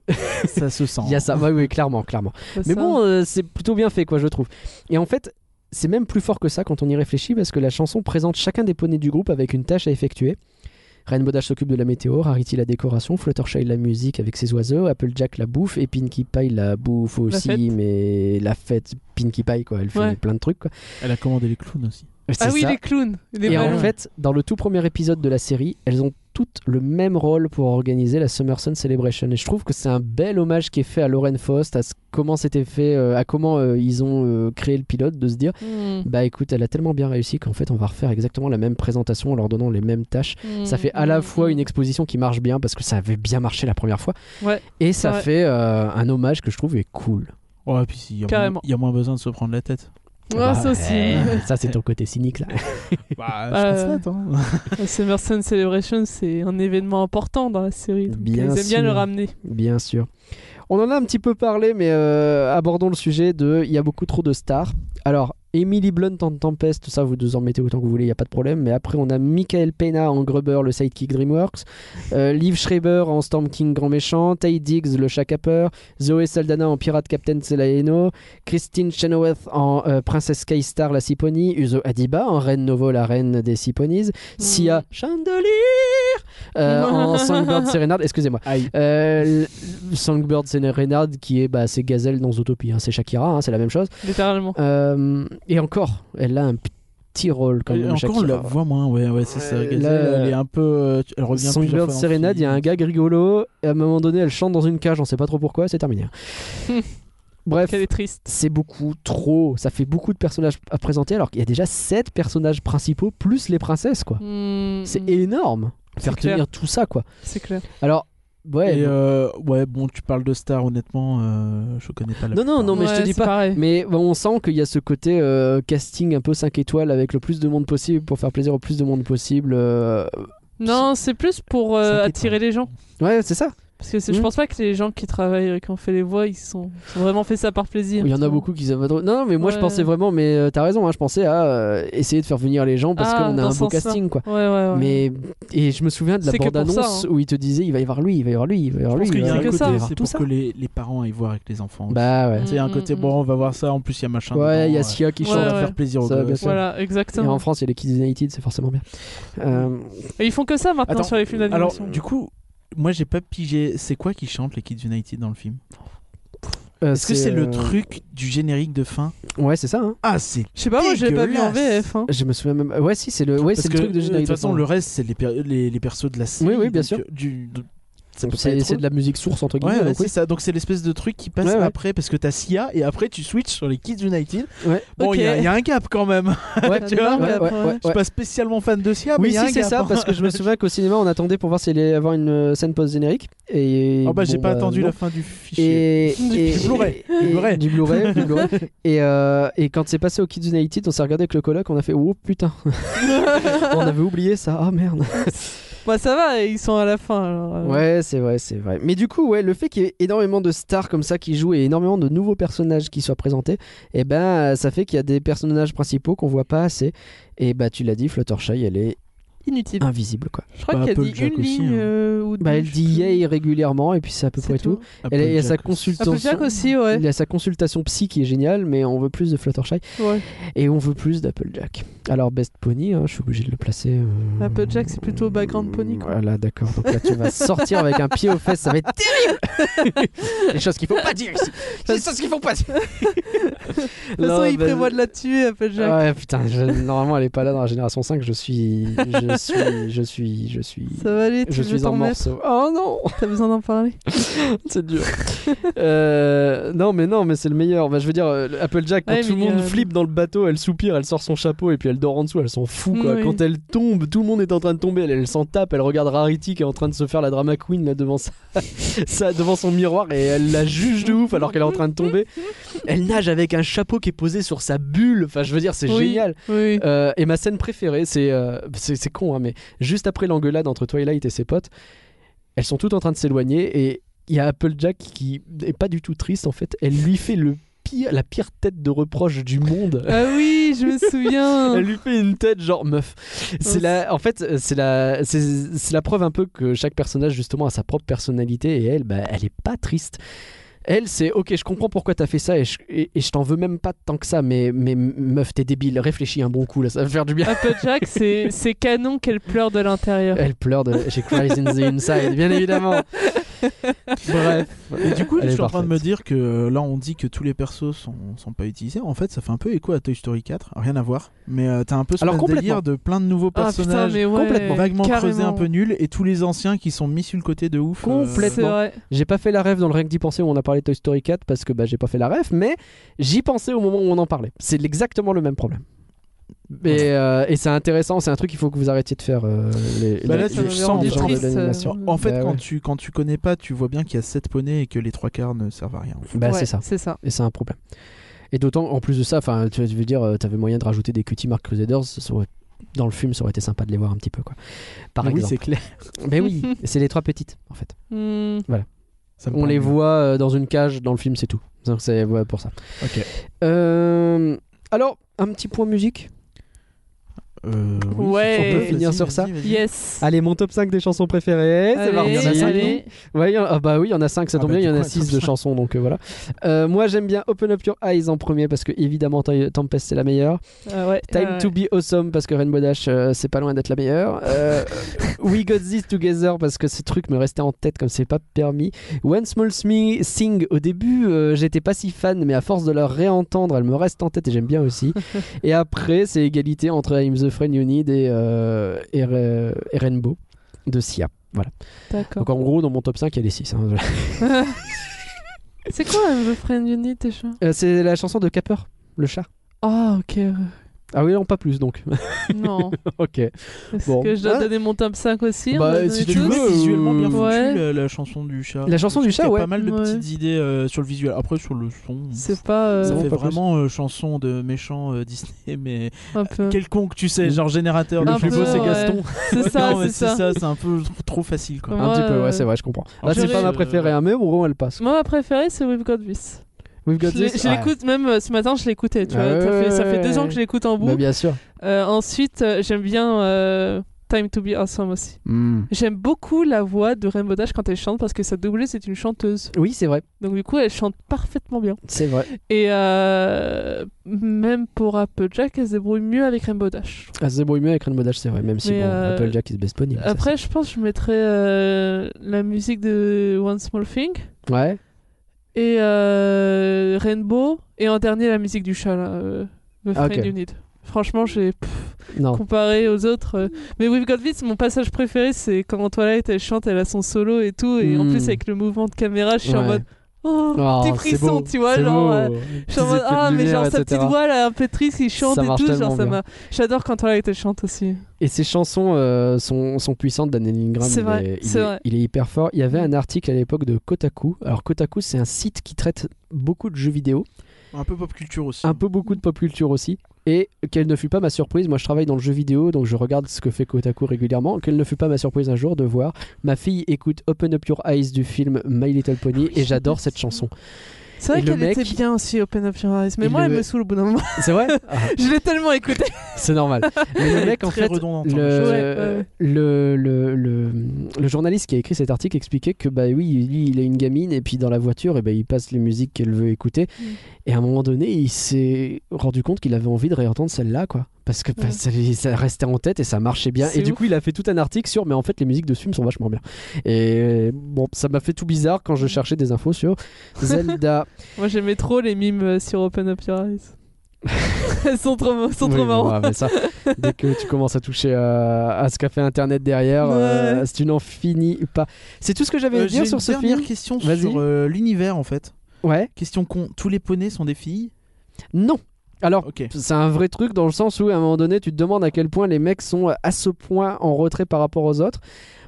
Ça se
[laughs]
sent.
Il y a ça. Oui, oui, clairement, clairement. Mais bon, euh, c'est plutôt bien fait, quoi, je trouve. Et en fait, c'est même plus fort que ça quand on y réfléchit, parce que la chanson présente chacun des poneys du groupe avec une tâche à effectuer. Rainbow Dash s'occupe de la météo, Rarity la décoration, Fluttershy la musique avec ses oiseaux, Applejack la bouffe et Pinkie Pie la bouffe aussi,
fête.
mais la fête Pinkie Pie quoi, elle fait
Ouais.
plein de trucs quoi.
Elle a commandé les clowns aussi.
C'est
Ah oui,
ça.
les clowns. Les
Et en
ballons.
fait, dans le tout premier épisode de la série, elles ont toutes le même rôle pour organiser la Summer Sun Celebration. Et je trouve que c'est un bel hommage qui est fait à Lauren Faust, à ce- comment c'était fait, euh, à comment euh, ils ont euh, créé le pilote, de se dire,
Mm.
bah écoute, elle a tellement bien réussi qu'en fait, on va refaire exactement la même présentation en leur donnant les mêmes tâches. Ça fait à la
Mm.
fois une exposition qui marche bien parce que ça avait bien marché la première fois,
Ouais,
et ça
vrai.
fait euh, un hommage que je trouve est cool.
Oh, et puis si, il y a
Carrément.
moins- il y a moins besoin de se prendre la tête.
Ah, ça aussi. [laughs]
ça c'est ton côté cynique là.
Bah,
Euh,
je constate, hein.
[laughs] La Summer Sun Celebration, c'est un événement important dans la série. Donc
Bien
ils aiment
sûr.
bien le ramener.
Bien sûr. On en a un petit peu parlé, mais euh, abordons le sujet de il y a beaucoup trop de stars. Alors, Emily Blunt en Tempest, ça vous nous en mettez autant que vous voulez, il n'y a pas de problème. Mais après, on a Michael Pena en Grubber, le sidekick DreamWorks. Euh, Liv Schreiber en Storm King Grand Méchant. Tay Diggs, le chat capeur. Zoe Saldana en Pirate Captain Selaeno. Christine Chenoweth en euh, Princesse Sky Star, la Siponie. Uzo Adiba en Reine Novo, la reine des Siponies. Sia Chandelier euh, en Songbird Serenade. Excusez-moi.
Aïe.
Euh, l- Songbird, c'est une Reynard qui est, bah, c'est Gazelle dans Zootopie, hein, c'est Shakira, hein, c'est la même chose.
Littéralement.
Euh, et encore, elle a un petit rôle quand
Et
même.
encore, on
Shakira.
la voit moins, ouais, ouais, c'est ça.
Ouais,
Gazelle,
là-
elle est un peu. euh, Elle revient plusieurs
Songbird
fois en
Serenade, il y a un
film.
gag rigolo, et à un moment donné, elle chante dans une cage, on sait pas trop pourquoi, c'est
[laughs]
terminé. Bref,
Qu'elle est triste.
c'est beaucoup trop, ça fait beaucoup de personnages à présenter, alors qu'il y a déjà 7 personnages principaux plus les princesses, quoi.
Mm,
C'est
mm,
énorme, faire
clair.
tenir tout ça, quoi.
C'est clair.
Alors, ouais.
Et
bon.
euh, ouais, bon, tu parles de stars, honnêtement, euh, je connais pas la
Non, non,
plupart.
non, mais je te
Ouais,
dis
c'est
pas,
pareil.
Mais bon, on sent qu'il y a ce côté euh, casting un peu 5 étoiles avec le plus de monde possible pour faire plaisir au plus de monde possible. euh,
Non, c'est plus pour euh,
Cinq étoiles.
attirer les gens.
Ouais, c'est ça.
Parce que c'est- je
Hmm.
pense pas que les gens qui travaillent, euh, qui ont fait les voix, ils sont, ils ont vraiment fait ça par plaisir.
Il y en a
tu vois.
beaucoup qui savent pas trop. Non, non, mais moi je
Ouais.
pensais vraiment, mais euh, t'as raison, hein, je pensais à euh, essayer de faire venir les gens parce
Ah,
qu'on a
dans
un
ce
beau
sens-là.
casting, quoi.
Ouais, ouais, ouais.
Mais euh, et je me souviens de la
C'est que pour ça,
bande-annonce
hein.
où il te disait il va y avoir lui, il va y avoir lui, il va y
Je
avoir lui.
pense
il
qu'il y
va
a
y
un
avoir lui,
que
il va y
côté,
ça.
avoir
c'est
tout
pour
ça.
que les, les parents aillent voir avec les enfants.
Bah ouais.
Il y a un côté,
Mm, mm,
bon, on va voir ça, en plus il y a machin.
Ouais, il y a
dedans,
Sia qui
euh,
Ouais,
ça
chante.
va
ouais.
faire plaisir aux
Ça va bien
gosses.
se faire.
Voilà,
Et
exactement. Mm.
en France, il y a les Kids United, c'est forcément bien. Euh,
Et ils font que ça maintenant
Attends,
sur les films
Alors,
d'animation.
du coup, moi j'ai pas pigé. C'est quoi qui chante les Kids United dans le film
euh,
Est-ce que c'est le
euh,
truc du générique de fin
Ouais, c'est ça. hein.
Ah, c'est.
je sais pas, moi j'ai pas vu en
dégueulasse.
VF.
[laughs]
hein.
Je me souviens même. Ouais, si, c'est le. Ouais,
Parce
c'est
que
le truc de
de toute
générique.
façon, le reste, c'est les, per- les, les persos de la série.
Oui, oui, bien
donc, euh,
sûr.
Du, de- ça peut pas
C'est
être
c'est de la musique source entre
Ouais,
guillemets.
ouais,
donc
c'est
oui.
ça. Donc c'est l'espèce de truc qui passe
Ouais, ouais.
après parce que t'as Sia et après tu switches sur les Kids United.
Ouais.
Bon, il y a-
Ok.
il y, a un gap quand même.
Ouais,
Ça
[laughs] tu vois,
démarre,
ouais,
après,
ouais, ouais,
Je suis
ouais.
pas spécialement fan de Sia, mais
Oui,
il y a
si
un
c'est
gap,
ça,
hein.
parce que je me souviens qu'au cinéma, on attendait pour voir s'il allait y avoir une euh, scène post-générique. Et.
Ah bah j'ai
bon,
pas attendu
non.
la fin du fichier.
Et,
[laughs] Du-
et-
du Blu-ray.
et-
Du Blu-ray.
du Blu-ray, du
[laughs]
Blu-ray. et, euh, et quand c'est passé au Kids United, on s'est regardé avec le coloc, on a fait oh putain, on avait oublié ça, ah merde.
Bah ça va, ils sont à la fin. alors, euh,
Ah
Ouais, c'est vrai, c'est vrai. Mais du coup, ouais, le fait qu'il y ait énormément de stars comme ça qui jouent et énormément de nouveaux personnages qui soient présentés, eh ben, euh, ça fait qu'il y a des personnages principaux qu'on voit pas assez. Et bah, tu l'as dit, Fluttershy, elle est
Inutile.
invisible, quoi.
Je crois
Bah,
qu'elle
Apple
dit
Jack
une
aussi,
ligne
hein.
euh, ou deux.
Bah, elle
je
dit
sais plus.
yay régulièrement, et puis c'est à peu près
C'est
tout.
tout.
Elle, elle a sa
Applejack aussi.
consultation.
Applejack aussi, ouais.
Il y a sa consultation psy qui est géniale, mais on veut plus de Fluttershy
Ouais.
et on veut plus d'Applejack. Alors Best Pony, hein, je suis obligé de le placer. euh,
Applejack, c'est plutôt background pony, quoi.
Voilà, d'accord. Donc là, tu vas sortir avec un pied aux fesses, ça va être
[laughs]
terrible. Les choses qu'il faut pas dire ici. Les choses qu'il faut pas
[laughs]
dire.
De toute façon, il prévoit de la tuer, Applejack.
bah, Ouais, putain, je- normalement elle est pas là dans la génération 5, je suis. Je suis. Je suis. Je suis.
Ça va aller, tu
Je
veux
suis
t'en
en
remettre.
morceaux. Oh non! [laughs]
T'as besoin d'en parler
C'est dur. Euh, non, mais non, mais c'est le meilleur. Bah, je veux dire, euh, le Applejack, quand
Ouais,
tout le
mais euh, il y
monde
a-
flippe dans le bateau, elle soupire, elle sort son chapeau et puis elle dort en dessous, elle s'en fout. Quoi.
Mm, Oui.
Quand elle tombe, tout le monde est en train de tomber, elle, elle s'en tape, elle regarde Rarity qui est en train de se faire la drama queen là, devant, sa... [laughs] ça, devant son miroir et elle la juge de ouf alors qu'elle est en train de tomber. Elle nage avec un chapeau qui est posé sur sa bulle. Enfin, je veux dire, c'est
Oui,
génial.
Oui.
Euh, et ma scène préférée, c'est euh, c'est c'est con, hein, mais juste après l'engueulade entre Twilight et ses potes, elles sont toutes en train de s'éloigner et il y a Applejack qui est pas du tout triste en fait. Elle lui fait le pire, la pire tête de reproche du monde.
[laughs] Ah oui, je me souviens.
[laughs] Elle lui fait une tête genre meuf. C'est
Oh,
la, en fait, c'est la, c'est c'est la preuve un peu que chaque personnage justement a sa propre personnalité et elle, bah, elle est pas triste. Elle, c'est ok, je comprends pourquoi t'as fait ça et je, et- et je t'en veux même pas tant que ça, mais, mais meuf, t'es débile, réfléchis un bon coup là, ça va faire du bien.
Applejack, c'est c'est canon qu'elle pleure de l'intérieur.
Elle pleure de She cries in the inside, bien évidemment. Bref.
Et du coup,
Elle
je
est
suis en train de me
parfaite.
dire que euh, là, on dit que tous les persos sont, sont pas utilisés. En fait, ça fait un peu écho à Toy Story 4. Rien à voir. Mais euh, t'as un peu ce
Alors,
même
complètement.
délire de plein de nouveaux
Ah putain,
personnages
mais ouais.
complètement.
vaguement creusés
carrément.
un peu nuls et tous les anciens qui sont mis sur le côté de ouf. euh,
Complètement.
C'est vrai.
J'ai pas fait la rêve dans le rien que d'y penser où on a parlé de Toy Story 4 parce que bah, j'ai pas fait la rêve, mais j'y pensais au moment où on en parlait. C'est exactement le même problème. Et, euh, et c'est intéressant, c'est un truc qu'il faut que vous arrêtiez de faire. euh, les,
Bah là,
les-
ça
les-
m'avait
les
rendu
genres
triste,
de l'animation.
euh,
En fait,
Bah
quand,
ouais.
tu, quand tu connais pas, tu vois bien qu'il y a 7 poneys et que les trois quarts ne servent à rien.
Bah,
Ouais,
c'est ça.
C'est ça.
Et c'est un problème. Et d'autant, en plus de ça, enfin, tu tu veux dire, euh, t'avais moyen de rajouter des cutie Mark Crusaders. ça aurait- dans le film, ça aurait été sympa de les voir un petit peu, quoi. Par
Mais oui,
exemple.
c'est
[laughs]
clair.
Mais oui, c'est les trois petites, en fait.
Hmm.
Ça me
On
parle
les
bien.
voit euh, dans une cage dans le film, c'est tout. Donc c'est ouais, pour ça.
Ok.
Euh, alors, un petit point musique.
Euh, oui,
Ouais.
on peut finir
Vas-y,
sur ça.
vas-y,
Yes.
Allez, mon top 5 des chansons préférées. Ah, C'est
Allez,
parti.
Il y en a cinq,
allez.
Ouais, il y en- ah bah oui, il y en a 5, ça
Ah
tombe
bah,
bien, il y
du
en a
coup, un
6
top
de
cinq.
chansons, donc euh, voilà. Euh, moi, j'aime bien Open Up Your Eyes en premier parce que, évidemment, Tem- Tempest, c'est la meilleure.
Ah ouais,
Time
ah
to Be Awesome parce que Rainbow Dash, euh, c'est pas loin d'être la meilleure. Euh, We Got This Together parce que ces trucs me restaient en tête comme c'est pas permis. One Small Smi- Thing, au début, euh, j'étais pas si fan, mais à force de la réentendre, elle me reste en tête et j'aime bien aussi. et après, c'est égalité entre I'm the Friend You Need et, euh, et, Ra- et Rainbow de Sia.
ouais, D'accord.
Donc en gros, dans mon top 5, il y a les hein. 6.
C'est quoi un The Friend Unit déjà
Euh, c'est la chanson de Capper, le chat.
Ah ok. ouais.
Ah oui, non, pas plus donc. [laughs]
Non.
ok.
Est-ce
Bon.
que je dois
Ouais.
donner mon top 5 aussi hein. On
Bah,
doit donner
si tu
Je
tous
trouve
veux, euh,
visuellement bien foutu,
Ouais.
la, la chanson du chat.
La chanson du
Je
chat,
trouve qu'il y a
ouais.
Pas mal de
Ouais.
petites idées euh, sur le visuel. Après, sur le son.
C'est pas euh,
Ça
Non,
fait
pas plus.
vraiment euh, chanson de méchant euh, Disney, mais
un
Euh.
peu.
quelconque, tu sais, genre générateur.
Un
Le plus
peu,
beau, c'est
ouais.
Gaston.
C'est ça,
Non, mais
c'est ça.
c'est un peu tr- trop facile quoi.
Ouais. euh,
Un petit peu, ouais, c'est vrai, je comprends. Là,
Alors,
c'est
j'aurais-
pas ma préférée, hein, mais bon, elle passe.
Moi, ma préférée, c'est We've Got This.
We've got
Je l'ai-
this.
je
ouais.
l'écoute même euh, ce matin, je l'écoutais. Tu vois,
Ah
ça, fait, ça fait
ouais.
deux ans que je l'écoute en
Bah,
boucle.
bien sûr.
Euh, ensuite, euh, j'aime bien euh, Time to Be Awesome aussi.
Hmm.
J'aime beaucoup la voix de Rainbow Dash quand elle chante parce que sa doublée c'est une chanteuse.
Oui, c'est vrai.
Donc du coup elle chante parfaitement bien.
C'est vrai.
Et euh, même pour Applejack elle se débrouille mieux avec Rainbow Dash.
Elle se débrouille mieux avec Rainbow Dash, Ah, c'est vrai. Même si
Mais,
bon,
euh,
Applejack, il se baisse pas ni.
Après je pense que je mettrais euh, la musique de One Small Thing
Ouais.
et euh, Rainbow et en dernier la musique du chat là, euh, The
Ah,
Friend
ok.
You Need. Franchement j'ai
Non.
comparé aux autres. euh. Mais We've Got This, mon passage préféré, c'est quand Twilight elle chante, elle a son solo et tout, et en
Mm.
plus avec le mouvement de caméra, je suis en
Ouais.
mode oh,
Oh,
petit
c'est
frisson,
beau,
tu vois,
c'est
genre. euh,
beau.
je suis en
Petits
mode
effets de
ah, mais
lumière,
genre sa
etc..
petite voix là, un peu triste, il chante
Ça
et
marche
tout, genre
tellement
ça
bien.
m'a. J'adore quand Twilight elle chante aussi.
Et ses chansons euh, sont, sont puissantes, Dan Ingram.
C'est
il
vrai,
est- il,
c'est
est,
vrai.
il est hyper fort. Il y avait un article à l'époque de Kotaku. Alors, Kotaku, c'est un site qui traite beaucoup de jeux vidéo,
Un peu pop culture aussi.
un peu beaucoup de pop culture aussi. Et quelle ne fut pas ma surprise, moi je travaille dans le jeu vidéo, donc je regarde ce que fait Kotaku régulièrement. Quelle ne fut pas ma surprise un jour de voir ma fille écoute Open Up Your Eyes du film My Little Pony et j'adore cette chanson.
C'est vrai
Et le
qu'elle
mec-
était bien aussi, Open Up Your Eyes, mais
Et
moi
le-
elle me saoule au bout d'un moment. [laughs]
C'est vrai Ah,
je l'ai tellement écoutée.
[laughs] C'est normal. Mais le mec, en
Très
fait,
redondant.
le,
hein. Ouais, ouais.
le, le, le, le journaliste qui a écrit cet article expliquait que bah oui lui il a une gamine et puis dans la voiture et ben il passe les musiques qu'elle veut écouter
Mm.
et à un moment donné il s'est rendu compte qu'il avait envie de réentendre celle-là quoi parce que bah,
Ouais.
ça, lui- ça restait en tête et ça marchait bien
C'est
et du
ouf.
coup il a fait tout un article sur mais en fait les musiques de ce film sont vachement bien et bon ça m'a fait tout bizarre quand
Mm.
je cherchais des infos sur Zelda
Moi j'aimais trop les mimes euh, sur Open Up Your Eyes.
[laughs]
Elles sont trop, sont
Oui,
trop
bon,
marrantes.
ouais, mais ça, dès que tu commences à toucher euh, à ce qu'a fait Internet derrière, euh,
Ouais.
si tu n'en finis pas. C'est tout ce que j'avais à dire sur ce
Euh, dernière
film.
question
Vas-y.
sur euh, l'univers en fait.
Ouais.
Question con. Tous les poneys sont des filles
Non. Alors,
Ok.
c'est un vrai truc dans le sens où à un moment donné, tu te demandes à quel point les mecs sont à ce point en retrait par rapport aux autres.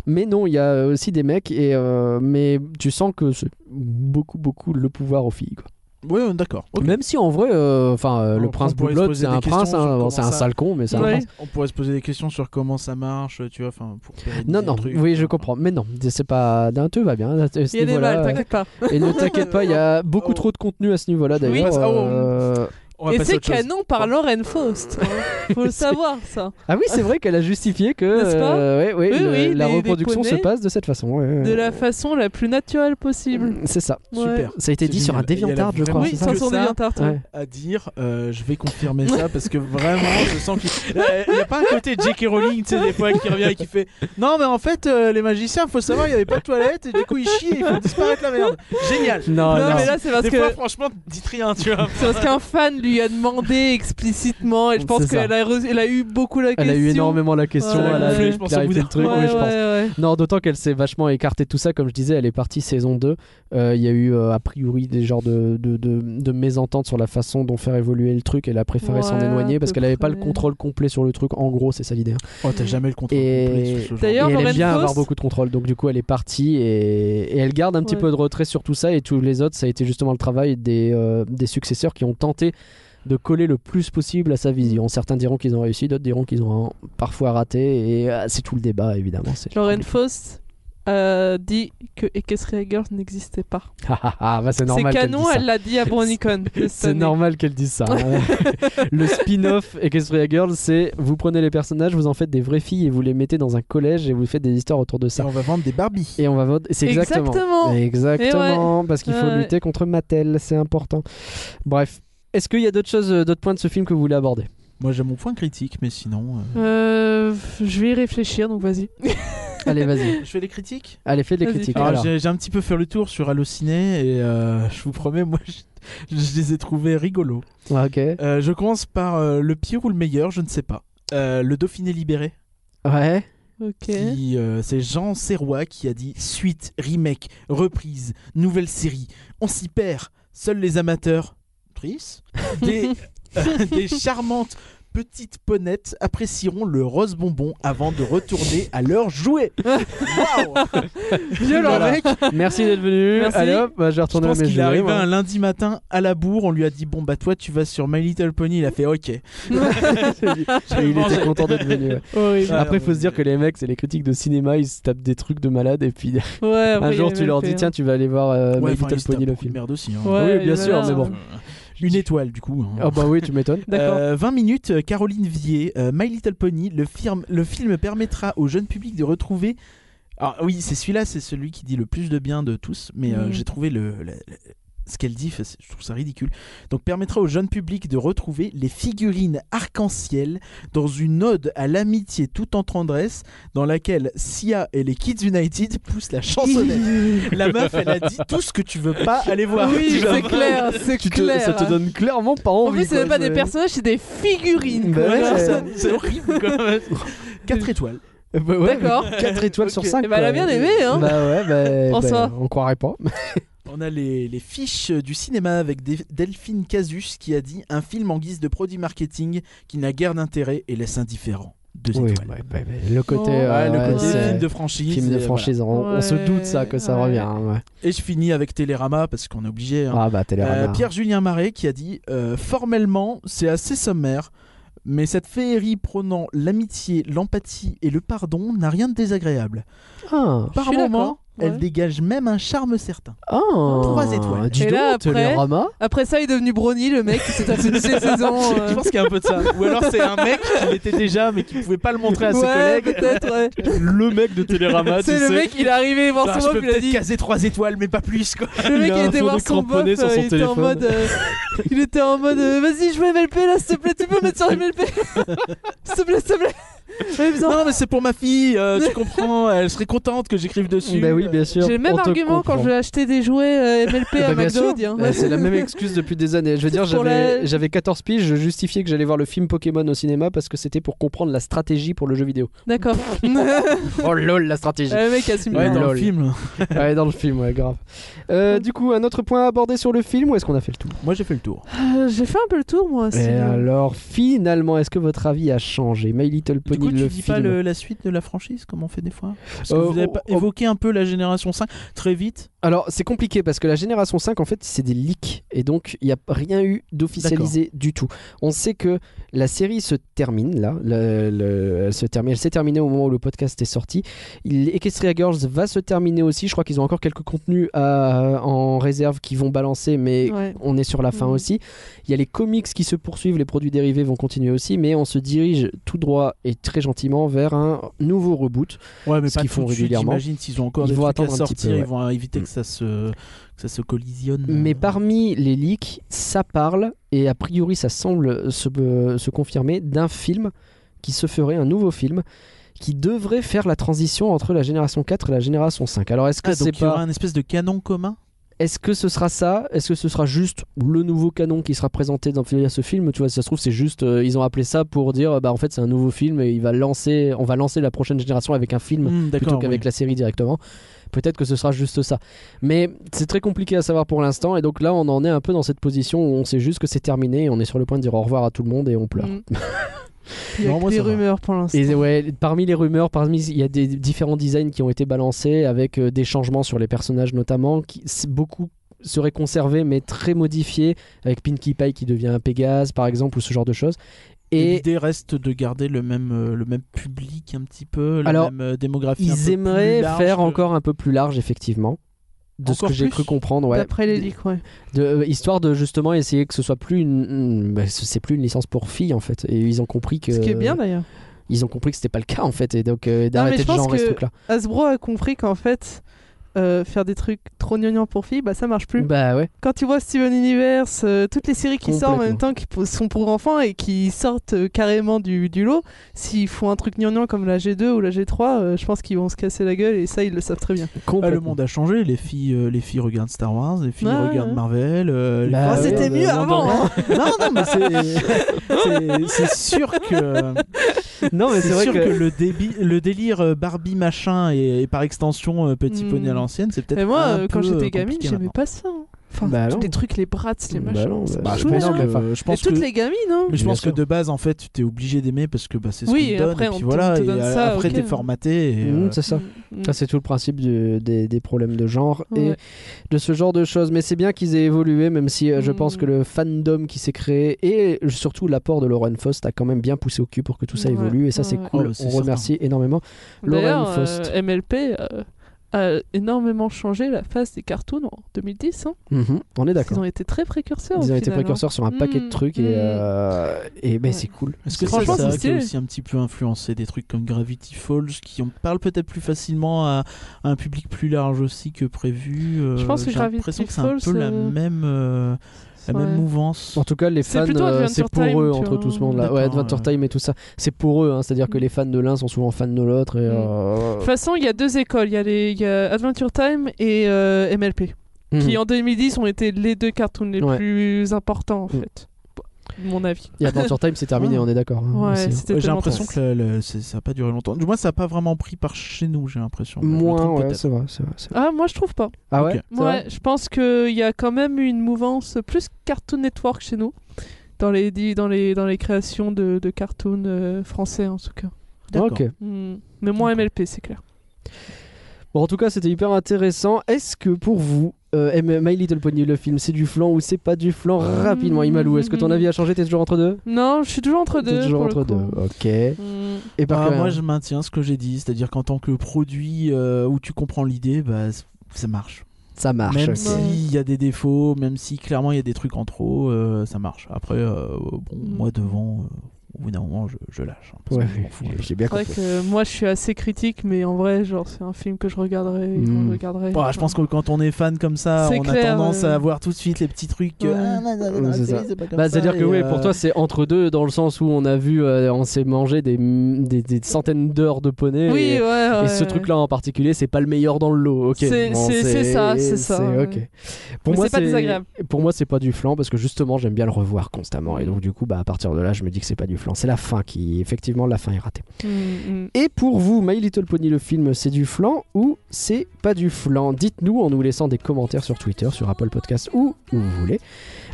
Mais non, il y a aussi des mecs, et euh, mais tu sens que c'est beaucoup, beaucoup le pouvoir aux filles. quoi.
Ouais, euh, d'accord. ok.
Même si en vrai, euh, enfin, euh,
Alors,
le
on
prince
pourrait se
Blue
poser
c'est
des
un prince,
questions
hein.
sur
Bon,
comment
c'est un
ça-
sale con, mais c'est un
Ouais.
prince.
On pourrait se poser des questions sur comment ça marche, tu vois, enfin pour. pérenniser
Non,
le
non,
truc.
oui, je comprends. Mais non, c'est pas. D'un tout va bien. à ce
Il y a des
niveau-là,
balles,
euh,
t'inquiète pas.
Et ne t'inquiète pas, il y [laughs] a beaucoup trop de contenu Oh. à ce niveau-là
Oui.
d'ailleurs.
Ah, on-
Euh,
On va
Et
passer à
c'est
autre chose.
canon par Lauren Faust. hein.
[laughs]
Faut le savoir ça.
Ah oui, c'est vrai qu'elle a justifié que
N'est-ce pas
euh, ouais, ouais,
Oui,
le-
oui,
la
les- les
reproduction se
poneys.
passe de cette façon. ouais, ouais.
De la façon la plus naturelle possible.
C'est ça.
Super.
Ça a été
C'est
dit sur un
génial. Et elle a
DeviantArt, je crois.
vraiment
Oui,
c'est
dit
ça
sur
que
son
ça-
Deviantart, ouais.
Ouais.
à dire, euh, je vais confirmer ça parce que vraiment, je sens qu'il n'y a pas un côté J.K. Rowling, tu sais, des fois qui revient et qui fait Non, mais en fait, euh, les magiciens, faut savoir, il n'y avait pas de toilette et du coup, ils chient et ils font disparaître la merde. Génial.
Non,
non,
non.
mais là, c'est parce
des
que-
fois, franchement, dites rien, tu vois.
C'est parce qu'un fan lui a demandé explicitement et je pense
C'est ça.
qu'elle a, reçu- elle a eu beaucoup la
Elle
question.
a eu énormément la question.
Ouais,
elle a
ouais.
dû
Je
pense au
clarifier
bout d'un
le truc,
Ouais,
oui, je
ouais,
pense.
ouais.
Non, d'autant qu'elle s'est vachement écartée de tout ça, comme je disais, elle est partie saison 2. Euh, Il y a eu euh, a priori des genres de, de, de, de mésententes sur la façon dont faire évoluer le truc. Elle a préféré s'en
Ouais,
éloigner
à
parce
peu
qu'elle n'avait pas le
près.
contrôle complet sur le truc. En gros, c'est ça l'idée.
Oh, t'as jamais le contrôle
Et-
complet sur ce genre.
Et
D'ailleurs,
elle aime
Lauren
bien
Faust-
avoir beaucoup de contrôle, donc du coup elle est partie et, et elle garde un petit
Ouais.
peu de retrait sur tout ça et tous les autres, ça a été justement le travail des, euh, des successeurs qui ont tenté de coller le plus possible à sa vision. Certains diront qu'ils ont réussi, d'autres diront qu'ils ont euh, parfois raté et euh, c'est tout le débat évidemment. c'est-
Lauren Faust a dit que Equestria Girls n'existait pas.
Ah, ah, ah, bah, c'est
C'est
normal. qu'elle dise
canon,
ça.
elle l'a dit à Bronicon.
[laughs] C'est normal qu'elle dise
[laughs]
ça. hein. le spin-off Equestria Girls, c'est vous prenez les personnages, vous en faites des vraies filles et vous les mettez dans un collège et vous faites des histoires autour de
Et
ça.
on va vendre des Barbies.
Et on va voter. C'est exactement.
Exactement.
Exactement, parce qu'il faut
Ouais, ouais.
lutter contre Mattel, c'est important. Bref. Est-ce qu'il y a d'autres choses, euh, d'autres points de ce film que vous voulez aborder
Moi, j'ai mon point critique, mais sinon. euh,
Euh, je vais y réfléchir, donc vas-y.
Allez,
[laughs]
vas-y.
Je fais les critiques
Allez, fais des
Vas-y, Ah,
critiques.
fais.
Alors,
Alors,
Euh, j'ai- j'ai un petit peu fait le tour sur Allociné et euh, je vous promets, moi, je, je les ai trouvés rigolos.
Ouais, ok.
Euh, je commence par euh, le pire ou le meilleur, je ne sais pas. Euh, le Dauphiné libéré,
Ouais.
Ok. [laughs]
qui, euh, c'est Jean Serrois qui a dit suite, remake, reprise, nouvelle série, on s'y [laughs] perd, seuls les amateurs, tristes, des, euh, des charmantes petites ponettes apprécieront le rose bonbon avant de retourner à leur jouet.
Violent,
Voilà.
mec
Merci d'être venu.
Merci.
Allez hop, bah, je vais
Je hein.
retourner
pense
à mes
qu'il
jouets,
est arrivé
moi.
un lundi matin à la bourre, on lui a dit bon bah toi tu vas sur My Little Pony, il a fait ok.
Et il était content d'être venu. ouais.
Horrible.
Après, faut se dire que les mecs, c'est les critiques de cinéma, ils se tapent des trucs de malade. Et puis [laughs]
Ouais,
un
après,
jour,
il
tu leur
avait
dis
fait, hein.
tiens, tu vas aller voir euh, My
Ouais, enfin, il
Little
se tape
Pony le
beaucoup de
film.
merde aussi. hein.
Ouais,
oui, bien
il
sûr,
avait
mais bon.
l'air-
Une étoile du coup. hein.
Ah bah oui, tu m'étonnes.
D'accord.
Euh, 20 minutes, euh, Caroline Vier, euh, My Little Pony, le, firme- le film permettra au jeune public de retrouver... Alors oui, c'est celui-là, c'est celui qui dit le plus de bien de tous, mais euh,
Mm.
j'ai trouvé le, le- le- ce qu'elle dit, fait- je trouve ça ridicule. Donc permettra au jeune public de retrouver les figurines arc-en-ciel dans une ode à l'amitié tout en tendresse, dans laquelle Sia et les Kids United poussent la chansonnette. [laughs]
[laughs]
la meuf, elle a dit tout ce que tu veux [laughs] pas aller voir.
Bah Oui,
Tu
[laughs]
vas
c'est
pas-
clair, c'est
Tu te-
clair.
ça te donne clairement pas
En
envie.
plus, c'est
quoi,
même pas des
c'est-
personnages, c'est des figurines.
Bah
quoi.
ouais,
Genre,
c'est-
ça-
[laughs] 4 étoiles.
[laughs] Bah ouais,
D'accord.
4 étoiles sur
Ok.
5.
Eh ben, elle a bien aimé, hein.
Bah
[laughs]
ouais, bah,
En
bah,
soi.
on croirait pas.
On a les, les fiches du cinéma avec Dé- Delphine Casus qui a dit un film en guise de produit marketing qui n'a guère d'intérêt et laisse indifférent. Deux
Oui,
étoiles.
ouais, bah, bah, le côté,
Oh,
Ouais,
euh,
le
ouais,
côté
c'est-
film de franchise.
film de
et voilà.
franchise, on, on se
Ouais,
doute ça que ça
ouais.
revient. hein, ouais.
Et je finis avec Télérama parce qu'on est obligé. hein.
Ah bah Télérama.
Euh, Pierre-Julien Marais qui a dit euh, Formellement, c'est assez sommaire, mais cette féerie prônant l'amitié, l'empathie et le pardon n'a rien de désagréable.
Ah,
Par
suis
moments,
d'accord, ouais.
elle dégage même un charme certain.
ah,
Trois étoiles.
Dis
Et
donc,
là, après- euh,
Télérama.
Après ça, il est devenu Brony, le mec qui s'est
[laughs]
tapé toutes ses saisons. euh.
Je pense qu'il y a un peu de ça. Ou alors c'est un mec qui l'était déjà mais qui pouvait pas le montrer à ses
Ouais,
collègues.
[laughs]
peut-être, ouais.
le mec de Télérama,
C'est le mec, il est arrivé
Bah,
voir son bof, il a dit.
caser 3 étoiles, mais pas plus quoi.
Le mec,
a
il
un
était
fond
voir
de
son bof,
cramponné sur
euh,
son
il était en
téléphone.
mode. euh, [laughs] Il était en mode, euh, vas-y, je mets MLP là, s'il te plaît, tu peux mettre sur [laughs] MLP S'il te plaît, s'il te plaît. Ouais, mais en-
Non, mais c'est pour ma fille, euh, tu comprends, elle serait contente que j'écrive dessus.
Bah oui, bien sûr.
J'ai le même
on te
argument quand
comprend.
je vais acheter des jouets euh, MLP
Bah,
à
bien
McDo.
sûr.
dis, hein.
Euh, C'est la même excuse depuis des années. Je veux dire,
Pour
j'avais
la-
j'avais 14 piges, je justifiais que j'allais voir le film Pokémon au cinéma parce que c'était pour comprendre la stratégie pour le jeu vidéo.
[laughs]
[laughs]
D'accord. [laughs] le
Oh lol, la stratégie.
mec assume.
Ouais,
bien.
dans
Lol.
le film.
ouais, dans le film, ouais, grave. Euh, du coup, un autre point à aborder sur le film ou est-ce qu'on a fait le tour
Moi j'ai fait le tour.
Euh, J'ai fait un peu le tour, moi.
Et
c'est-
alors, finalement, est-ce que votre avis a changé My Little
Du
Pony,
coup, tu
le
dis
film.
pas le- la suite de la franchise, comme on fait des fois Parce que
Euh,
vous avez
on-
pas
on-
évoqué un peu la génération 5 très vite.
Alors, c'est compliqué parce que la génération 5, en fait, c'est des leaks et donc il n'y a rien eu d'officialisé du tout. On sait que la série se termine là, le- le- elle se termine, elle s'est terminée au moment où le podcast est sorti. Il, Equestria Girls va se terminer aussi. Je crois qu'ils ont encore quelques contenus à- euh, en réserve qui vont balancer, mais
Ouais.
on est sur la fin
Mhm.
aussi. Il y a les comics qui se poursuivent, les produits dérivés vont continuer aussi, mais on se dirige tout droit et très gentiment vers un nouveau reboot.
Ouais, mais
Ce qu'ils font régulièrement.
J'imagine s'ils ont encore
Ils
des
vont
trucs à
attendre un petit
sortir,
peu,
ils
ouais.
vont éviter
Mm.
que ça se que ça se collisionne.
Mais parmi les leaks, ça parle, et a priori ça semble se, euh, se confirmer, d'un film qui se ferait, un nouveau film, qui devrait faire la transition entre la génération 4 et la génération 5. Alors est-ce que
Ah, donc
c'est
il y aura
pas...
un espèce de canon commun
Est-ce que ce sera ça Est-ce que ce sera juste le nouveau canon qui sera présenté dans ce film Tu vois, si ça se trouve, c'est juste... euh, ils ont appelé ça pour dire, euh, bah en fait c'est un nouveau film, et il va lancer, on va lancer la prochaine génération avec un film
Mm, D'accord.
plutôt qu'avec
ouais.
la série directement. Peut-être que ce sera juste ça. Mais c'est très compliqué à savoir pour l'instant. Et donc là, on en est un peu dans cette position où on sait juste que c'est terminé. Et on est sur le point de dire au revoir à tout le monde et on pleure. [laughs]
Mm. Il y a
Non,
que
moi,
des
ça va.
rumeurs pour l'instant.
Et ouais, parmi les rumeurs, parmi il y a des différents designs qui ont été balancés avec euh, des changements sur les personnages notamment, qui c'est- beaucoup seraient conservés mais très modifiés, avec Pinkie Pie qui devient un Pégase par exemple ou ce genre de choses.
Et
Et
l'idée reste de garder le même, euh, le même public un petit peu, la
Alors,
même euh, démographie. un peu
ils
plus
aimeraient
large
faire
que-
encore un peu plus large effectivement. De ce
Encore
que j'ai
plus
cru comprendre, ouais.
D'après les leaks, ouais.
de, euh, histoire de justement essayer que ce soit plus une, une- bah, ce- c'est plus une licence pour filles en fait et ils ont compris que
Ce qui est bien d'ailleurs.
ils ont compris que c'était pas le cas en fait et donc euh,
mais
d'arrêter
je
de
pense
genrer ce
que-
truc là
Hasbro a compris qu'en fait, euh, faire des trucs trop gnangnans pour filles, bah ça marche plus.
bah ouais
Quand tu vois Steven Universe, euh, toutes les séries qui sortent en
Complètement.
même temps, qui po- sont pour enfants et qui sortent euh, carrément du, du lot, s'ils font un truc gnangnan comme la G2 ou la G3, euh, je pense qu'ils vont se casser la gueule et ça, ils le savent très bien.
Ah,
complètement
le monde a changé, les filles, euh, les filles regardent Star Wars, les filles
Ouais,
regardent
ouais.
Marvel. euh, les-
Bah,
Ah,
ouais,
c'était
bah,
mieux
[laughs] non,
avant, hein.
Non, non, mais [laughs] c'est- c'est c'est sûr que
hein.
euh,
non mais c'est
c'est
vrai
sûr que,
que [laughs]
le, débi- le délire euh, Barbie machin et, et par extension euh, Petit
Hmm.
Poney à l'ancienne, c'est peut-être.
Mais moi,
un
euh, quand
peu, euh,
j'étais gamine,
compliqué
j'aimais
maintenant.
pas ça. hein. Enfin,
Bah
tous
non.
les trucs, les brats, les
Bah
machins.
non,
c'est
bah,
pas
je
chouette,
pense
hein.
que- enfin,
je pense
et toutes
que...
les gamines, hein
Mais je
Bien
pense que
sûr.
de base, en fait, tu t'es obligé d'aimer parce que bah, c'est ce
Oui,
qu'on
et
te donne.
après,
et
on
puis
te-
voilà,
te
et
donne
a-
ça,
après,
ok.
t'es formaté. et,
Mhm,
euh,
c'est ça.
Mm, mm.
Ça, c'est tout le principe du- des, des problèmes de genre et
Ouais.
de ce genre de choses. Mais c'est bien qu'ils aient évolué, même si euh, je
Mm.
pense que le fandom qui s'est créé et surtout l'apport de Lauren Faust a quand même bien poussé au cul pour que tout ça
Ouais.
évolue. Et ça, c'est
Ouais, ouais.
cool.
Oh, c'est
On remercie énormément Lauren
D'ailleurs, euh,
Faust.
MLP euh, a énormément changé la face des cartoons en 2010. Hein.
Mhm, On est
Ils
d'accord.
ont été très précurseurs.
Ils
au
ont été
final, hein.
précurseurs sur un
Mm,
paquet de trucs et,
mm.
euh, et ben,
Ouais.
c'est cool.
Est-ce que c'est
Franchement,
ça
c'est
qui a
stylé.
aussi un petit peu influencé des trucs comme Gravity Falls qui on parle peut-être plus facilement à, à un public plus large aussi que prévu euh,
Je pense que
j'ai
Gravity
l'impression que c'est un
Falls,
peu la
euh,
même euh, la
Ouais.
même mouvance.
En tout cas, les
C'est
fans,
plutôt
euh,
Adventure
c'est pour
Time,
eux
tu
entre
vois.
tout ce monde-là. Ouais,
D'accord,
Adventure
ouais.
Time et tout ça, c'est pour eux. hein. C'est-à-dire que
Mm.
les fans de l'un sont souvent fans de l'autre. Et,
Mm.
euh,
De toute façon, il y a deux écoles. Il y, a les- il y a Adventure Time et euh, MLP,
mhm.
qui en 2010 ont été les deux cartoons les
Ouais.
plus importants, en
Mm.
fait. Bon, Mon avis.
Et Adventure Time, c'est terminé,
Ouais.
on est d'accord. hein,
Ouais,
Ah, aussi, hein.
c'était
Ouais, j'ai
tellement
l'impression
intense.
que le- le- c'est- ça n'a pas duré longtemps. Du moins, ça n'a pas vraiment pris par chez nous, j'ai l'impression. Je me
Moins,
trompe
ouais,
peut-être.
c'est vrai, c'est vrai, c'est vrai.
Ah, moi je trouve pas.
Ah
Ok.
ouais C'est vrai
Ouais, je pense qu'il y a quand même eu une mouvance plus Cartoon Network chez nous, dans les, di- dans les, dans les créations de, de cartoons euh, français en tout cas.
D'accord.
Ok.
Hmm. Mais moins MLP, c'est clair.
Bon, en tout cas, c'était hyper intéressant. Est-ce que pour vous, euh, M- My Little Pony, le film, c'est du flan ou c'est pas du flan Rapidement, Imalou, est-ce que ton avis a changé T'es toujours entre deux
Non, je suis toujours Mmh. entre
T'es
deux.
toujours
pour le
entre deux,
coup.
ok. Et
Hmm.
par
Bah,
contre,
moi, je maintiens ce que j'ai dit, c'est-à-dire qu'en tant que produit euh, où tu comprends l'idée, bah, c- ça marche.
ça marche.
même
ok.
s'il y a des défauts, même si clairement il y a des trucs en trop, euh, ça marche. Après, euh, bon,
Mm.
moi devant, euh, au bout d'un moment, je, je lâche. hein, parce
Ouais,
que je m'en fous.
j'ai bien
C'est vrai
compris.
que moi je suis assez critique, mais en vrai, genre, c'est un film que je regarderai. et qu'on
Hmm.
regarderai
Bah, je pense que quand on est fan comme ça,
C'est
on
clair, euh,
a tendance
ouais.
à voir tout de suite les petits trucs.
Ouais.
euh, Ah, mais dans la
C'est
série,
ça.
c'est pas comme
Bah,
ça,
c'est-à-dire que
et,
oui, pour
euh,
toi c'est entre deux dans le sens où on a vu, euh, on s'est mangé des, des, des centaines d'heures de poney.
Oui,
et,
ouais, ouais.
et ce truc-là en particulier, c'est pas le meilleur dans le lot. ok
C'est-
Bon,
c'est- c'est ça, c'est ça, ouais.
ok. Pour
Mais
moi,
c'est pas désagréable.
Pour moi, c'est pas du flan parce que justement, j'aime bien le revoir constamment et donc du coup, bah à partir de là, je me dis que c'est pas du flan. C'est la fin qui, effectivement, la fin est ratée.
Hmm, hmm.
Et pour vous, My Little Pony le film, c'est du flan ou c'est pas du flan Dites-nous en nous laissant des commentaires sur Twitter, sur Apple Podcast ou où vous voulez.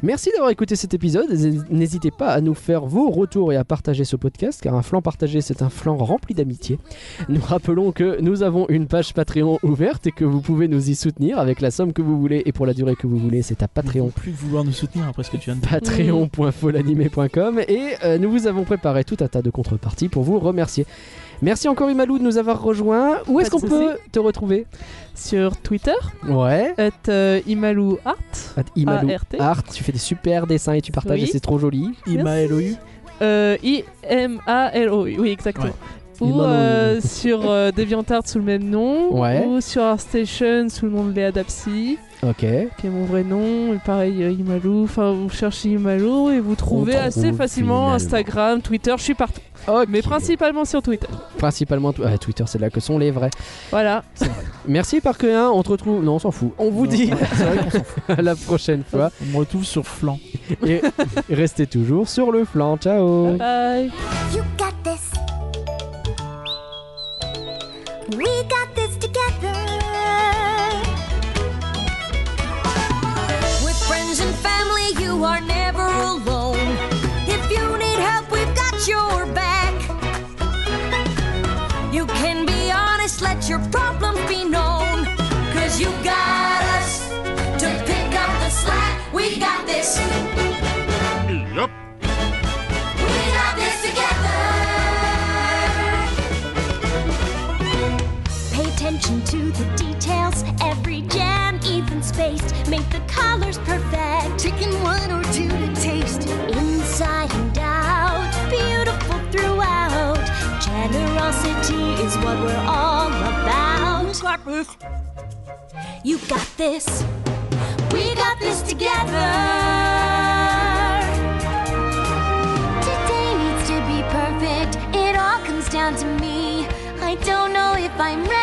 Merci d'avoir écouté cet épisode. et N'hésitez pas à nous faire vos retours et à partager ce podcast car un flan partagé, c'est un flan rempli d'amitié. Nous rappelons que nous avons une page Patreon ouverte et que vous pouvez nous y soutenir avec la somme que vous voulez et pour la durée que vous voulez. C'est à
ils vont
Patreon
plus vouloir nous soutenir après ce que tu viens de dire.
patreon.folanimé.com et euh, nous vous avons préparé tout un tas de contreparties pour vous remercier. Merci encore Imalou de nous avoir rejoints. Où est-ce
Pas
qu'on
de soucis.
peut te retrouver
Sur Twitter,
Ouais. Ah,
at euh, Imalou Art.
Imalou
ART.
Art, tu fais des super dessins et tu partages
Oui.
et c'est trop joli.
Ima LOU.
Euh, I-M-A-L-O, oui, exactement.
Ouais.
Ou
Imalo,
euh, sur euh, DeviantArt sous le même nom,
Ouais.
ou sur ArtStation sous le nom de Léa Dapsy,
Ok.
qui est mon vrai nom, et pareil euh, Imalou, enfin vous cherchez Imalou et vous trouvez assez
trouve
facilement
finalement.
Instagram, Twitter, je suis partout,
Ok.
mais principalement sur Twitter.
Principalement tw- ah, Twitter, c'est là que sont les vrais.
Voilà,
Merci Parquerin, on te retrouve. Non, on s'en fout. On vous
Non,
dit
c'est vrai
[laughs]
qu'on s'en fout.
à la prochaine [laughs] fois
On me retrouve sur flanc.
et restez toujours sur le flanc. Ciao.
bye
You got this. We got this together.
With friends and family, you are never alone. If you need help, we've got your back. You can be honest, let your problems be known. Cause you got us to pick up the slack. We got this. Yep. We got this together.
Pay attention to the details. Every jam, even spaced. Make the colors perfect. Taking one or two to taste. Inside and out. Beautiful throughout. Generosity is what we're all about.
You got this. We got this together.
Today needs to be perfect. It all comes down to me. I don't know if I'm Oh,